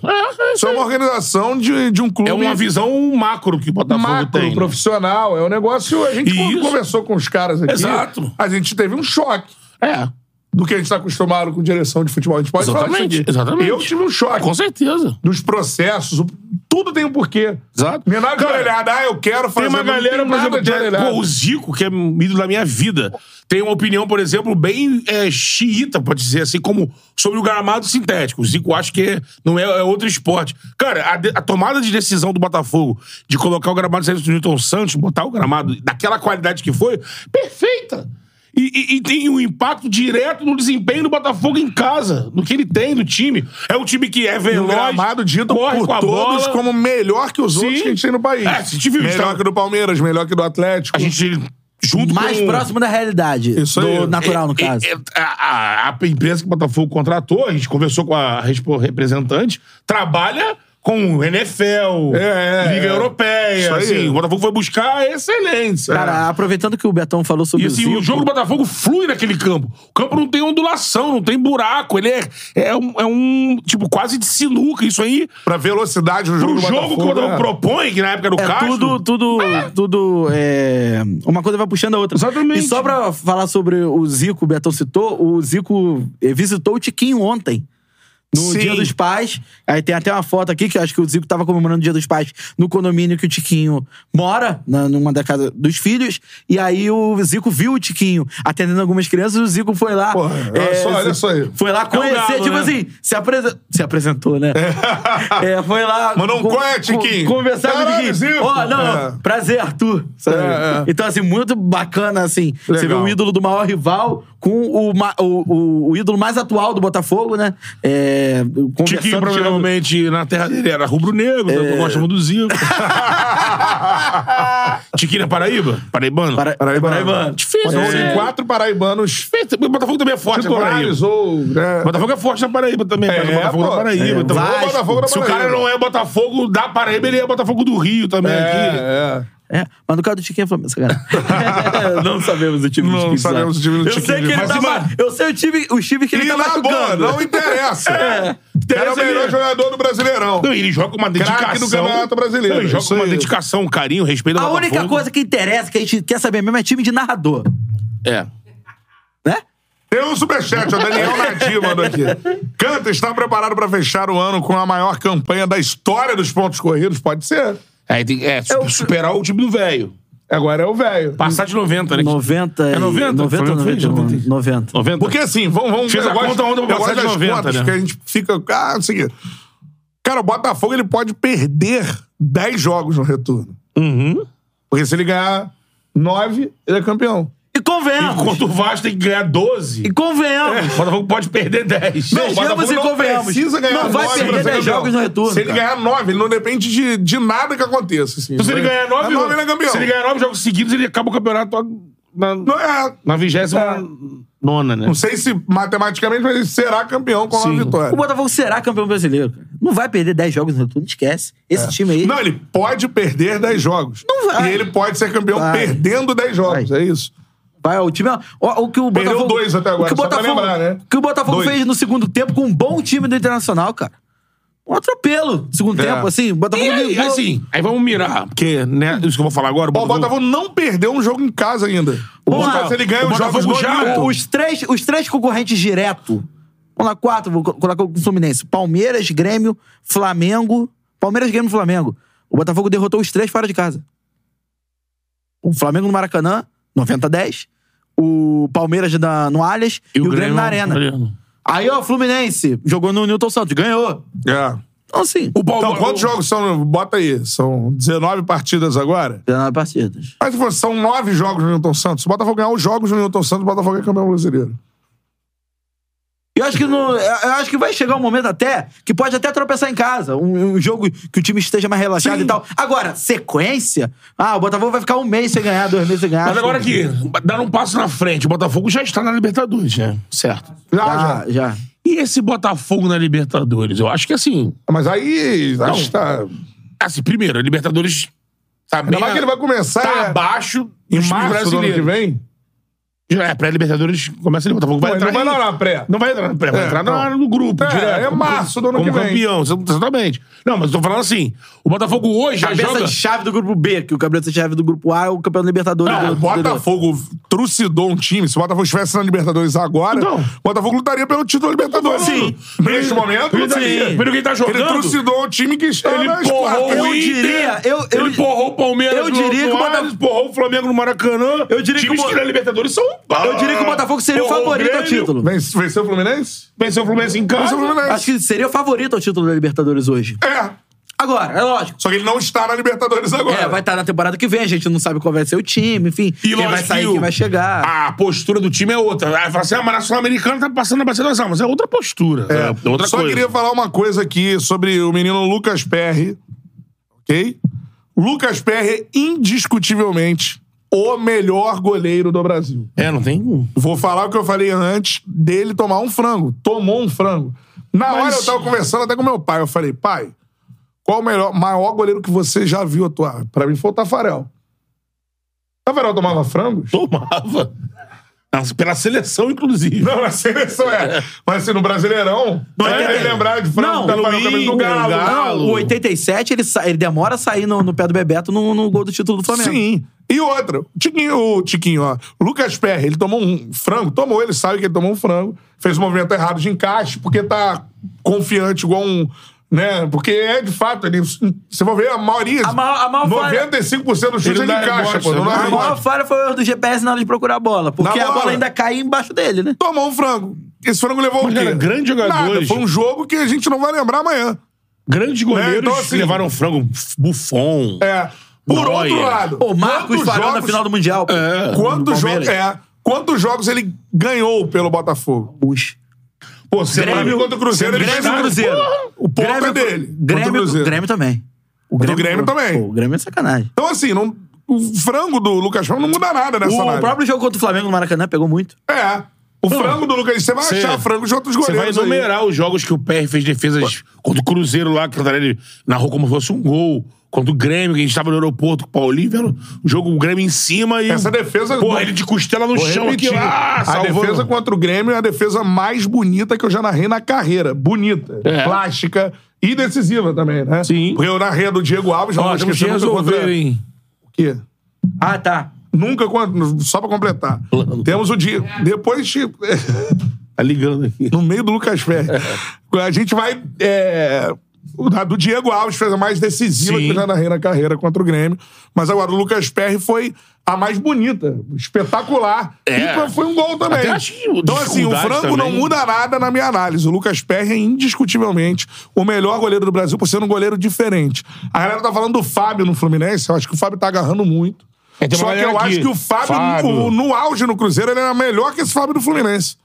Isso é uma organização de, de um clube.
É uma visão macro que o Botafogo
Macro,
tem. né?
profissional, é um negócio. A gente,
E
quando
isso-
conversou com os caras aqui,
Exato.
a gente teve um choque
É,
do que a gente está acostumado com direção de futebol. A gente pode falar
exatamente.
disso aqui.
exatamente.
Eu tive um choque
Com certeza.
dos processos, o- tudo tem um porquê.
Exato.
Menário de
Cara,
orelhada, ah, eu quero fazer.
Tem uma
não
galera, por
nada
exemplo,
de
tem-
orelhada.
pô, o Zico, que é um ídolo da minha vida, tem uma opinião, por exemplo, bem é, xiita, pode dizer assim, como sobre o gramado sintético. O Zico acho que é- não é, é outro esporte. Cara, a, de- a tomada de decisão do Botafogo de colocar o gramado sintético do Newton Santos, botar o gramado daquela qualidade que foi, perfeita. E, e- e tem um impacto direto no desempenho do Botafogo em casa, no que ele tem do time. É um time que é
E o
veloz,
gramado dito
corre
por
com a
todos
bola.
como melhor que os outros
Sim.
que a gente tem no país.
É, se te viu,
melhor
estava-
que do Palmeiras, melhor que do Atlético.
A gente junto
Mais
com...
próximo da realidade.
Isso
do
aí.
natural, no
É,
caso.
é, a, a- a empresa que o Botafogo contratou, a gente conversou com a respo- representante, trabalha com o NFL,
É, é, é.
Liga
Isso
Europeia.
aí.
Assim, o Botafogo foi buscar a excelência. É
Cara, aproveitando que o Betão falou sobre
e assim,
Zico,
o jogo do Botafogo flui naquele campo. O campo não tem ondulação, não tem buraco. Ele é, é, um, é um, tipo, quase de sinuca. Isso aí,
Pra velocidade do jogo
pro
do
jogo que o
Botafogo,
Botafogo
é.
propõe, que na época era o
É
Castro,
tudo, tudo, tudo. É, uma coisa vai puxando a outra.
Exatamente.
E só pra falar sobre o Zico, o Betão citou, o Zico eh, visitou o Tiquinho ontem. No
Sim.
Dia dos Pais. Aí tem até uma foto aqui que eu acho que o Zico tava comemorando o Dia dos Pais no condomínio que o Tiquinho mora, na- numa da casa dos filhos. E aí o Zico viu o Tiquinho atendendo algumas crianças e o Zico foi lá. eh,
Porra, olha só,
É,
olha só aí.
Foi lá conhecer,
galo,
tipo
né?
assim, se, apresen- se apresentou, né? É, foi lá.
Mandou um qual é, Tiquinho?
Conversar com
Caralho,
o Tiquinho.
Zico.
Ó, não,
É.
não. Prazer, Arthur. sabe?
É, é.
Então, assim, muito bacana, assim. Você vê
Legal.
o ídolo do maior rival com o, ma- o, o, o ídolo mais atual do Botafogo, né? É, conversando,
Tiquinho,
tirando-
provavelmente, na terra dele era rubro-negro, né? tanto eu gosto muito do Zico. Tiquinho na Paraíba? Paraibano?
Para,
Paraibano.
Paraibano.
Difícil.
Botafogo
É.
tem quatro paraibanos
Perfeito. O Botafogo também é forte na Paraíba.
titulares ou. Né?
O Botafogo é forte na Paraíba também.
É,
mas o Botafogo
pô.
da Paraíba.
É,
então,
Vasco.
o Botafogo da Paraíba. Se o cara não é Botafogo da Paraíba, ele é Botafogo do Rio também aqui.
É, é.
É, mas no caso do Tiquinho é Flamengo, sacanagem. não sabemos o time do
Não
Tiquinho.
sabemos o time do
eu
Tiquinho,
Sei que ele
mas
tava-
imagina-
eu sei o time, o time que ele tá
E
tá
tava
na boa,
jogando.
não interessa.
É.
O cara é o
Interessa
melhor
mesmo.
jogador do Brasileirão.
Não, ele joga com uma
Craque do
dedicação.
Campeonato Brasileiro,
Não, É, Ele joga
isso
com uma
aí.
dedicação, um carinho, um respeito ao
A
Botafogo.
é única coisa que interessa, que a gente quer saber mesmo, é time de narrador.
É.
Né?
Tem um superchat, o Daniel Nadir mandou aqui. Canta está preparado para fechar o ano com a maior campanha da história dos pontos corridos? Pode ser.
Aí tem, é, su- superar o time do velho.
Agora é o velho.
Passar de 90, né?
90
É 90?
90
Flamengo fez?
90. 90.
90.
Porque assim, vamos... vamos
Fiz a
eu gosto-
conta ontem pra
eu
passar
gosto
de
das
90,
contas
né?
que a gente fica... Ah, não sei o quê. Cara, o Botafogo ele pode perder 10 jogos no retorno.
Uhum.
Porque se ele ganhar 9, ele é campeão.
E convenhamos.
Enquanto o Vasco tem que ganhar 12,
E convenhamos.
o Botafogo pode perder 10.
Não, o
Vejamos
Botafogo
e
não
convenhamos.
precisa ganhar
Não vai
nove pra
perder
ser
10
campeão.
jogos no retorno,
Se ele
cara.
ganhar 9, ele não depende de, de nada que aconteça. assim.
Então, se ele
Mas-
ganhar 9,
É nove, ele é campeão.
se ele ganhar 9 jogos seguidos, ele acaba o campeonato na,
Não é...
na vigésima nona, né?
Não sei se matematicamente, mas ele será campeão com
Sim.
uma vitória.
O Botafogo será campeão brasileiro. cara. Não vai perder 10 jogos no retorno, esquece. Esse time aí.
É. Não, ele pode perder 10 jogos.
Não vai.
E ele pode ser campeão
Vai.
perdendo 10 jogos, é isso.
Vai, o time. ó, o que o
Perdeu
Botafogo.
dois até agora,
o que o
só pra
Botafogo,
lembrar, né?
O que o Botafogo
Dois.
fez no segundo tempo com um bom time do Internacional, cara. Um atropelo. no Segundo
É.
tempo, assim. O Botafogo
E aí,
ligou.
assim, aí vamos mirar, porque, né, isso que eu vou falar agora, o
Ó, O
Botafogo...
Botafogo não perdeu um jogo em casa ainda.
Vamos
Porra,
lá.
se ele ganha é
O
os jogos
Botafogo
no
já-
Olímpico.
Os três, os três concorrentes direto. Vamos lá, quatro. Vou co- colocar o Fluminense. Palmeiras, Grêmio, Flamengo. Palmeiras, Grêmio, Flamengo. O Botafogo derrotou os três fora de casa. O Flamengo no Maracanã, 90 a 10. O Palmeiras na- no Allianz e, o Grêmio, na Arena. Aí, ó, Fluminense. Jogou no Newton Santos. Ganhou.
É.
Então, assim.
O Paulo,
Então, quantos jogos são? Bota aí. São 19 partidas agora?
19 partidas.
Mas se for, são 9 jogos no Newton Santos. Se o Botafogo ganhar os jogos no Newton Santos, o Botafogo é campeão brasileiro.
Eu acho que não, eu eu acho que vai chegar um momento até que pode até tropeçar em casa, um, um jogo que o time esteja mais relaxado
Sim.
e tal. Agora, sequência? Ah, o Botafogo vai ficar um mês sem ganhar, dois meses sem ganhar.
Mas agora aqui, dar um passo na frente, o Botafogo já está na Libertadores, né? Certo.
Já, já.
Já, já.
E esse Botafogo na Libertadores? Eu acho que assim,
Mas aí.
Não.
Acho que tá.
assim, primeiro, a Libertadores tá bem
Ainda mais que ele vai começar
tá
é,
abaixo
em
dos times
março do ano que
brasileiros.
vem.
Já é, pré-Libertadores começa ali, o Botafogo vai
Pô, ele
entrar
não vai
em-
lá na pré.
Não vai entrar na pré, vai
É,
entrar na-
não.
no grupo,
É,
direto.
é março do ano
como
que vem.
campeão, exatamente. Não, mas eu tô falando assim, o Botafogo hoje
Tá
já
Cabeça
joga...
de chave do grupo B, que o cabeça de chave do grupo A é o campeão da Libertadores.
Não,
do,
o
do-
Botafogo trucidou um time. Se o Botafogo estivesse na Libertadores agora,
Então.
o Botafogo lutaria pelo título da Libertadores.
Sim.
Neste momento,
Pelo-
lutaria.
pelo que ele tá jogando.
Ele trucidou um time que está
Ele
nas
empurrou
quartas.
o
Eu
Inter,
diria, eu- eu-
ele empurrou o Palmeiras
eu
no
diria que
Alto
o
Ares,
Botafogo-
empurrou o Flamengo no Maracanã.
Eu diria que
Times
o Bo-
na Libertadores são...
Eu diria que o Botafogo seria o
Empurrou
favorito ao
Grêmio,
título.
Vence- Venceu o Fluminense?
Venceu o Fluminense em casa.
Venceu o Fluminense.
Acho que seria o favorito ao título da Libertadores hoje.
É.
Agora, é lógico.
Só que ele não está na Libertadores agora.
É, vai estar na temporada que vem, a gente não sabe qual vai ser o time, enfim.
E
quem
lógico
vai sair,
que o-
quem vai chegar.
A postura do time é outra. Aí fala assim, ah, mas a Sul-Americana tá passando na Barcelona. Mas é outra postura. É, outra
Só
coisa.
queria falar uma coisa aqui sobre o menino Lucas Perry, ok? Lucas Perry é indiscutivelmente o melhor goleiro do Brasil.
É, não tem...
Vou falar o que eu falei antes dele tomar um frango. Tomou um frango. Na
Mas-
hora eu tava conversando até com meu pai. Eu falei, pai, qual o melhor, maior goleiro que você já viu atuar? Pra mim foi o Tafarel. Tafarel tomava frangos?
Tomava. Nossa, Pela seleção, inclusive.
Não, na seleção é. Mas assim, no Brasileirão, não
é
é
que-
lembrar de frango,
Não,
Tafarel
Luiz,
também do
o
Galo.
Galo.
Não, o 87, ele, sa- ele demora a sair no, no pé do Bebeto no, no gol do título do Flamengo.
Sim. E outra, o Tiquinho, o Tiquinho, ó. o Lucas Perry, ele tomou um frango, tomou, ele sabe que ele tomou um frango, fez um movimento errado de encaixe, porque tá confiante igual um. Né? Porque é de fato, ele, você vai ver a maioria.
A maior- a maior falha-
95% dos chutes ele,
Ele não dá
encaixa,
rebote,
pô. Não
né?
dá
A maior
rebote.
falha foi o do GPS na hora de procurar a bola, porque
Na
a bola
bola.
ainda cai embaixo dele, né?
Tomou um frango. Esse frango levou
Mas
o quê?
era grande jogadores.
Nada, foi um jogo que a gente não vai lembrar amanhã.
Grandes goleiros
É, então, assim-
levaram frango. Buffon.
É. Por
Neuer.
outro lado.
Pô, Marcos
quantos
falhou na
jogos-
final do Mundial. Hum,
É.
Quantos jogos,
Palmeiras.
é, quantos jogos ele ganhou pelo Botafogo?
Puxa.
Pô, você
Grêmio contra o Cruzeiro, ele
Grêmio
fez
e
um-
Cruzeiro.
Porra, o ponto
Grêmio,
é dele.
Grêmio,
Contra o Cruzeiro.
Grêmio também. O
Contra o Grêmio também.
Pô, o Grêmio é sacanagem.
Então, assim, não- o frango do Lucas Franco não muda nada nessa
O
live.
próprio jogo contra o Flamengo no Maracanã pegou muito.
É. O frango do Lucas, você vai
Cê-
achar frango de outros
Você vai
goleiros. aí.
enumerar os jogos que o PR fez defesas contra o Cruzeiro lá, que o Cantarelli narrou como se fosse um gol. Contra o Grêmio, que a gente tava no aeroporto com o Paulinho, vendo o jogo, o Grêmio em cima e.
Essa defesa-
Porra, ele de costela no
Vou
chão aqui.
repetir.
Ah,
a
salvando.
defesa contra o Grêmio é a defesa mais bonita que eu já narrei na carreira. Bonita,
É.
plástica e decisiva também, né?
Sim.
Porque eu narrei a do Diego Alves, não
Ó,
vou
temos que é
esquecer nunca
resolver,
contra...
hein?
O quê?
Ah, tá.
Nunca, quando- só pra completar. Temos o dia. Depois, tipo,
Tá ligando aqui.
no meio do Lucas Ferri, a gente vai. É, o da- do Diego Alves fez a mais decisiva
Sim.
que eu já narrei na carreira contra o Grêmio. Mas agora o Lucas Ferri foi a mais bonita, espetacular.
É.
E foi um gol também.
Até acho que o-
então, assim, o
dificuldade
frango não
também.
muda nada na minha análise. O Lucas Perry é indiscutivelmente o melhor goleiro do Brasil por ser um goleiro diferente. A galera tá falando do Fábio no Fluminense, eu acho que o Fábio tá agarrando muito.
É, tem uma
Só que eu
galera
acho
aqui.
que o Fábio,
Fábio.
No, no auge no Cruzeiro, ele era melhor que esse Fábio do Fluminense.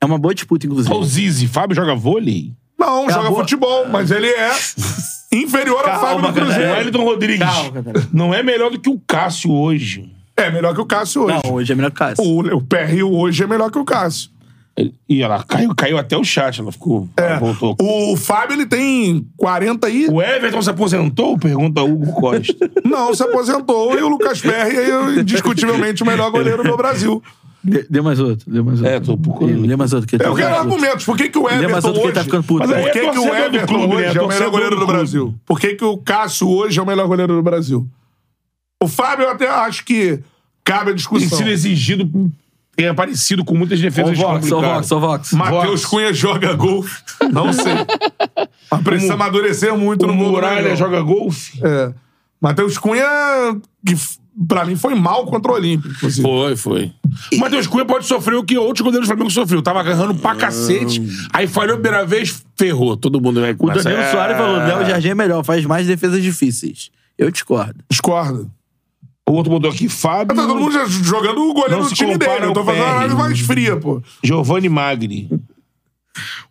É uma boa disputa, inclusive.
Olha o Zizi. Fábio joga vôlei?
Não,
É
joga
uma boa-
futebol, mas ele é inferior ao Fábio do
O
Cruzeiro.
Wellington Rodrigues
Calma, Catarina.
não é melhor do que o Cássio hoje.
É melhor que o Cássio hoje.
Não, hoje é melhor que o Cássio.
O, o Perry hoje é melhor que o Cássio.
Ele- E ela caiu, caiu até o chat, ela ficou. ela voltou.
É. O Fábio, ele tem 40 e...
É. O Everton se aposentou? Pergunta Hugo Costa.
Não, se aposentou. e o Lucas Perry é indiscutivelmente o melhor goleiro do Brasil.
Dê, dê mais outro, dê mais outro.
É, tô procurando.
Dê mais outro. Que
Eu quero argumentos. Por é que, que o
Lembra
Everton
tanto que ele
hoje...
tá ficando puto.
Mas aí
É
Por que, que o
torcedor do
Everton
clube,
hoje
né?
é o melhor
Torcedor
goleiro
do
do
clube.
Brasil? Por que, que o Cássio hoje é o melhor goleiro do Brasil? O Fábio eu até acho que cabe a
Tem
discussão.
sido exigido, tem aparecido com muitas
Ô,
defesas
Vox, ô,
complicadas.
Vox, ô, Vox.
Matheus
Vox.
Cunha joga gol. Não sei. Mas precisa amadurecer muito
O
no mundo. né,
Muralha joga golfe?
É. Matheus Cunha, que f- pra mim foi mal contra o Olímpico. inclusive.
Foi, foi. O Matheus Cunha pode sofrer o que outros goleiros do Flamengo sofreu. Tava agarrando pra cacete, aí falhou a primeira vez, ferrou. Todo mundo né? vai
O Danilo Soares falou: Léo Jardim é melhor, faz mais defesas difíceis. Eu discordo.
Discordo.
O outro mandou aqui,
Tá
Fábio.
todo mundo já jogando o goleiro
Não
do
se
time
compara
dele. Eu
ao
tô fazendo uma
Perry.
análise mais fria, pô.
Giovanni Magri.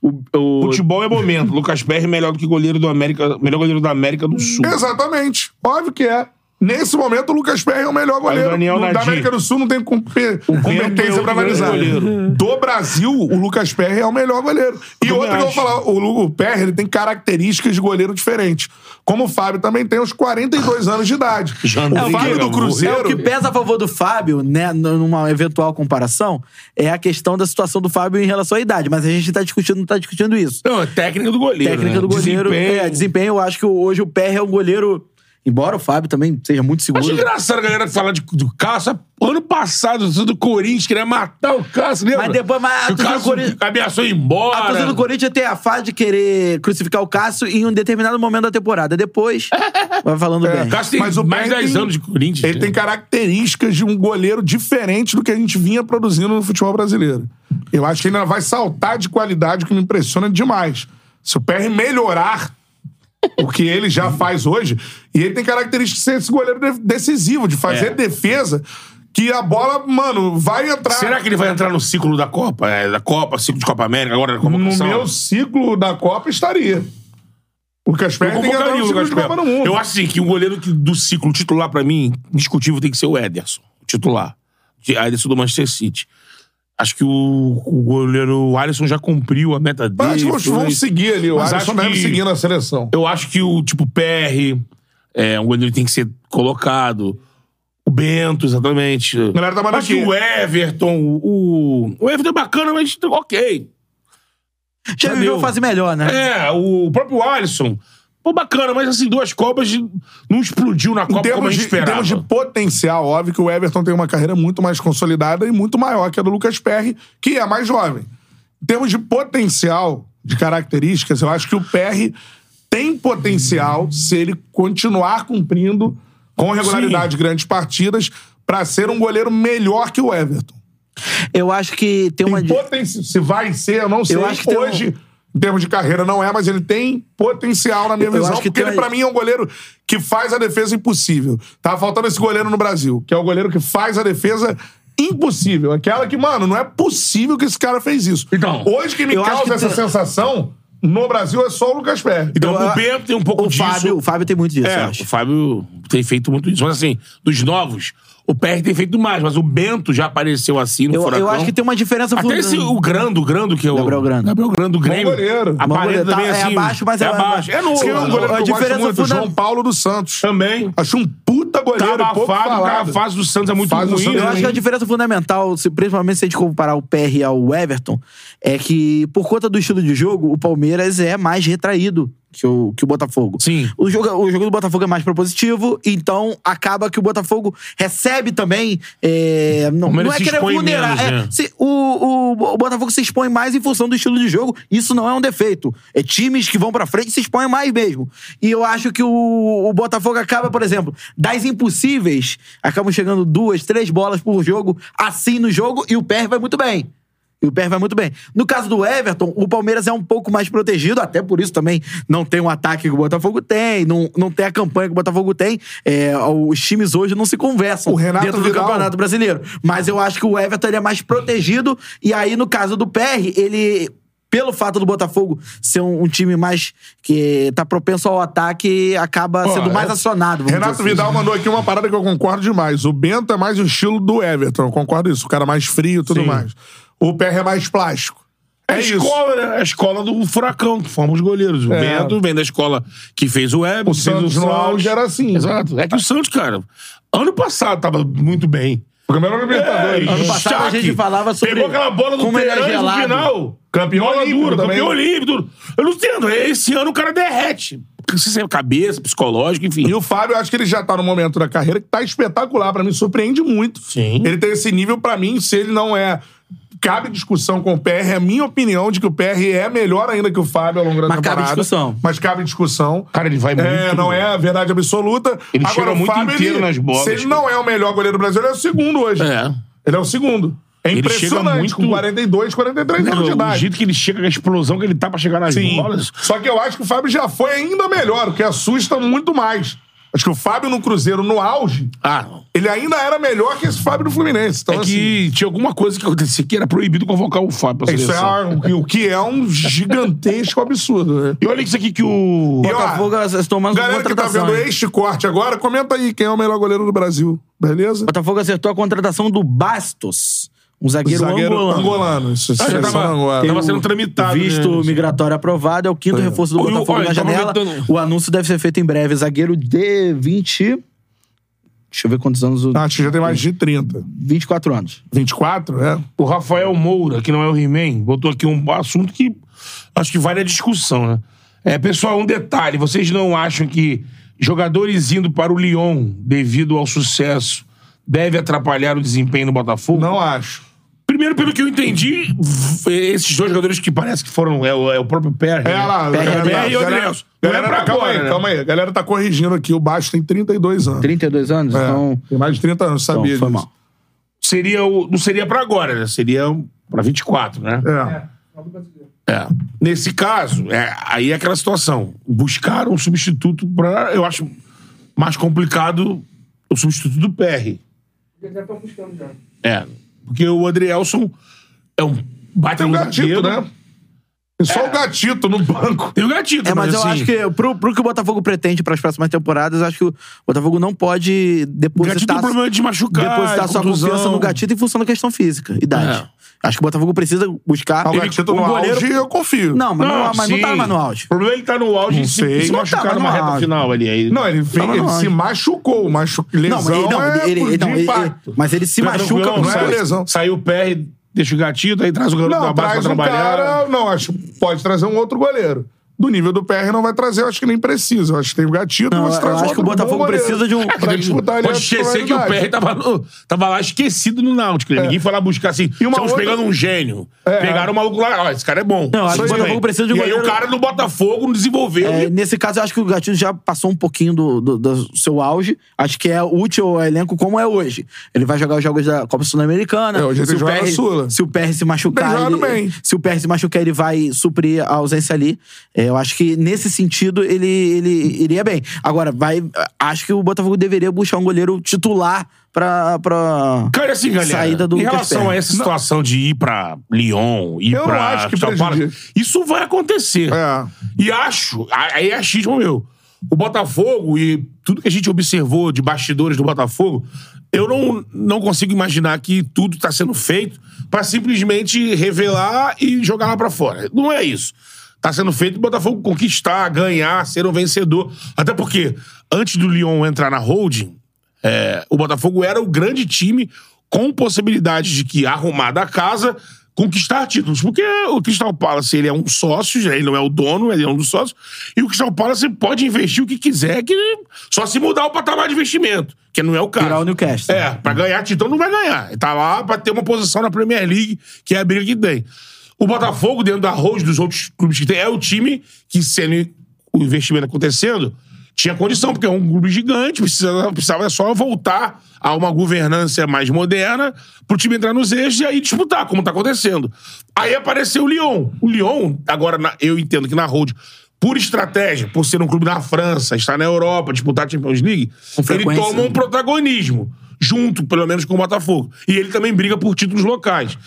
O, o-
Futebol é momento. Lucas Perry melhor do que goleiro do América, melhor goleiro da América do Sul.
Exatamente. Óbvio que é. Nesse momento, o Lucas Perry é o melhor goleiro.
Daniel
No- da
Nadir.
América do Sul não tem compe-
Bento é
competência
o
pra analisar.
grande goleiro.
Do Brasil, o Lucas Perry é o melhor goleiro. E
Também
outra que eu vou
acho.
falar, o, Lu- o Perry ele tem características de goleiro diferentes. Como o Fábio também tem os 42 anos de idade.
Jandrei um
o Fábio
Gavô.
do
é
Cruzeiro...
o que pesa a favor do Fábio, né, n- numa eventual comparação, é a questão da situação do Fábio em relação à idade. Mas a gente tá discutindo, não tá discutindo isso.
Não, é técnica do goleiro.
Técnica
né?
do goleiro,
Desempenho.
é, desempenho, eu acho que hoje o PR é um goleiro, embora o Fábio também seja muito seguro.
Acho engraçado a galera falar de, do Cássio. Ano passado, do Corinthians, queria matar o Cássio, lembra?
Mas depois, mas
Que
a
o
torcida do
Cássio
Corinthians-
ameaçou ir
A
embora.
torcida do Corinthians tem a fase de querer crucificar o Cássio em um determinado momento da temporada. Depois, vai falando
O
bem.
Então,
Cássio tem
Mas o
mais de
Pérez
10
tem-
anos de Corinthians.
Ele
né?
tem características de um goleiro diferente do que a gente vinha produzindo no futebol brasileiro. Eu acho que ele ainda vai saltar de qualidade, o que me impressiona demais. Se o PR melhorar o que ele já faz hoje, e ele tem características de ser esse goleiro de- decisivo, de fazer
É.
defesa, que a bola, mano, vai entrar.
Será que ele vai entrar no ciclo da Copa? É, da Copa, ciclo de Copa América, agora da
no
convocação?
meu ciclo da Copa estaria? O Lucas
Eu
Perry tem que entrar
convocaria
no
o
ciclo
Lucas
de Copa
Perry.
do Mundo.
Eu acho assim, que o goleiro que- do ciclo titular, pra mim, discutível, tem que ser o Ederson. Titular. De Alisson do Manchester City. Acho que o, o goleiro Alisson já cumpriu a meta dele.
Mas vamos,
tudo
vamos
isso.
seguir ali, o
Mas
Alisson
acho
deve
que-
seguir na seleção.
Eu acho que o tipo PR é um goleiro que tem que ser colocado. O Bento, exatamente. A
galera tá mandando
acho que
aqui.
o Everton, o. O Everton é bacana, mas ok.
Já viveu
Entendeu?
uma fase melhor, né?
É, o próprio Alisson. Pô, bacana, mas assim, duas Copas de- não explodiu na
Em
Copa como a
termos, de,
gente
em
esperava.
termos de potencial, óbvio que o Everton tem uma carreira muito mais consolidada e muito maior que a do Lucas Perry, que é mais jovem. Em termos de potencial, de características, eu acho que o Perry tem potencial se ele continuar cumprindo com regularidade grandes partidas para ser um goleiro melhor que o Everton.
Eu acho que tem uma.
Tem poten- Se vai ser, eu não sei.
Eu acho que tem um
Hoje, em termos de carreira, não é, mas ele tem potencial na minha
Eu
visão.
acho que
porque
tem
ele,
uma-
pra mim, é um goleiro que faz a defesa impossível. Tá faltando esse goleiro no Brasil, que é o goleiro que faz a defesa impossível. Aquela que, mano, não é possível que esse cara fez isso.
Então,
Hoje que me
eu acho
causa
que
essa
tem-
sensação, no Brasil é só o Lucas Pérez.
Então
Eu-
o Bento tem um pouco
O
disso.
Fábio, o Fábio tem muito disso,
É,
eu
o
acho.
Fábio tem feito muito isso. Mas assim, dos novos, o PR tem feito mais, mas o Bento já apareceu assim no
Eu,
Furacão.
eu acho que tem uma diferença
Até esse, o Grando, o Grando que é o...
Gabriel Grando.
Gabriel Grando, o Grêmio.
é um goleiro. Bom
Aparenta
goleiro. Tá-
também
é
assim...
abaixo, mas
é
é-
abaixo. É novo.
Que é um goleiro
A
que eu
diferença
gosto muito,
funda-
João Paulo dos Santos.
Também.
Acho um puta goleiro.
Tá
pouco
abafado, cara,
falado.
a fase do Santos é muito
Fase do
ruim.
Santos é
Eu acho que a diferença fundamental, se- principalmente se a gente comparar o PR ao Everton, é que por conta do estilo de jogo, o Palmeiras é mais retraído que o, que o Botafogo.
Sim.
O jogo, o jogo do Botafogo é mais propositivo, então acaba que o Botafogo recebe também. é, não,
Como ele
não é
se
querer
expõe
vulnerar.
menos,
é,
né?
se- o, o, o Botafogo se expõe mais em função do estilo de jogo. Isso não é um defeito. É times que vão pra frente se expõem mais mesmo. E eu acho que o, o Botafogo acaba, por exemplo, das impossíveis, acabam chegando duas, três bolas por jogo, assim no jogo, e o PR vai muito bem. E o PR vai muito bem. No caso do Everton, o Palmeiras é um pouco mais protegido, até por isso também não tem um ataque que o Botafogo tem, não, não tem a campanha que o Botafogo tem. É, os times hoje não se conversam
O Renato
dentro do
Vidal-
campeonato. Campeonato Brasileiro. Mas eu acho que o Everton ele é mais protegido. E aí, no caso do PR, ele. Pelo fato do Botafogo ser um, um time mais que tá propenso ao ataque, acaba
Pô,
sendo mais
é-
acionado. vamos
Renato
dizer assim.
Vidal mandou aqui uma parada que eu concordo demais. O Bento é mais o estilo do Everton, eu concordo isso. O cara mais frio e tudo mais. O PR é mais plástico. É,
a
isso.
escola, né? A escola do furacão, que forma os goleiros. O
É.
Bento vem da escola que fez o Web,
O
que fez
Santos
o
no
Santos.
auge era assim.
Exato. É que o Santos, cara, ano passado tava muito bem.
Campeão da Libertadores.
É,
Ano passado a
Chaque
gente falava sobre
Pegou aquela bola do
como ele é
Terãs no
gelado.
final.
Campeão
Bola
olímpico
dura,
também.
campeão olímpico. tudo. Eu não entendo. é, Esse ano o cara derrete. Não sei se é cabeça, psicológico, enfim.
E o Fábio, eu acho que ele já tá no momento da carreira que tá espetacular. Pra mim, surpreende muito.
Sim.
Ele tem esse nível, pra mim, se ele não é. Cabe discussão com o PR. É minha opinião de que o PR é melhor ainda que o Fábio ao longo da
Mas cabe
temporada.
discussão.
Mas cabe discussão.
Cara, ele vai muito
É, não é a verdade absoluta.
Ele
Agora,
chega
o
muito
Fábio,
inteiro
ele-
nas bolas,
Se ele
cara.
não é o melhor goleiro brasileiro, ele é o segundo hoje.
É.
Ele é o segundo. É
Ele chega
impressionante,
muito-
com 42, 43 anos de
Não, o
idade.
jeito que ele chega, a explosão que ele tá pra chegar nas
Sim.
bolas.
Só que eu acho que o Fábio já foi ainda melhor, o que assusta muito mais. Acho que o Fábio no Cruzeiro, no auge,
Ah, não.
ele ainda era melhor que esse Fábio do Fluminense. Então,
é que tinha alguma coisa que acontecia que era proibido convocar o Fábio pra
assim, isso é
seleção.
algo que- o que é um gigantesco absurdo, né?
E olha isso aqui que o...
E, ó,
Botafogo acertou mais uma
Galera que tá
contratação.
vendo
hein?
este corte agora, comenta aí quem é o melhor goleiro do Brasil, beleza?
Botafogo acertou a contratação do Bastos, um zagueiro, angolano.
Isso, é
Ah, já
seleção
tava-
angolana.
um-
tava
Tem
sendo
o-
tramitado.
Visto
né?
migratório aprovado, é o quinto reforço do
Olha,
Botafogo
olha,
na
eu tava
janela.
tentando-
O anúncio deve ser feito em breve. Zagueiro de 20. Deixa eu ver quantos anos. o-
Acho que já tem mais de 30.
24 anos.
24, é?
O Rafael Moura, que não é o He-Man, botou aqui um assunto que acho que vale a discussão, né? É, pessoal, um detalhe: vocês não acham que jogadores indo para o Lyon devido ao sucesso deve atrapalhar o desempenho do Botafogo?
Não acho.
Primeiro, pelo que eu entendi, v- esses dois jogadores que parece que foram é o, é o próprio Perry.
É, lá,
Pera,
galera,
pera aí,
galera-
Adrielson.
galera,
Não é pra
calma
agora,
aí,
né?
calma aí. A galera tá corrigindo aqui. O Baixo tem 32 anos.
32 anos?
É,
Então.
tem mais de 30 anos,
então,
sabia
foi
disso.
mal.
Seria o, não seria para agora, né? Seria para 24, né?
É.
É. Nesse caso, é, aí é aquela situação. Buscar um substituto pra. Eu acho mais complicado o substituto do PR. É. Porque o Adrielson é um baita
Tem o
no
gatito,
zagueiro.
né? Tem só o gatito no banco.
Tem o gatito,
É, mas eu
assim,
acho que pro, pro que o Botafogo pretende para as próximas temporadas, eu acho que o Botafogo não pode
O gatito tem
depositar,
problema é de machucar.
depositar
de
sua
contusão.
confiança no gatito em função da questão física, idade. Acho que o Botafogo precisa buscar.
Ah, O
Ele-
gatito
o
no
goleiro-
auge, eu confio.
Não, mas não, mas não tá
sim.
mais no auge.
O problema é que ele tá no auge
Não
e
sei.
se, se
Não
machucar
tava
numa
no
reta
auge.
final ali. Aí.
Não, ele, vem,
Tava no
ele
auge.
se machucou. Machu... Lesão
mas ele, não,
é
ele-
por-
ele-
de
não, ele-
impacto.
mas ele se machuca
Tranquilão,
por
não é
sai-
causa-
lesão.
Sai o PR, deixa o gatito, aí traz o garoto da
Não,
base pra
traz um
trabalhar.
cara... Não, acho pode trazer um outro goleiro. Do nível do PR não vai trazer, eu acho que nem precisa. Eu acho que tem o gatito,
Não,
você
eu
traz um
acho
outro
que o
bom
Botafogo
goleiro
precisa de um-
Pra disputar ali
Pode
a
esquecer que o
titularidade.
PR tava, no- tava lá esquecido no Náutico. né? Ninguém foi lá buscar assim.
É. E uma
Estamos
outra-
pegando um gênio.
É.
Pegaram o maluco lá. Ó, esse cara é bom.
Não, acho que o
Isso aí.
Botafogo precisa de um
E aí
goleiro-
o cara do Botafogo desenvolveu.
É,
e-
nesse caso, eu acho que o Gatilho já passou um pouquinho do, do- do seu auge. Acho que é útil ao elenco como é hoje. Ele vai jogar os jogos da Copa Sul-Americana.
É, hoje ele
se, o
joga
PR
na Sula.
se o PR se
Tem
machucar.
jogado
Ele,
bem.
se o PR se machucar, ele vai suprir a ausência ali. É, eu acho que nesse sentido ele, ele iria bem. Agora, vai, acho que o Botafogo deveria buscar um goleiro titular pra. pra...
Cara, assim, galera,
Saída do
em
Lucas
relação
Perry.
a essa situação de ir pra Lyon, ir
Eu não
pra
acho que
São Paulo,
prejudica.
isso vai acontecer.
É.
E acho, a- aí é achismo meu. O Botafogo e tudo que a gente observou de bastidores do Botafogo, eu não, não consigo imaginar que tudo está sendo feito para simplesmente revelar e jogar lá para fora. Não é isso. Tá sendo feito o Botafogo conquistar, ganhar, ser um vencedor. Até porque, antes do Lyon entrar na holding, é, o Botafogo era o grande time com possibilidade de que, arrumada a casa, conquistar títulos. Porque o Crystal Palace, ele é um sócio, já ele não é o dono, ele é um dos sócios. E o Crystal Palace pode investir o que quiser, que só se mudar o patamar de investimento, que não é o caso.
Virar o Newcastle.
É, pra ganhar título não vai ganhar. Ele Tá lá pra ter uma posição na Premier League, que é a briga que tem. O Botafogo, dentro da rede dos outros clubes que tem, é o time que, sendo o investimento acontecendo, tinha condição, porque é um clube gigante, precisava, precisava só voltar a uma governança mais moderna pro time entrar nos eixos e aí disputar, como tá acontecendo. Aí apareceu o Lyon. O Lyon, agora na- eu entendo que na Road, por estratégia, por ser um clube da França, estar na Europa, disputar a Champions League, ele
frequência,
toma um
né?
protagonismo, junto, pelo menos, com o Botafogo. E ele também briga por títulos locais.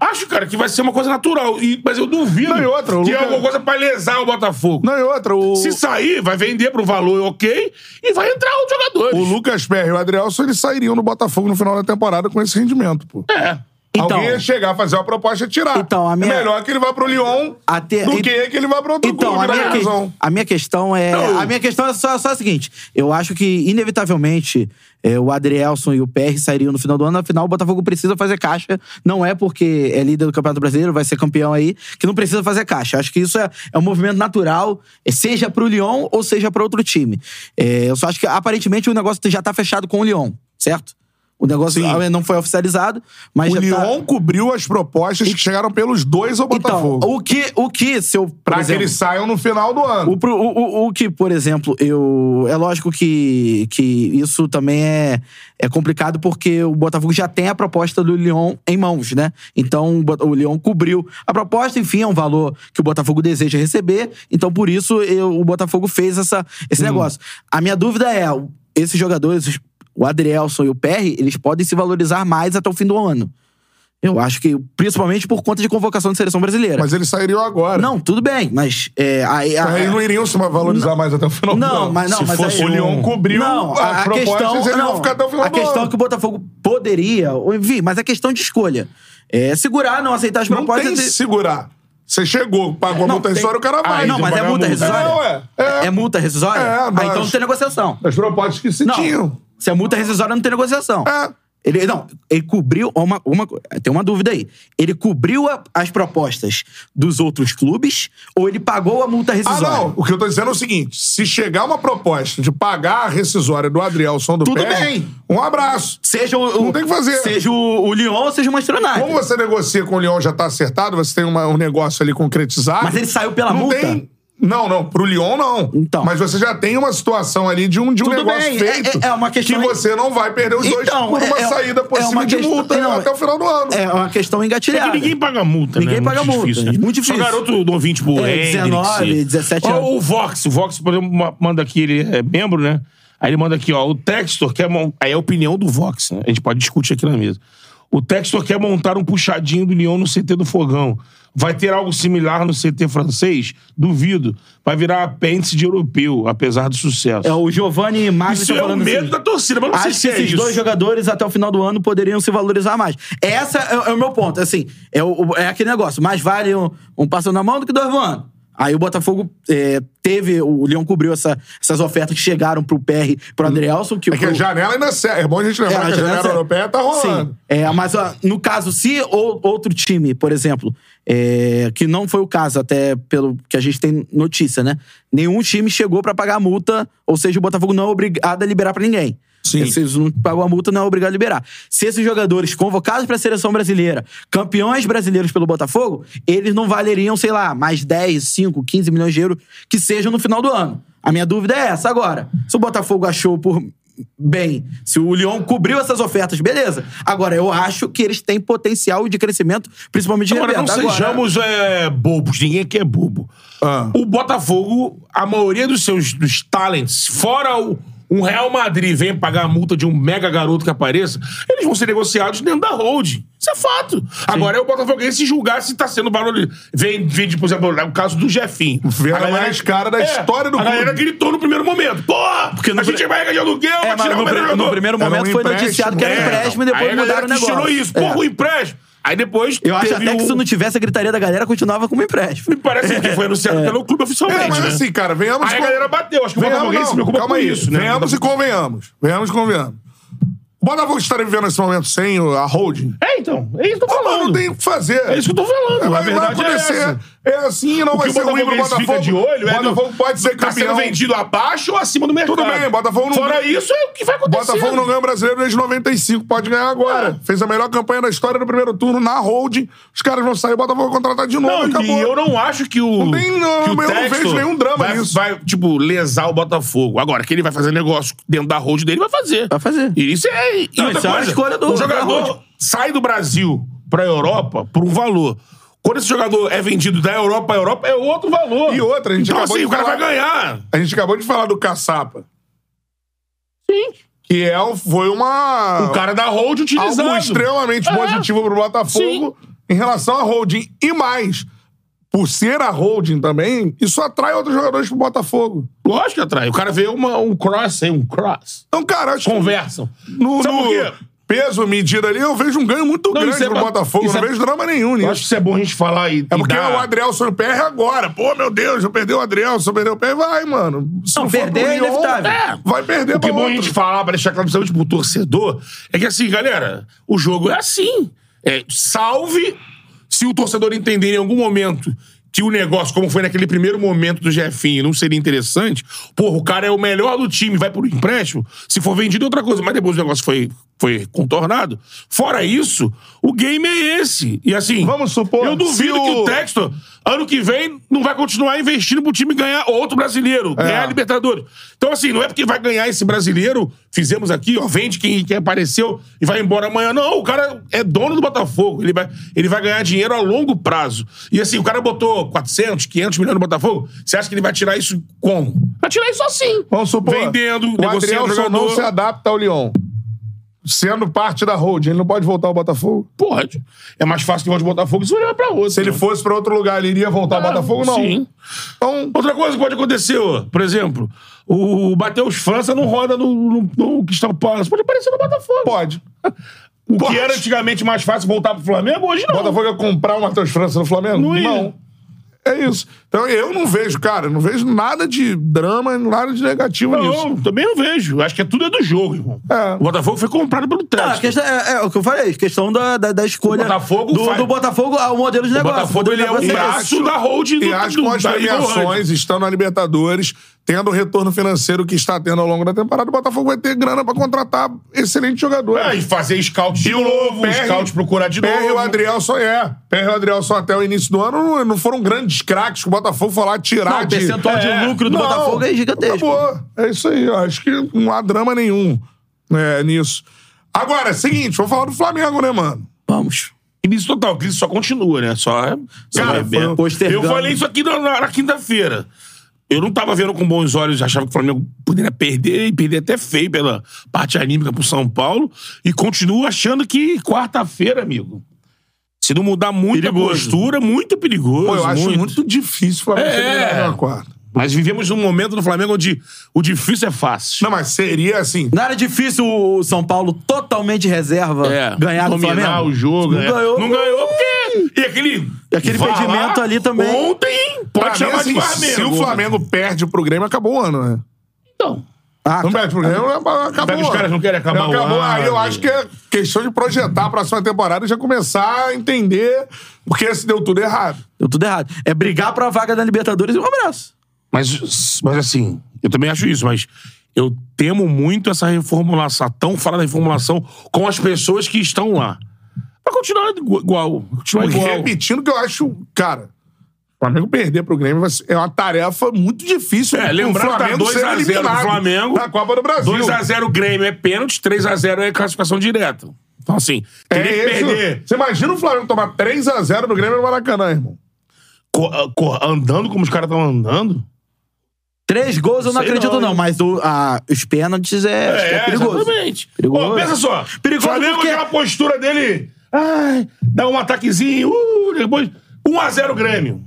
Acho, cara, que vai ser uma coisa natural, e- mas eu duvido
Não, e outra, o
que é
Lucas-
alguma coisa pra lesar o Botafogo.
Não, e outra, o,
Se sair, vai vender pro valor ok e vai entrar os jogadores.
o Lucas Perry e o Adrielson, eles sairiam do Botafogo no final da temporada com esse rendimento, pô.
É.
Então,
Alguém ia chegar, fazer uma proposta e tirar.
Então, a minha-
É melhor que ele vá pro Lyon
Até-
do
e-
que que ele vá pro outro
então
clube, né,
a,
na
minha
minha
que-
visão.
a minha questão é.
Não.
A minha questão é só, só a seguinte: eu acho que, inevitavelmente, é, o Adrielson e o PR sairiam no final do ano. Afinal, o Botafogo precisa fazer caixa. Não é porque é líder do Campeonato Brasileiro, vai ser campeão aí, que não precisa fazer caixa. Acho que isso é, é um movimento natural, é, seja pro Lyon ou seja pra outro time. É, eu só acho que, aparentemente, o negócio já tá fechado com o Lyon, certo? O negócio
Sim.
não foi oficializado, mas
O
já tá-
Lyon cobriu as propostas que chegaram pelos dois ao
Então,
Botafogo.
o que, o que se eu. por
pra que
exemplo,
eles saiam no final do ano.
O, pro- o, o- o que, por exemplo, eu. É lógico que, que isso também é, é complicado porque o Botafogo já tem a proposta do Lyon em mãos, né? Então o, Bota- o Lyon cobriu a proposta, enfim, é um valor que o Botafogo deseja receber. Então por isso eu- o Botafogo fez essa, esse negócio. A minha dúvida é: o- esses jogadores, os- o Adrielson e o Perry, eles podem se valorizar mais até o fim do ano. Eu acho que, principalmente por conta de convocação de seleção brasileira.
Mas eles sairiam agora.
Não, tudo bem, mas. É, aí,
Então,
a-
Eles não iriam se valorizar mais até o final do ano.
não, mas não,
se
mas
fosse o
aí-
Lyon cobriu
não,
as
a, a
propostas,
questão,
eles
não,
vão ficar até o final
A
do
questão é
ano.
que o Botafogo poderia, ou enfim, mas é questão de escolha. É segurar, não aceitar as
Não tem
propostas.
que
e-
segurar. Você chegou, pagou a
Não,
multa
tem-
rescisória, o cara
Ah,
vai.
não, mas é multa rescisória?
Não, é.
É, multa rescisória?
É,
ah,
mas-
então não tem negociação.
As propostas que se
Não.
tinham.
Se é multa rescisória, não tem negociação.
É.
Ele, não, ele cobriu uma, uma. co- Tem uma dúvida aí. Ele cobriu a- as propostas dos outros clubes ou ele pagou a multa
Ah,
rescisória?
não. O que eu tô dizendo é o seguinte: se chegar uma proposta de pagar a rescisória do Adrielson do
Tudo
Pérez,
bem.
um abraço.
Seja o, o-
Não tem que fazer.
Seja o, o Lyon ou seja o Manchester United.
Como você negocia com o Lyon já tá acertado, você tem uma- um negócio ali concretizado.
Mas ele saiu pela
não
multa?
Tem... Não, não, pro Lyon não.
Então.
Mas você já tem uma situação ali de um, de um
Tudo
negócio
bem,
feito
é- é- é uma questão-
que você não vai perder os dois
Então,
por uma
é- é-
saída
é
possível
uma
de
questão-
multa
não,
até o final do ano.
É uma questão
É que
engatilhada.
ninguém paga multa,
Ninguém
né?
paga multa, é muito difícil.
Só garoto novinho, tipo
É,
Hendrix.
19, 17
Ó,
anos.
O Vox, o Vox, por exemplo, ma- manda aqui, ele é membro, né? Aí ele manda aqui, ó, o Textor quer... mon- Aí é a opinião do Vox, né? A gente pode discutir aqui na mesa. O Textor quer montar um puxadinho do Lyon no CT do Fogão. Vai ter algo similar no CT francês? Duvido. Vai virar apêndice de europeu, apesar do sucesso.
É o Giovanni Magno
Isso
tá
é o
falando
medo
assim,
da torcida, mas não sei
Acho que
se é
esses
isso.
dois jogadores até o final do ano poderiam se valorizar mais. Essa é, é o meu ponto. Assim, é, o- é aquele negócio. Mais vale um, um passo na mão do que dois voando. Aí o Botafogo é, teve, o Leão cobriu essa- essas ofertas que chegaram pro PR, pro
Hum.
Andrielson. Que
É que a
pro-
janela ainda serve. É bom a gente
É,
lembrar que a janela
essa-
europeia tá rolando.
Sim. É, mas ó, no caso, se ou- outro time, por exemplo, é, que não foi o caso, até pelo que a gente tem notícia, né? Nenhum time chegou pra pagar a multa, ou seja, o Botafogo não é obrigado a liberar pra ninguém.
Sim.
Se eles não pagam a multa, não é obrigado a liberar. Se esses jogadores convocados pra seleção brasileira, campeões brasileiros pelo Botafogo, eles não valeriam, sei lá, mais 10, 5, 15 milhões de euros que sejam no final do ano. A minha dúvida é essa agora. Se o Botafogo achou por bem, se o Lyon cobriu essas ofertas, beleza. Agora, eu acho que eles têm potencial de crescimento, principalmente de
Agora, não
revenda.
sejamos é, bobos. Ninguém aqui é bobo.
Ah.
O Botafogo, a maioria dos seus dos talents, fora o, um Real Madrid vem pagar a multa de um mega garoto que apareça, eles vão ser negociados dentro da holding. Isso é fato. Agora é o Botafoguense julgar se tá sendo barulho. Vem, vem tipo, por exemplo, é o caso do Jefinho.
Vê a mais cara
É,
da história do
A galera
clube.
gritou no primeiro momento. Porra!
Porque no
a gente
pri-
vai ganhar de aluguel,
É,
vai
mas
tirar
no,
o melhor
pri- no
jogador.
primeiro
Era um
momento foi
empréstimo,
noticiado que era
é.
empréstimo e
Aí a
depois
galera
mudaram o negócio.
questionou isso.
É.
Porra, o É. empréstimo. Aí depois.
Eu acho
teve
até que
o-
se não tivesse a gritaria da galera, continuava como empréstimo.
Me parece que foi anunciado pelo clube oficialmente.
É, mas
né?
assim, cara, venhamos.
Aí a galera bateu. Acho que o
Venhamos,
Botafoguense
não,
se preocupa
calma
com né?
aí. então,
isso, né?
Venhamos e convenhamos. Venhamos e convenhamos. O Botafogo estaria vivendo esse momento sem o- a holding?
É, então. É isso que eu tô
Ah, mas
falando.
não tem o que fazer.
É isso que eu tô falando. a
Vai, vai
verdade é
acontecer.
essa.
É, assim, não
O
vai
que
ser
o
ruim pro
Botafogo
Botafogo.
fica de olho é do-
Botafogo pode ser
Tá sendo
campeão.
vendido abaixo ou acima do mercado.
Tudo bem, Botafogo não-
Fora isso, é o que vai acontecer.
Botafogo não ganha o brasileiro desde 95, pode ganhar agora. Fez a melhor campanha da história no primeiro turno na holding. Os caras vão sair, o Botafogo vai contratar de novo.
Não,
acabou.
e eu não acho que o.
Não tem, não,
que o
Ah, eu não
Textor
vejo nenhum drama
vai,
nisso.
Vai, tipo, lesar o Botafogo. Agora, que ele vai fazer negócio dentro da hold dele, vai fazer.
Vai fazer.
E isso é. E
Não,
outra
isso é uma
coisa,
escolha do-
O
da
um jogador
hold.
sai do Brasil pra Europa por um valor. Quando esse jogador é vendido da Europa à Europa, é outro valor.
E outra, a gente
Então,
acabou
assim,
de
o cara
falar-
vai ganhar.
A gente acabou de falar do Caçapa. Sim. Que é, o- foi uma.
O cara da hold utilizando.
algo extremamente
É.
positivo pro Botafogo em relação à holding. E mais, por ser a holding também, isso atrai outros jogadores pro Botafogo.
Lógico que atrai. O cara vê uma, um cross aí, um cross.
Então, cara, acho que
Conversam.
no,
Sabe
no
por quê?
peso, medida ali, eu vejo um ganho muito
Não,
grande
isso é
pro
ba-
Botafogo.
isso
Não
é-
vejo drama nenhum
Eu
nisso.
acho que isso é bom a gente falar e.
É porque
e dar...
o Adrielson perde agora. Pô, meu Deus, eu perdeu o Adrielson, perdeu o pé, vai, mano. Se
Não,
for pro
perder é
Lyon,
inevitável.
é, vai perder
O que é
pra
bom a
outro.
gente falar pra deixar claro, principalmente pro torcedor, é que assim, galera, o jogo é assim. É, salve se o torcedor entender em algum momento que o negócio, como foi naquele primeiro momento do Jefinho, não seria interessante, porra, o cara é o melhor do time, vai por empréstimo, se for vendido é outra coisa, mas depois o negócio foi, foi contornado. Fora isso, o game é esse. E assim,
Vamos supor,
eu duvido
se
que o
o-
Textor, ano que vem, não vai continuar investindo pro time ganhar outro brasileiro,
É.
ganhar a Libertadores. Então, assim, não é porque vai ganhar esse brasileiro, fizemos aqui, ó, vende quem, quem apareceu e vai embora amanhã. Não, o cara é dono do Botafogo. Ele vai, ele vai ganhar dinheiro a longo prazo. E assim, o cara botou 400, 500 milhões no Botafogo. Você acha que ele vai tirar isso como? Vai tirar isso assim.
Vamos supor,
Vendendo,
o
negociando
Adrielson
jogador.
não se adapta ao Lyon. Sendo parte da holding, ele não pode voltar ao Botafogo.
Pode. É mais fácil que volte o Botafogo se olhar pra outro.
Se ele fosse pra outro lugar, ele iria voltar ao
Ah,
Botafogo? Não.
sim.
Então,
Outra coisa que pode acontecer, ó, por exemplo, o Matheus França não roda no, no, no Cristão Palace. Pode aparecer no Botafogo.
pode.
O
Pode.
que é era antigamente mais fácil voltar pro Flamengo, hoje
O
não.
Botafogo ia comprar o Matheus França no Flamengo?
Não ia.
É isso. Então eu não vejo, cara, não vejo nada de drama, nada de negativo nisso.
Não, também não vejo. Acho que é tudo é do jogo, irmão.
É.
O Botafogo foi comprado pelo
Não, a
Teste.
questão é, é o que eu falei, questão da, da, da escolha
O Botafogo
do,
faz-
do Botafogo ao modelo de
O
negócio.
Botafogo ele é
Vou
o
dizer pra vocês.
braço da holding do é
E acho que com as
da Eagle Herd.
premiações, estando na Libertadores, tendo o retorno financeiro que está tendo ao longo da temporada, o Botafogo vai ter grana pra contratar excelente jogador.
É, e fazer scout de
o
novo,
PR
scout procurar de
PR e o
novo.
Adriel só é. PR e o Adriel só até o início do ano não, não foram grandes craques que o Botafogo foi lá tirar
é Não, o
de...
percentual de lucro do
tá
Botafogo é gigantesco.
Acabou. É isso aí. eu Acho que não há drama nenhum é, nisso. Agora, seguinte, vou falar do Flamengo, né, mano?
Vamos.
Crise total, crise só continua, né? Só, só
Cara,
vai
foi
vendo.
um
postergando.
Eu falei isso aqui na, na- na quinta-feira. Eu não tava vendo com bons olhos, achava que o Flamengo poderia perder e perder até feio pela parte anímica pro São Paulo. E continuo achando que quarta-feira, amigo. Se não mudar muito a postura, muito perigoso.
Pô, eu acho muito, difícil o Flamengo ser
É.
eliminado na quarta.
Mas vivemos num momento no Flamengo onde o difícil é fácil.
Não, mas seria assim...
Não era difícil o São Paulo totalmente reserva
É,
ganhar do
dominar
Flamengo?
o jogo.
Não
é.
ganhou.
Não ganhou porque... E aquele...
E aquele
vá
impedimento
lá,
ali também.
Ontem,
pra
pode
mim,
chamar de
assim,
Flamengo.
se o Flamengo perde pro Grêmio, acabou o ano, né?
Então...
Ah,
Não perde pro Grêmio, acabou.
Sabe, os caras não querem acabar o
Acabou.
ano.
Aí eu acho que é questão de projetar a próxima temporada e já começar a entender porque se deu tudo errado.
deu tudo errado. É brigar pra vaga da Libertadores e um abraço.
Mas, mas assim, eu também acho isso, mas eu temo muito essa reformulação, a tão falada reformulação com as pessoas que estão lá. Vai continuar igu- igual. Continuar igual.
Tipo, Repetindo que eu acho, cara, o Flamengo perder pro Grêmio vai ser- é uma tarefa muito difícil. né?
É, lembrando que tá 2x0 pro Flamengo.
Na Copa do Brasil.
2x0 o Grêmio é pênalti, 3x0 é classificação direta. Então, assim,
É
teria que
isso.
perder
Você imagina o Flamengo tomar 3x0 no Grêmio e no Maracanã, irmão. ah,
co- co- andando como os caras estão andando.
Três gols eu não
Sei
acredito,
não,
não,
hein?
mas o- a- os pênaltis é, acho que é perigoso.
exatamente.
Perigoso.
Ó, pensa só.
Perigoso
Flamengo
porque-
aquela postura dele. Ai, dá um ataquezinho. Uh, depois. 1x0 Grêmio.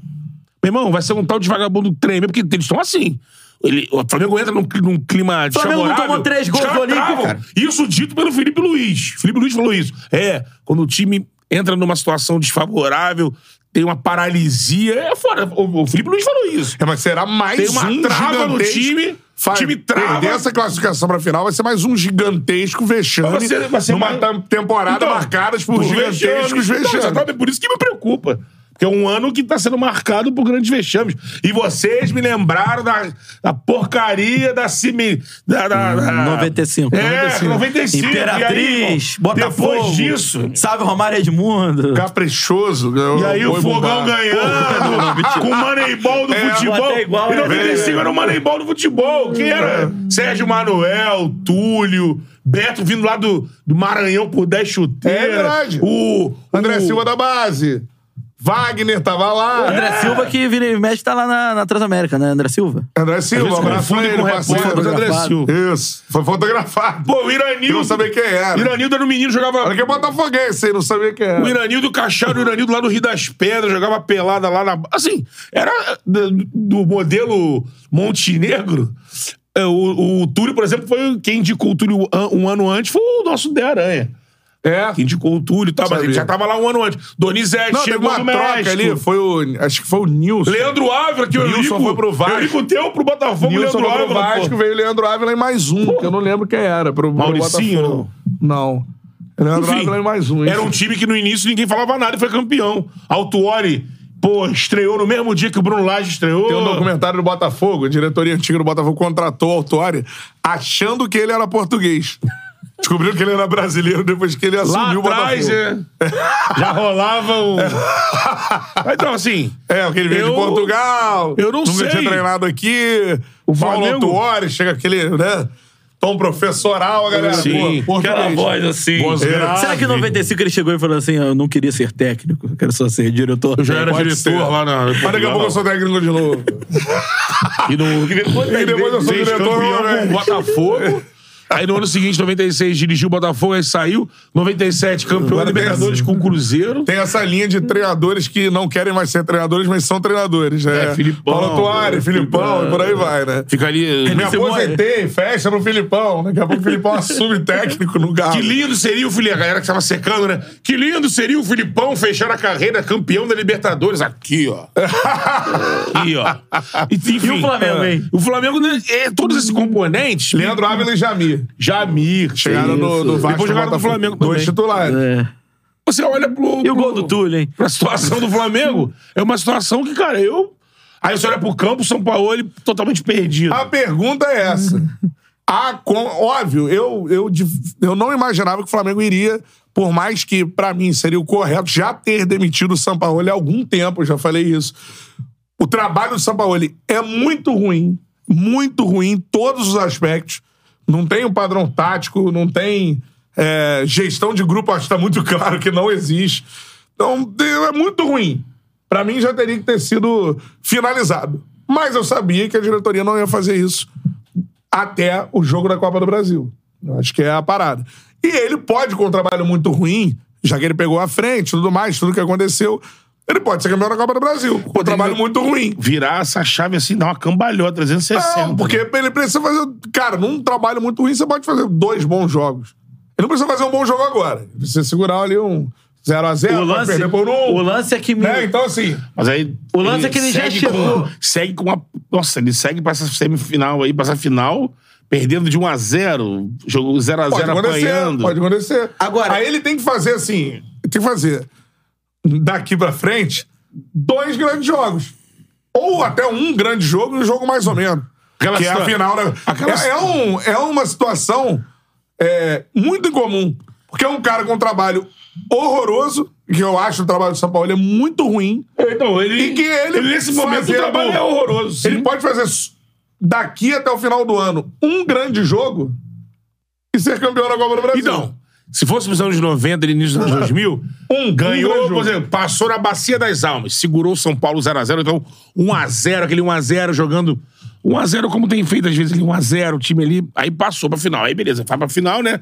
Meu irmão, vai ser um tal de vagabundo tremendo, porque eles estão assim. Ele, o Flamengo entra num, cli- num clima de
Flamengo não tomou três gols do Olímpio, cara.
Isso dito pelo Felipe Luiz. Felipe Luiz falou isso. É, quando o time entra numa situação desfavorável, tem uma paralisia. É fora. O, o Felipe Luiz falou isso.
É, mas será mais
Tem uma
um
trava no
gigantesco
time.
Faz,
time trava.
Perder essa classificação pra final vai ser mais um gigantesco vexame
Vai ser- vai ser
numa
mais-
tam- temporada
Então,
marcadas por
Os
gigantescos
vexames. Então,
vexames.
exatamente, por isso que me preocupa. Porque é um ano que tá sendo marcado por grandes vexames. E vocês me lembraram da, da porcaria da Cime. Da, da, da...
Hum, 95.
Ah. É, 95. e aí,
Imperatriz,
irmão,
Botafogo.
Depois disso.
Salve Romário Edmundo.
Caprichoso.
E aí o Fogão
né?
ganhando, com o Moneyball do
É,
futebol.
até igual,
em
né?
95 era o Moneyball do futebol, que era Sérgio Manuel, Túlio, Beto vindo lá do, do Maranhão por 10 chuteiras.
É verdade.
O,
André
o-
Silva da base. Wagner tava lá.
André
É.
Silva que vira e mexe tá lá na, na Transamérica, né? André Silva.
André Silva, um
Às vezes
abraço pra
confunde
ele,
com repórter,
parceiro.
mas André Silva.
Isso, foi fotografado.
Pô, o
Eu não
Iranildo.
sabia quem era.
Iranildo era um menino, jogava.
Olha que é botafoguense, aí não sabia quem
O
era.
Iranildo Cachado, o Iranildo lá no Rio das Pedras, jogava pelada lá na. Assim, era do, do modelo Montenegro. É, O, o Túlio, por exemplo, foi quem indicou o Túlio an- um ano antes, foi o nosso De Aranha.
É.
Que indicou o Túlio e tal, mas
Sabia.
ele já tava lá um ano antes. Donizete
Não, teve
chegou
uma
do
troca
México.
ali, foi o. Acho que foi o Nilson.
Leandro Ávila, que o
Nilson
Eurico...
foi pro Vasco.
Eurico teu pro Botafogo,
Nilson
Leandro
foi pro
Ávila.
Vasco,
pô.
veio Leandro Ávila e mais um, que eu não lembro quem era. Pro, pro
Mauricinho,
Botafogo. Não. Leandro
Enfim,
Ávila e mais um.
Era um time que no início ninguém falava nada e foi campeão. Altuori, pô, estreou no mesmo dia que o Bruno Lage estreou.
Tem um documentário do Botafogo, a diretoria antiga do Botafogo contratou o Altuari achando que ele era português. Descobriu que ele era brasileiro depois que ele
Lá
assumiu
atrás,
o Botafogo.
é, já rolava um... Então, assim...
É, porque ele veio de
Eu-
Portugal.
eu não
nunca
sei.
tinha treinado aqui. O
Flamengo-
Altuari, chega aquele, né? Tom professoral, a galera.
Sim.
pô, tá português.
assim.
É.
Voz
Ah,
grave.
Será que em 95 ele chegou e falou assim: "Ah, eu não queria ser técnico, eu quero só ser diretor?
Eu já era
Pode
diretor
ser.
lá né? na...
Mas daqui a pouco eu sou técnico de novo.
E no...
E depois eu sou
Fez
diretor
campeão
novamente.
com o né? Botafogo. Aí no ano seguinte, 96, dirigiu o Botafogo, aí saiu. 97, campeão da
Agora tem
Libertadores com o Cruzeiro.
Tem essa linha de treinadores que não querem mais ser treinadores, mas são treinadores, né?
É, Filipão,
Paulo Tuari,
é,
Filipão,
Filipão,
e por aí vai, né?
Fica ali...
Me
se morre.
aposentei, festa pro Filipão. Daqui a pouco o Filipão assume técnico no Galo.
Que lindo seria o Filipão. A galera que tava secando, né? Que lindo seria o Filipão fechar a carreira campeão da Libertadores. Aqui, ó. Aqui, ó. E, enfim,
E o Flamengo, hein?
O Flamengo, né, é, todos esses componentes.
Leandro Ávila e Jamir.
Jamir.
Chegaram no, no
Isso.
Vasco.
Depois jogaram no
Botafogo.
Flamengo
Dois
também.
titulares.
É.
Você olha pro.
E o gol
pro-
do Túlio, hein?
Pra situação do Flamengo. É uma situação que, cara, eu. Aí você olha pro campo, o São Paulo ele totalmente perdido.
A pergunta é essa. A com- Óbvio, eu, eu, dif- eu não imaginava que o Flamengo iria, por mais que, pra mim, seria o correto já ter demitido o Sampaoli há algum tempo, eu já falei isso. O trabalho do Sampaoli é muito ruim, muito ruim em todos os aspectos. Não tem um padrão tático, não tem é, gestão de grupo, acho que tá muito claro que não existe. Então, é muito ruim. Pra mim, já teria que ter sido finalizado. Mas eu sabia que a diretoria não ia fazer isso até o jogo da Copa do Brasil. Eu Acho que é a parada. E ele pode, com um trabalho muito ruim, já que ele pegou a frente, tudo mais, tudo que aconteceu, ele pode ser campeão da Copa do Brasil, com um trabalho muito ruim.
Virar essa chave assim, dar uma cambalhota,
Tá
360.
Não, porque ele precisa fazer. Cara, num trabalho muito ruim, você pode fazer dois bons jogos. Ele não precisa fazer um bom jogo agora. Ele precisa segurar ali um 0x0,
O
pode
lance,
perder por um.
o lance é que me.
né? Então, assim,
Mas aí.
O lance é que ele já
segue
chegou.
Com, segue com uma. Nossa, ele segue pra essa semifinal aí, pra essa final, perdendo de 1x0. Jogo 0x0
Pode acontecer,
apanhando.
Pode acontecer.
Agora-
Aí ele tem que fazer assim: tem que fazer daqui pra frente dois grandes jogos. Ou até um grande jogo e um jogo mais ou menos.
Aquela
que é a
situa-
final. Da...
Aquela
É, é um, é uma situação é, muito incomum. Porque é um cara com um trabalho horroroso, que eu acho o trabalho do São Paulo é muito ruim.
Então, ele.
E que ele
nesse momento o
fazer
trabalho
gol.
é horroroso. sim.
Ele pode fazer s- daqui até o final do ano um grande jogo e ser campeão da Copa do Brasil.
Então, se fosse nos anos 90 e início dos anos 2000,
Um grande
ganhou,
jogo.
por exemplo, passou na Bacia das Almas, segurou o São Paulo 0x0, então 1x0, aquele 1x0 jogando 1x0 como tem feito às vezes, aquele 1x0, o time ali, aí passou pra final, aí beleza, vai pra final, né?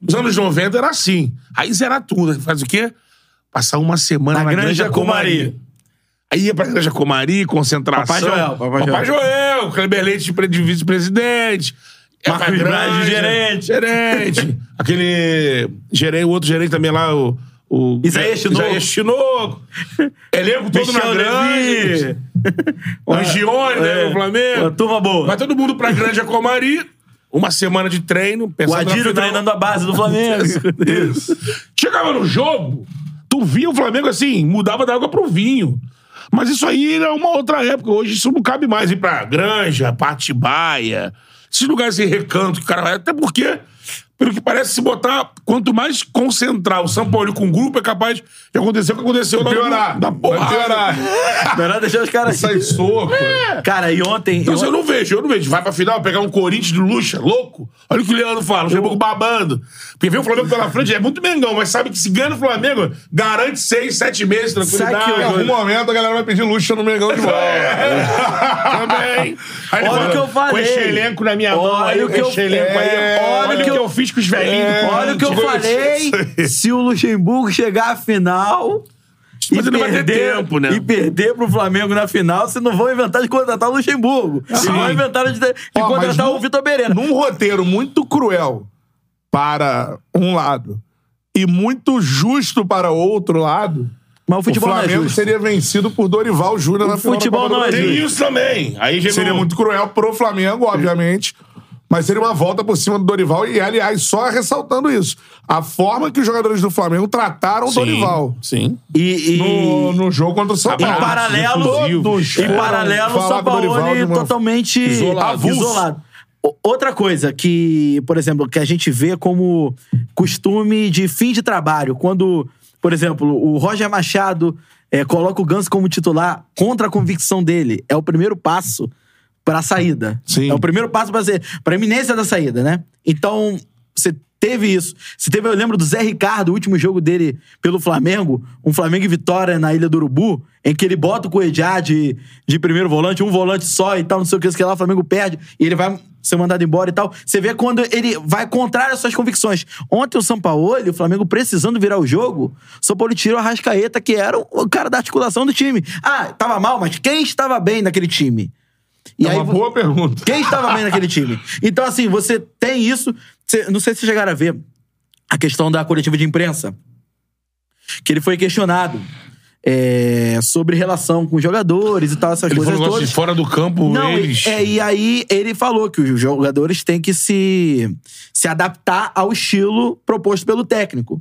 Nos anos 90 era assim, aí zerar tudo, aí faz o quê? Passar uma semana na,
Na Granja
Granja Comari.
Comari.
Aí ia pra Granja Comari, concentração.
Papai Joel, Papai
Papai Joel, Kleber Leite de pre- de vice-presidente.
Marcos
Eva
Braz de
Granja,
gerente.
Gerente. Aquele gerente, o outro gerente também lá, o... o
Isaías Chinoco.
Isaías Chinoco. Elenco é todo
Michel
na grande.
Levi.
Angione, né,
É.
no Flamengo.
Uma turma
Vai
boa.
todo mundo pra é Granja Comari. Uma semana de treino.
O
pensando na
Adiro
final.
treinando a base do Flamengo.
Isso. Chegava no jogo, tu via o Flamengo assim, mudava da água pro vinho. Mas isso aí era uma outra época. Hoje isso não cabe mais ir pra Granja, Patibaia, esses lugares em recanto que o cara vai. Até porque, pelo que parece, se botar, quanto mais concentrar o São Paulo com o grupo, é capaz de acontecer o que aconteceu lá no-
Piorar.
na
Vai
porra.
piorar.
Melhor deixar os caras
Sai
assim.
soco.
Cara, e ontem.
Então,
e
assim, eu
ontem-
não vejo, eu não vejo. Vai pra final pegar um Corinthians de luxa, louco. Olha o que o Leandro fala, o Luxemburgo babando. Porque vê o Flamengo pela frente, é muito Mengão, mas sabe que se ganha no Flamengo, garante seis, sete meses, tranquilidade.
Sabe que
Em algum
Arruma-
momento a galera vai pedir luxo no Mengão de
É.
volta.
Também. Aí ele
Olha
fala,
o que eu falei.
Com esse elenco na minha mão,
Olha
aí
o que eu-
esse elenco aí,
é,
olha, o que eu, É, fiz com os velhinhos. do
Olha o que eu
Corinthians.
falei. Se o Luxemburgo chegar à final.
Mas ele vai ter tempo, né?
E perder pro Flamengo na final, vocês não vão inventar de contratar o Luxemburgo.
Ah,
Vocês vão inventar de, de
Ó, mas
contratar
num-
o Vitor Pereira.
Num roteiro muito cruel para um lado e muito justo para outro lado,
Mas o futebol
o
não é
Flamengo
justo.
seria vencido por Dorival Júnior na final da
futebol
Copa do
não é
Brasil.
Tem isso também. Aí já
Seria
não-
muito cruel pro Flamengo, obviamente. Mas seria uma volta por cima do Dorival. E, aliás, só ressaltando isso. A forma que os jogadores do Flamengo trataram o
Sim,
Dorival
Sim.
E, e-
no, no jogo contra o São
Abraço,
Paulo.
em paralelo,
inclusive.
todos
em
foram
paralelo, o
falar com o Dorival de
Sampaoli
uma-
totalmente
Isolado.
avulso. isolado. O- Outra coisa que, por exemplo, que a gente vê como costume de fim de trabalho, quando, por exemplo, o Roger Machado eh, coloca o Ganso como titular contra a convicção dele, é o primeiro passo pra saída.
Sim.
É o primeiro passo pra ser pra iminência da saída, né? Então, você teve isso. Você teve, eu lembro do Zé Ricardo, o último jogo dele pelo Flamengo, um Flamengo e vitória na Ilha do Urubu, em que ele bota o Cuejá de, de primeiro volante, um volante só e tal, não sei o que, isso que lá, o Flamengo perde e ele vai ser mandado embora e tal. Você vê quando ele vai contrário às suas convicções. Ontem o Sampaoli, o Flamengo precisando virar o jogo, o Sampaoli tirou a Rascaeta, que era o cara da articulação do time. Ah, tava mal, mas quem estava bem naquele time? E
É uma
vo-
boa pergunta.
quem estava bem naquele time? Então, assim, você tem isso. Você- não sei se chegaram a ver a questão da coletiva de imprensa. Que ele foi questionado é, sobre relação com os jogadores e tal, essas
Ele
coisas
falou um negócio
todas.
de fora do campo,
Não, e-
eles...
é, e aí ele falou que os jogadores têm que se, se adaptar ao estilo proposto pelo técnico.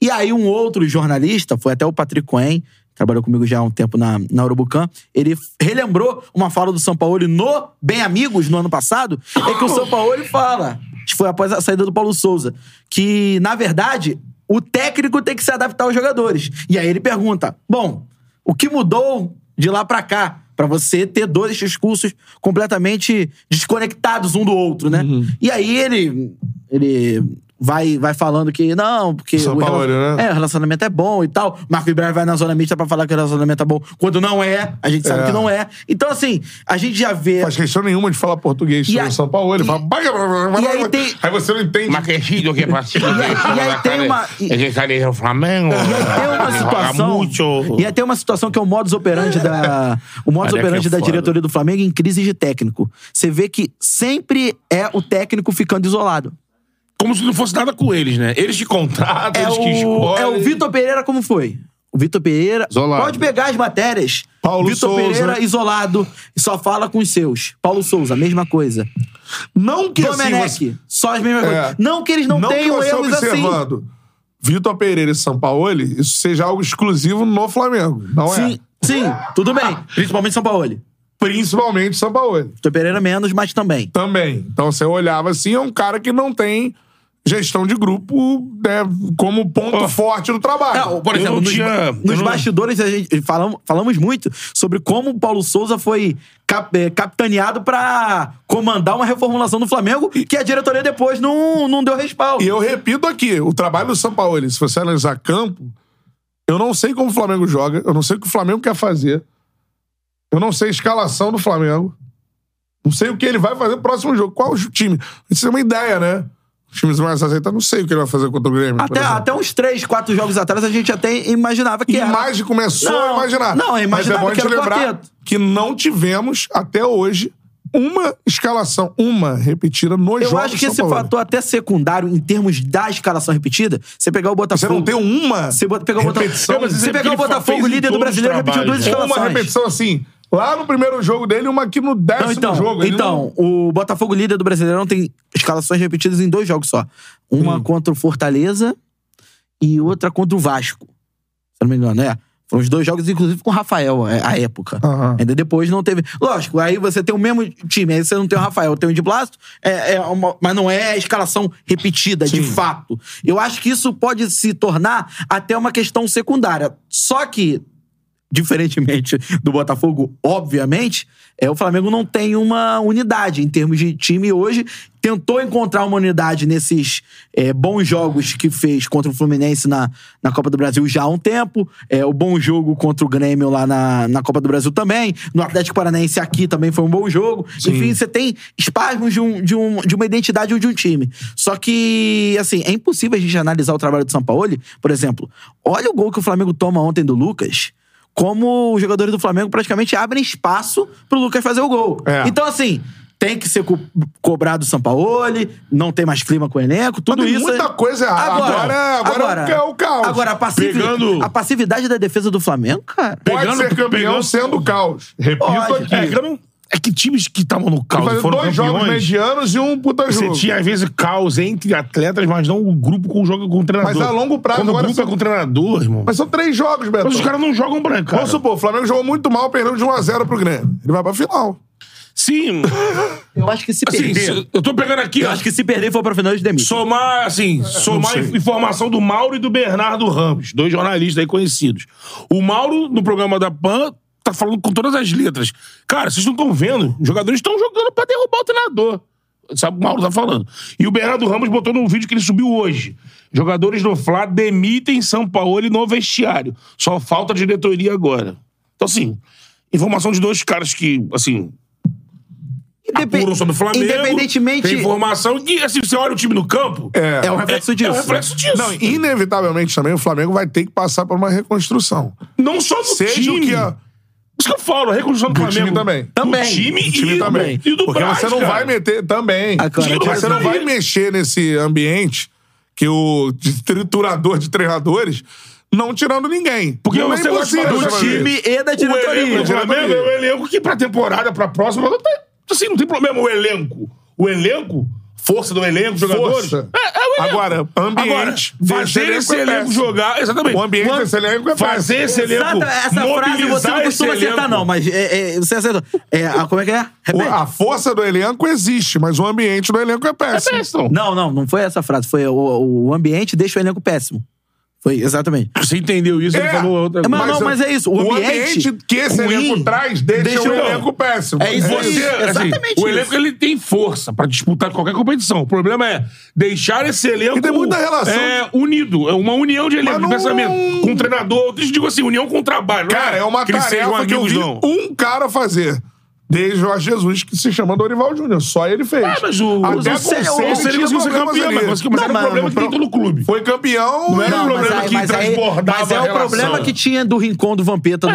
E aí um outro jornalista, foi até o Patrick Cohen, trabalhou comigo já há um tempo na, na Urubucan, ele f- relembrou uma fala do Sampaoli no Bem Amigos, no ano passado, é que o Sampaoli fala, que foi após a saída do Paulo Souza, que, na verdade, o técnico tem que se adaptar aos jogadores. E aí ele pergunta, bom, o que mudou de lá pra cá? Pra você ter dois discursos completamente desconectados um do outro, né? E aí ele... ele vai, vai falando que não, porque
São
o
Paulo,
relacion-
né?
é, o relacionamento é bom e tal. Marco Ibrahim vai na zona mista pra falar que o relacionamento é bom, quando não é, a gente sabe
É.
que não é. Então assim, a gente já vê
Faz questão nenhuma de falar português
E
sobre
a-
o São Paulo. Ele
e-
fala.
e aí tem-
Aí você não entende.
Mas que filho
é
que passou.
E aí tem uma- e-
É que cara é o Flamengo.
tem uma situação e aí tem uma situação que é o modus operandi da o modus
Olha que
operandi da
foda.
diretoria do Flamengo em crise de técnico. Você vê que sempre é o técnico ficando isolado.
Como se não fosse nada com eles, né? Eles te contratam,
É
eles que
o,
escolhem.
é o Vitor Pereira como foi. O Vitor Pereira.
Isolado.
Pode pegar as matérias.
Paulo
Vitor
Souza.
Pereira isolado e só fala com os seus. Paulo Souza, mesma coisa.
Não que assim,
Domenech,
você- É.
só as mesmas coisas. Não que eles não,
não que
tenham
você
erros assim.
observando Vitor Pereira e São Paulo, isso seja algo exclusivo no Flamengo. Não é? Ah.
Sim, sim, tudo bem. Principalmente São Paulo.
Principalmente São Paulo.
Vitor Pereira menos, mas também.
Também. Então você olhava assim, é um cara que não tem gestão de grupo né, como ponto forte do trabalho.
Não, por
Eu
exemplo,
não
nos,
tinha-
ba-
eu
nos
não-
bastidores a gente falamos, falamos muito sobre como o Paulo Souza foi cap- eh, capitaneado pra comandar uma reformulação do Flamengo que a diretoria depois não, não deu respaldo.
E eu repito aqui, o trabalho do São Paulo, se você analisar campo, eu não sei como o Flamengo joga, eu não sei o que o Flamengo quer fazer, eu não sei a escalação do Flamengo, não sei o que ele vai fazer no próximo jogo, qual o time. Isso é uma ideia, né? Os times mais aceitar, não sei o que ele vai fazer contra o Grêmio. por
Até,
exemplo.
até uns três, quatro jogos atrás a gente até imaginava que
E
era.
mais de começou
Não,
a imaginar.
não, eu imaginava
Mas é
que
bom a gente
era o
lembrar
quarteto.
que não tivemos, até hoje, uma escalação, uma repetida nos
Eu
jogos
acho que
do
esse
São Paulo.
fator até secundário, em termos da escalação repetida, você pegar o
Você
Botafogo.
não tem uma
Você bota- pegar o Botafogo.
repetição.
Você
é
pegar o
porque ele fez
Botafogo,
em
líder do
todos os
brasileiro, repetiu duas
trabalhos,
Ou
escalações.
uma repetição assim, lá no primeiro jogo dele e uma aqui no décimo
Não, então,
jogo. Ele
então o Botafogo líder do Brasileirão tem escalações repetidas em dois jogos só.
Hum.
Uma contra o Fortaleza e outra contra o Vasco. Se eu não me engano, é. Foram os dois jogos, inclusive, com o Rafael, é, à época.
Aham.
Ainda depois não teve. Lógico, aí você tem o mesmo time, aí você não tem o Rafael, tem o de Blasto, é, é uma- mas não é a escalação repetida, de fato. Eu acho que isso pode se tornar até uma questão secundária. Só que diferentemente do Botafogo, obviamente, é o Flamengo não tem uma unidade em termos de time hoje. Tentou encontrar uma unidade nesses é, bons jogos que fez contra o Fluminense na, na Copa do Brasil já há um tempo. É, o bom jogo contra o Grêmio lá na, na Copa do Brasil também. No Atlético Paranaense aqui também foi um bom jogo. Enfim, você tem espasmos de, um, de, um, de uma identidade ou de um time. Só que, assim, é impossível a gente analisar o trabalho do Sampaoli. Por exemplo, olha o gol que o Flamengo toma ontem do Lucas como os jogadores do Flamengo praticamente abrem espaço pro Lucas fazer o gol.
É.
Então, assim, tem que ser co- cobrado o Sampaoli, não tem mais clima com o elenco, tudo
tem
isso. é
muita coisa errada. Agora- agora é o caos.
Agora, a, passivi-
Pegando-
a passividade da defesa do Flamengo, cara.
Pode
pegando-
ser campeão
pegando-
sendo caos. Repito
Pode.
aqui.
É, que eu não- é que times que estavam no caos e
Fazer
foram
dois jogos
campeões...
medianos e um puta
Você
jogo.
tinha, às vezes, caos entre atletas, mas não o grupo com o jogo com o treinador.
Mas a longo prazo,
Quando o
agora
grupo
são-
é com o treinador, irmão. Mas,
Mas são três jogos, Beto.
os caras não jogam branco, cara.
Vamos supor, o Flamengo jogou muito mal, perdeu de 1x0 pro Grêmio. Ele vai pra final.
Sim,
Eu acho que se
assim,
perder.
se- eu tô pegando aqui,
Eu
ó,
acho que se perder for pra final de demite.
somar, assim, somar
sei.
informação do Mauro e do Bernardo Ramos, dois jornalistas aí conhecidos. O Mauro, no programa da PAN, tá falando com todas as letras. Cara, vocês não estão vendo, os jogadores estão jogando pra derrubar o treinador. Sabe o que o Mauro tá falando. E o Bernardo Ramos botou num vídeo que ele subiu hoje. Jogadores do Fla demitem São Paulo e no vestiário. Só falta a diretoria agora. Então, assim, informação de dois caras que, assim,
Indepen-
apuram sobre o Flamengo.
Independentemente.
Tem informação que, assim, você olha o time no campo.
É um reflexo
É
disso.
um reflexo disso.
Não, inevitavelmente também o Flamengo vai ter que passar por uma reconstrução.
Não só do
Seja
time.
o que a-
Isso que eu falo, a reconstrução do,
Do
Flamengo.
time também.
Também.
Do time,
O time
e,
também.
e do
Porque
Braz,
você não
cara.
vai meter também.
Ah, claro,
Porque
claro.
você não vai mexer nesse ambiente que o de triturador de treinadores não tirando ninguém.
Porque
não é
você gosta
impossível,
do
você vai ver.
time e da
O elenco
diretoria.
do Flamengo é um elenco que pra temporada, pra próxima, tá- assim, não tem problema o elenco. O elenco, força do elenco, jogadores.
Força.
É, é o elenco.
Agora, ambiente
Agora,
desse
fazer
elenco
esse
é
elenco
péssimo.
jogar, exatamente.
O ambiente
Uma-
desse elenco é
Fazer esse elenco,
Exato, essa frase você não
mobilizar
costuma
esse
acertar,
elenco.
não, mas é, é, você acertou. É, a- como é que é?
O-
Repete.
a força do elenco existe, mas o ambiente do elenco é péssimo.
Prestam.
Não, não, não foi essa frase. Foi o, o ambiente deixa o elenco péssimo. Foi, exatamente.
Você entendeu isso, ele
É.
falou outra
É,
coisa.
mas não, mas é isso, o ambiente
que esse
ruim
elenco traz deixa,
deixa
o
o-
elenco péssimo.
É isso aí.
Você, assim,
Exatamente
o
isso.
elenco ele tem força pra disputar qualquer competição. O problema é deixar esse elenco
E tem muita relação.
é, unido, é uma união de elenco,
Mas
de
não-
pensamento, com o treinador. Eu digo assim, união com o trabalho. não
Cara, é uma
que eles
tarefa
sejam
que eu
amigos,
vi
não.
um cara fazer. Desde Jorge Jesus, que se chama Dorival Júnior. Só ele fez.
Ah, mas o-
Até com Ceni
o
Ceni- o é
Ou se ele
tinha
conseguiu ser
problemas
campeão,
ali.
mas, mas,
Não,
era um
mas- é
problema que tem todo clube.
Foi campeão...
Não era
e-
um problema
aí-
que
aí-
transbordava
mas é
a
o
relação.
problema que tinha do Rincon do Vampeta no,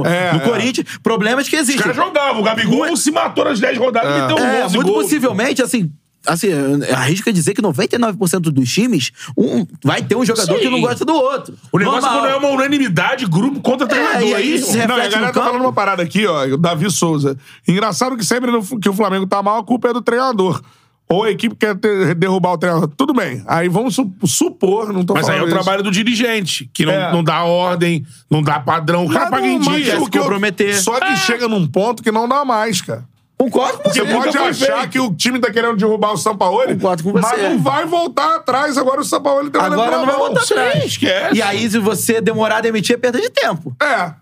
no,
é, é.
no Corinthians. Problemas que
Os
existem.
caras jogavam. O Gabigol se matou nas 10 rodadas e meteu
É,
11
muito
gols.
possivelmente, assim. Assim, eu arrisco a dizer que 99% dos times um, vai ter um jogador
Sim.
que não gosta do outro.
O negócio é
Normal.
quando é uma unanimidade, grupo contra treinador.
e aí
É, aí,
se
Não, e a
reflete no
galera tá
campo.
falando uma parada aqui, ó. O Davi Souza. Engraçado que sempre no- que o Flamengo tá mal, a culpa é do treinador. Ou a equipe quer ter- derrubar o treinador. Tudo bem. Aí vamos su- supor, não tô
Mas aí
falando
é o
isso.
trabalho do dirigente, que não,
É.
não dá ordem, não dá padrão. O cara
Mas
paga em
não- mas
dia.
o que eu-
comprometer.
Só que chega num ponto que não dá mais, cara.
Concordo com
Você
você.
pode
foi
achar
feito.
que o time tá querendo derrubar o Sampaoli,
Concordo com
mas
você.
não vai voltar atrás. Agora o Sampaoli tem uma
Agora não vai
mão.
voltar
Sim,
atrás.
esquece.
E aí, se você demorar a demitir, é perda de tempo.
É.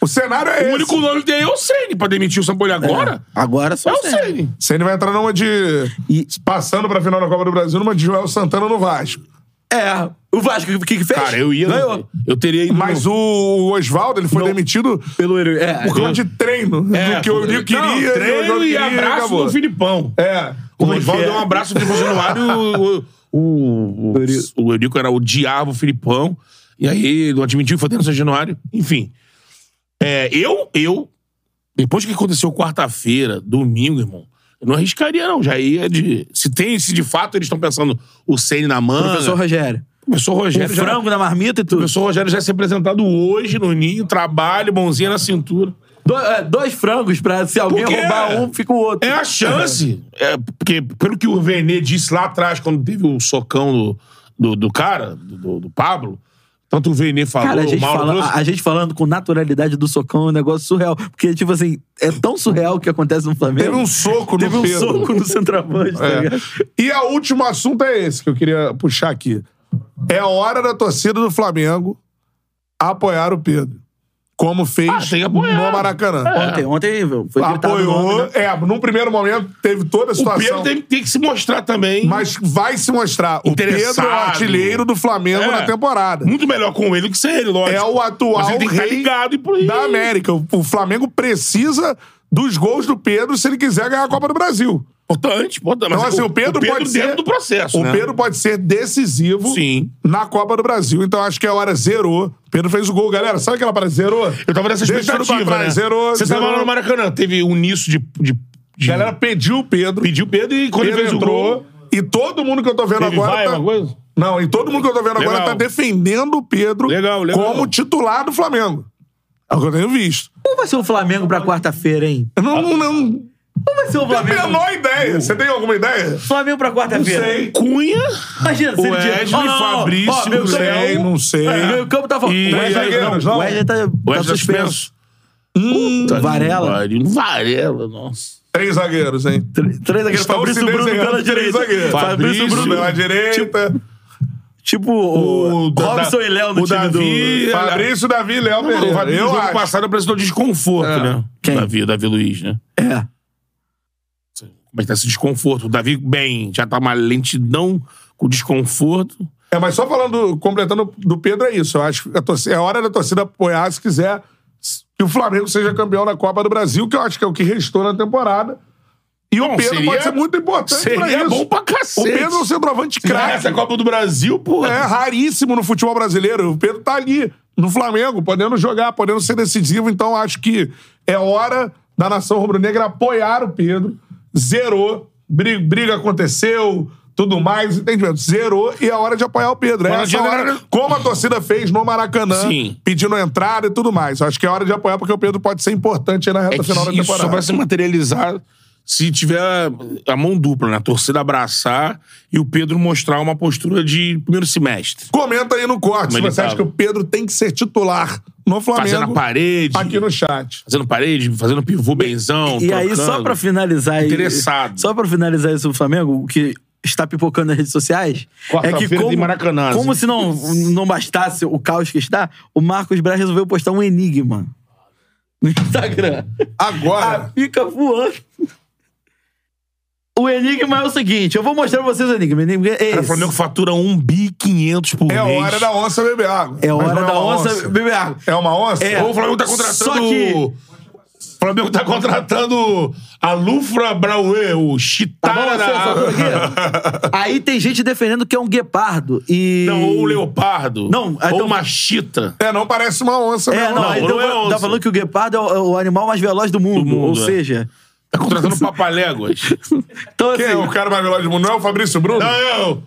O cenário é
O
esse.
único nome que tem é o Ceni pra demitir o
É.
Sampaoli agora.
Agora só
É, o
você.
Ceni.
Se ele vai entrar numa de...
E-
Passando pra final da Copa do Brasil, numa de Joel Santana no Vasco.
É. O Vasco, o que que fez?
Cara, eu ia.
Ganhou.
Eu teria ido.
Mas o Oswaldo, ele foi
Não.
demitido
Pelo Eru- é,
por causa de treino. do que o Eurico queria.
Não,
e o
É, treino
Oswaldo
e
queria,
abraço
acabou.
do Filipão.
É.
O
Como é que
Oswaldo
é?
deu um abraço pro funcionário. o, o, o, o Eurico era o diabo, o Filipão. E aí, não admitiu, foi até no São Januário. Enfim. É, eu, eu, depois que aconteceu quarta-feira, domingo, irmão, eu não arriscaria, não. Já ia de. Se tem, se de fato eles estão pensando o Ceni na manga.
Professor Rogério.
Começou o
O
Rogério. já-
frango na marmita e tudo.
Professor Rogério já ser apresentado hoje no Ninho, trabalho, mãozinha na cintura.
do- é, dois frangos pra se alguém
Porque
roubar um, fica o outro.
É a chance. É, porque, pelo que o Vene disse lá atrás, quando teve o socão do, do, do cara, do, do- do Pablo, tanto o Vene falou,
Cara, a
o
gente,
Mauro
fala-
falou.
a- a gente falando com naturalidade do socão é um negócio surreal. Porque, tipo assim, é tão surreal o que acontece no Flamengo.
Teve um soco no
Teve um
Pedro.
soco no centroavante, tá ligado?
É. E o último assunto é esse que eu queria puxar aqui. É a hora da torcida do Flamengo apoiar o Pedro. Como fez
Ah, tem que apoiar. É.
no Maracanã.
Ontem, ontem foi gritado o
Apoiou.
nome, né?
É, num primeiro momento teve toda a
o
situação.
Pedro tem, tem que se mostrar também.
Mas vai se mostrar. O Pedro é
Interessado.
o artilheiro do Flamengo
É.
na temporada.
Muito melhor com ele do que sem ele, lógico.
É o atual
Mas ele tem que
rei
estar ligado e por aí.
da América. O o Flamengo precisa dos gols do Pedro se ele quiser ganhar a Copa do Brasil.
Importante, importante.
Então,
Mas
assim, o Pedro, pode
dentro
ser,
do processo,
O
né?
Pedro pode ser decisivo
Sim.
na Copa do Brasil. Então acho que a hora zerou. Pedro fez o gol, galera. Sabe aquela parada? Zerou?
Eu tava nessa
Deixa tudo pra
expectativa,
trás.
né?
Zerou,
Você
zerou.
tava lá no Maracanã, teve um nisso de... de,
A
de...
galera pediu o Pedro.
pediu o Pedro e quando ele
Pedro
fez o
entrou.
gol...
E todo mundo que eu tô vendo
Teve
agora.
vai,
tá-
alguma coisa?
Não, e todo mundo que eu tô vendo agora
Legal.
tá defendendo o Pedro
Legal, legal.
como titular do Flamengo. É o que eu tenho visto.
Como vai ser o Flamengo pra quarta-feira, hein?
Eu
Ah.
não, não, não
Como vai ser o
tenho a
Flamengo?
menor ideia. Você tem alguma ideia?
Flamengo pra quarta-feira.
Cunha...
Imagina, se ele
Wesley,
diz, ó, ó, ó,
Fabrício,
Ah, ó, meu
não
campo-
sei, não sei.
É, Meu campo tá faltando.
E-
O Wesley-
zagueiros,
não,
não?
o Wesley tá, tá
Wesley
suspenso.
Puta que
Varela.
pariu. Varela, nossa.
Três zagueiros, hein?
Tr- Três zagueiros.
Estão
Fabrício
se
Bruno
desenhando
pela
três
direita.
zagueiros.
Fabrício
Fabrício,
Bruno.
Pela direita.
Tipo o,
da-
Robson e Léo no
o
time
Davi- é
do...
Fabrício, Davi, Léo
O
Pereira.
Fabinho, no
Eu
jogo
acho.
passado, é apresentou desconforto, né?
É. Quem?
Davi, Davi Luiz, né?
É.
Mas tá esse desconforto. O Davi, bem, já tá uma lentidão com desconforto.
É, mas só falando, completando do Pedro, é isso. Eu acho que a torcida, é hora da torcida apoiar, se quiser, que o Flamengo seja campeão da Copa do Brasil, que eu acho que é o que restou na temporada. E o
Bom,
Pedro
seria-
pode ser muito importante pra
Seria
isso.
bom pra
o
cacete.
Pedro é um centroavante
Essa
craque.
Copa do Brasil,
É
porra.
raríssimo no futebol brasileiro. O Pedro tá ali, no Flamengo, podendo jogar, podendo ser decisivo. Então, acho que é hora da nação rubro-negra apoiar o Pedro. Zerou. Bri- Briga aconteceu, tudo mais, entendimento. Zerou e é hora de apoiar o Pedro. É
Mas não
essa
adianta-
hora, como a torcida fez no Maracanã,
Sim.
pedindo entrada e tudo mais. Acho que é hora de apoiar, porque o Pedro pode ser importante aí na reta
É que
final da
isso só
temporada.
vai se materializar se tiver a mão dupla, né? A torcida abraçar e o Pedro mostrar uma postura de primeiro semestre.
Comenta aí no corte se
Como ele
você acha que
tava.
o Pedro tem que ser titular no
Fazendo a
Flamengo.
parede.
Aqui no chat.
Fazendo parede, fazendo pivô benzão.
E aí, só
trocando.
pra finalizar... aí-
Interessado.
Só pra finalizar isso do Flamengo, o que está pipocando nas redes sociais é que
Quarta-feira
como,
tem Maracanã,
como se não, não bastasse o caos que está, o Marcos Braz resolveu postar um enigma no Instagram. Ah,
Agora.
Fica voando. O enigma é o seguinte, eu vou mostrar pra vocês o enigma. O enigma é
Cara,
esse.
o Flamengo fatura 1 bi 500 por
É
mês.
hora da onça beber água.
É
Mas
hora
não
da
uma
onça, beber água.
É uma onça?
É.
Ou o Flamengo tá contratando.
Só que-
O Flamengo tá contratando a Lufra Brauê, o
Tá bom,
Chitara Tá
assim,
da
só por quê? Aí tem gente defendendo que é um guepardo e...
Não, ou o Leopardo.
Não, então-
ou uma Chita.
É, não parece uma onça
É,
mesmo,
não,
não,
ele
não
tá,
é
fal- tá
onça.
falando que o guepardo é o, o animal mais veloz do mundo.
mundo,
ou
é.
seja...
Tá contratando papaléguas.
Então, assim,
Quem é o cara mais veloz do mundo? Não é o Fabrício Bruno?
não!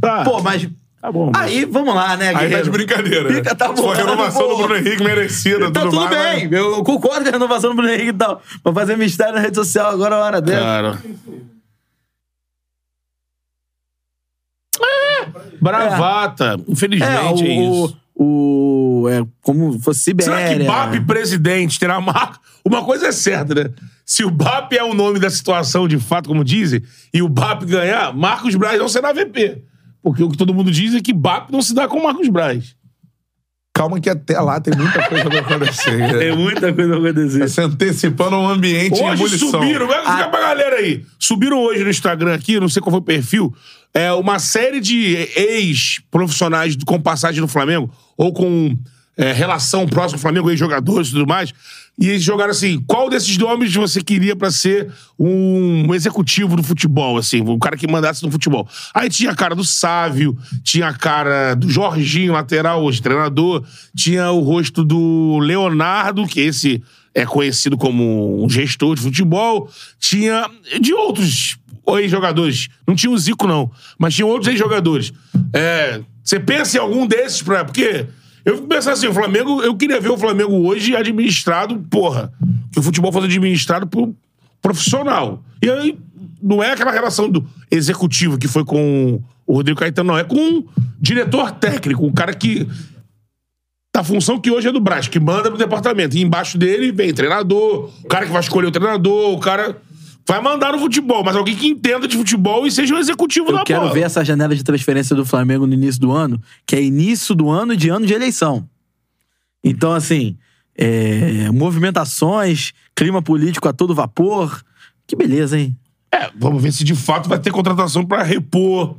Tá.
pô, mas...
tá bom.
Aí, vamos lá, né,
Aí tá
guerreiro?
de brincadeira.
Fica, tá
Foi a
voando,
renovação
pô.
do Bruno Henrique merecida.
Tá tudo
mais, né?
bem, eu concordo com a renovação do Bruno Henrique e tal. Mas fazer mistério na rede social agora é a hora dela.
Cara. Bravata. Infelizmente é,
o,
isso.
o, o- é como fosse Sibéria.
Será que BAP presidente terá marca? Uma coisa é certa, né? Se o BAP é o nome da situação de fato, como dizem, e o BAP ganhar, Marcos Braz não será VP. Porque o que todo mundo diz é que BAP não se dá com Marcos Braz.
Calma que até lá tem muita coisa pra acontecer. né?
é
Tem muita coisa pra
Tá
acontecer.
se antecipando a um ambiente de
Hoje
ebulição.
subiram, vai ficar pra galera aí. Subiram hoje no Instagram aqui, não sei qual foi o perfil, é uma série de ex-profissionais com passagem no Flamengo, ou com é, relação próxima ao Flamengo, ex-jogadores e tudo mais. E eles jogaram assim: qual desses nomes você queria pra ser um executivo do futebol, assim, um cara que mandasse no futebol? Aí tinha a cara do Sávio, tinha a cara do Jorginho, lateral, hoje treinador, tinha o rosto do Leonardo, que esse é conhecido como um gestor de futebol, tinha de outros ex-jogadores. Não tinha o Zico, não, mas tinha outros ex-jogadores. É, você pensa em algum desses pra. Porque Eu fico pensando assim, o Flamengo, eu queria ver o Flamengo hoje administrado, porra. Que o futebol fosse administrado por profissional. E aí não é aquela relação do executivo que foi com o Rodrigo Caetano, não. É com um diretor técnico, um cara que. Da função que hoje é do Brás, que manda pro departamento. E embaixo dele vem treinador, o cara que vai escolher o treinador, o cara. Vai mandar no futebol, mas alguém que entenda de futebol e seja um executivo da
Eu quero
bola.
ver essa janela de transferência do Flamengo no início do ano, que é início do ano de ano de eleição. Então, assim, é, movimentações, clima político a todo vapor. Que beleza, hein?
É, vamos ver se de fato vai ter contratação pra repor,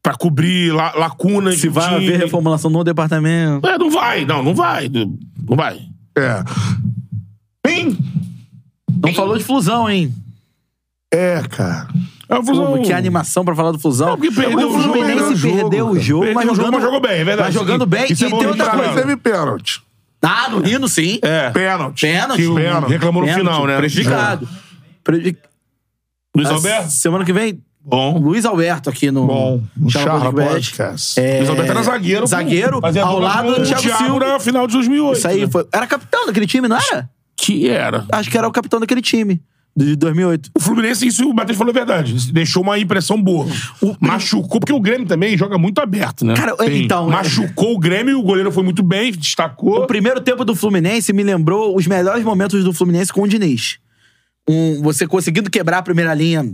pra cobrir la- lacunas.
Se
do
vai
time.
haver reformulação no departamento.
É, não vai, não, não vai. Não vai.
É. Bem,
Não falou de fusão, hein?
é, cara.
É o Fusão-
Como que animação pra falar do fusão.
É, porque perdeu
o
o jogo,
Fluminense
perdeu o jogo,
perdeu o
cara.
jogo, mas
Perdeu o
jogando,
jogo, mas jogou bem, é verdade.
Mas jogando bem.
Isso é
e
bom
tem
lembrar,
Cara,
outra coisa.
mas teve pênalti.
Ah, no Rino, sim.
É.
Pênalti.
Pênalti.
Que o-
Pênalti. Reclamou no
Pênalti,
final, né? É.
Prejudicado. Prejudic-
Luiz
Ah,
Alberto?
Semana que vem,
Bom.
Luiz Alberto aqui no.
Bom, no
Charla
Charla
Podcast.
Podcast.
É.
Luiz Alberto era zagueiro.
zagueiro,
fazia
ao
dupla
lado
com
do
o
Thiago Silva.
na final de 2008.
Isso aí
né?
foi. Era capitão daquele time, não era?
Que era.
Acho que era o capitão daquele time, de 2008.
O Fluminense, isso o Matheus falou a verdade. Isso deixou uma impressão boa. Machucou, porque o Grêmio também joga muito aberto, né?
Cara, então, né?
Machucou o Grêmio, o goleiro foi muito bem, destacou.
O primeiro tempo do Fluminense me lembrou os melhores momentos do Fluminense com o Diniz. Um, você conseguindo quebrar a primeira linha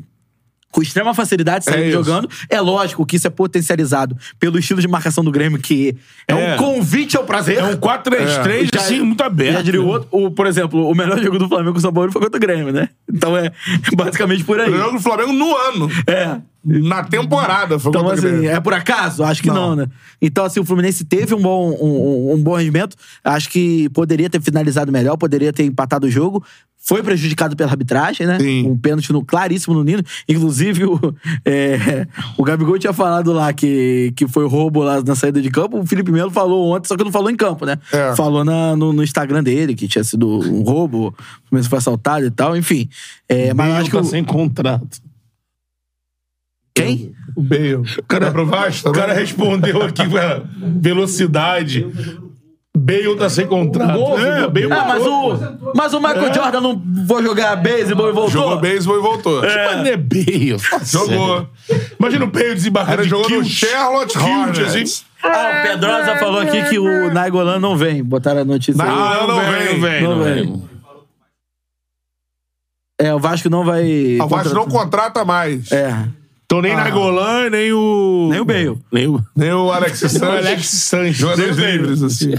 com extrema facilidade, saindo
isso.
jogando. É lógico que isso é potencializado pelo estilo de marcação do Grêmio, que é,
É.
um convite ao prazer.
É um 4-3-3,
Já-
assim, muito aberto.
Já diria o outro, o, por exemplo, o melhor jogo do Flamengo com o São Paulo foi contra o Grêmio, né? Então é basicamente por aí.
O jogo do Flamengo no ano.
É.
Na temporada. Foi
Então,
contra o
assim,
Grêmio.
é por acaso? Acho que não.
Não.
né? Então, assim, o Fluminense teve um bom, um, um- um bom rendimento. Acho que poderia ter finalizado melhor, poderia ter empatado o jogo. Foi prejudicado pela arbitragem, né?
Sim.
Um pênalti no, claríssimo no Nino. Inclusive, o, é, o Gabigol tinha falado lá que, que foi roubo lá na saída de campo. O Felipe Melo falou ontem, só que não falou em campo, né?
É.
Falou na- no, no Instagram dele que tinha sido um roubo, o Fluminense foi assaltado e tal, enfim. É, mas eu acho que.
tá
o-
sem contrato.
Quem?
O Bale. O cara é pro Vasco,
O
né?
cara respondeu aqui pra velocidade. Bale tá sem contrato. É, Bale
Ah, mas
parou, pô.
o, mas o Michael Jordan não foi jogar beisebol e voltou?
É. Jogou beisebol e voltou.
É. Mas não é Bale.
Jogou.
Imagina o Bale desembarcando
Cara,
de
jogou no
Kilt.
Charlotte
Kilt,
Hornets.
assim.
Ah, o Pedrosa falou aqui que o Naigolan não vem. Botaram a notícia aí.
Ah,
Não,
não vem,
vem, não É, vem.
não
Não
vem.
vem.
É, o Vasco não vai...
Ah, O Vasco não contrata mais.
É.
Então nem Nagolan, nem o...
Nem o Bale.
Nem o...
Nem o Alex Sanches.
Alex Sanches.
Jogadores
Nem o Bale.
livres, assim.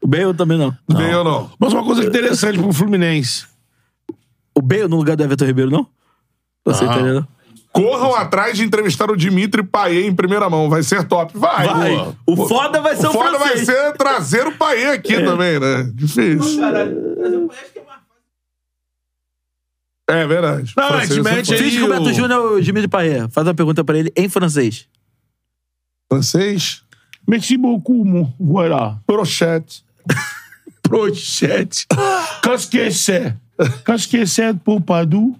O Bale também não.
Não. Bale não.
Mas uma coisa interessante pro Fluminense.
O Bale no lugar do Everton Ribeiro, não?
Ah.
Você tá entendendo?
Corram atrás de entrevistar o Dimitri Payet em primeira mão. Vai ser top. Vai.
Vai.
Boa.
O foda vai ser o,
O foda vai
francês.
ser trazer o Payet aqui também, né? Difícil. É verdade.
Não,
Francês
a gente
é
mete
foda.
aí.
Diz que o Beto Júnior é o Jimmy de Paê. Faz uma pergunta pra ele em francês.
Francês,
Merci beaucoup, mon. Voilà.
prochete.
Prochette. Qu'est-ce que c'est? Qu'est-ce que c'est, Poupadou?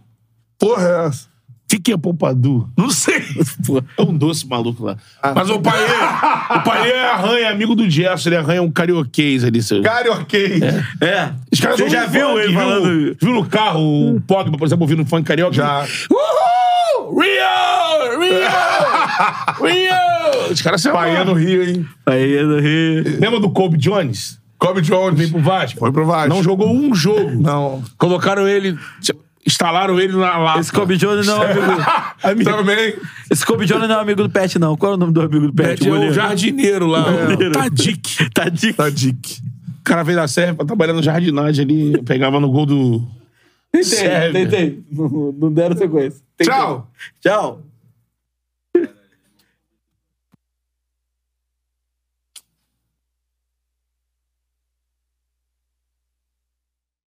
Porra, é essa.
O que, que é Poupadou?
Não sei.
Pô,
É um doce maluco lá.
Ah.
Mas o Paê, o Paê arranha, é amigo do Gerson, ele arranha um carioquês ali. Seu...
Carioquês.
É.
Os caras
Você
vão
já
no
viu
funk,
ele
viu?
falando... Hum.
Viu no carro o Pogba, por exemplo, ouvindo um funk carioca?
Já.
Uhul! Rio! Rio! Rio! Os caras se
Payet no
amarram.
Rio, hein?
Paê do Rio.
Lembra do Kobe Jones?
Kobe Jones.
Veio pro Vasco.
Foi pro Vasco.
Não jogou um jogo.
Não.
Colocaram ele, instalaram ele na lata.
Esse Kobe Jones não é amigo...
Amigo,
Também.
Esse Kobe Jones não é amigo do Pet, não. Qual é o nome do amigo do Pet?
é o
goleiro?
jardineiro lá. o Tadic.
Tadic.
Tá dick.
O cara veio da Sérvia pra trabalhar no jardinagem ali, pegava no gol do.
Tentei,
Sérvia.
tentei. Não, não deram sequência. Tentei.
Tchau.
Tchau.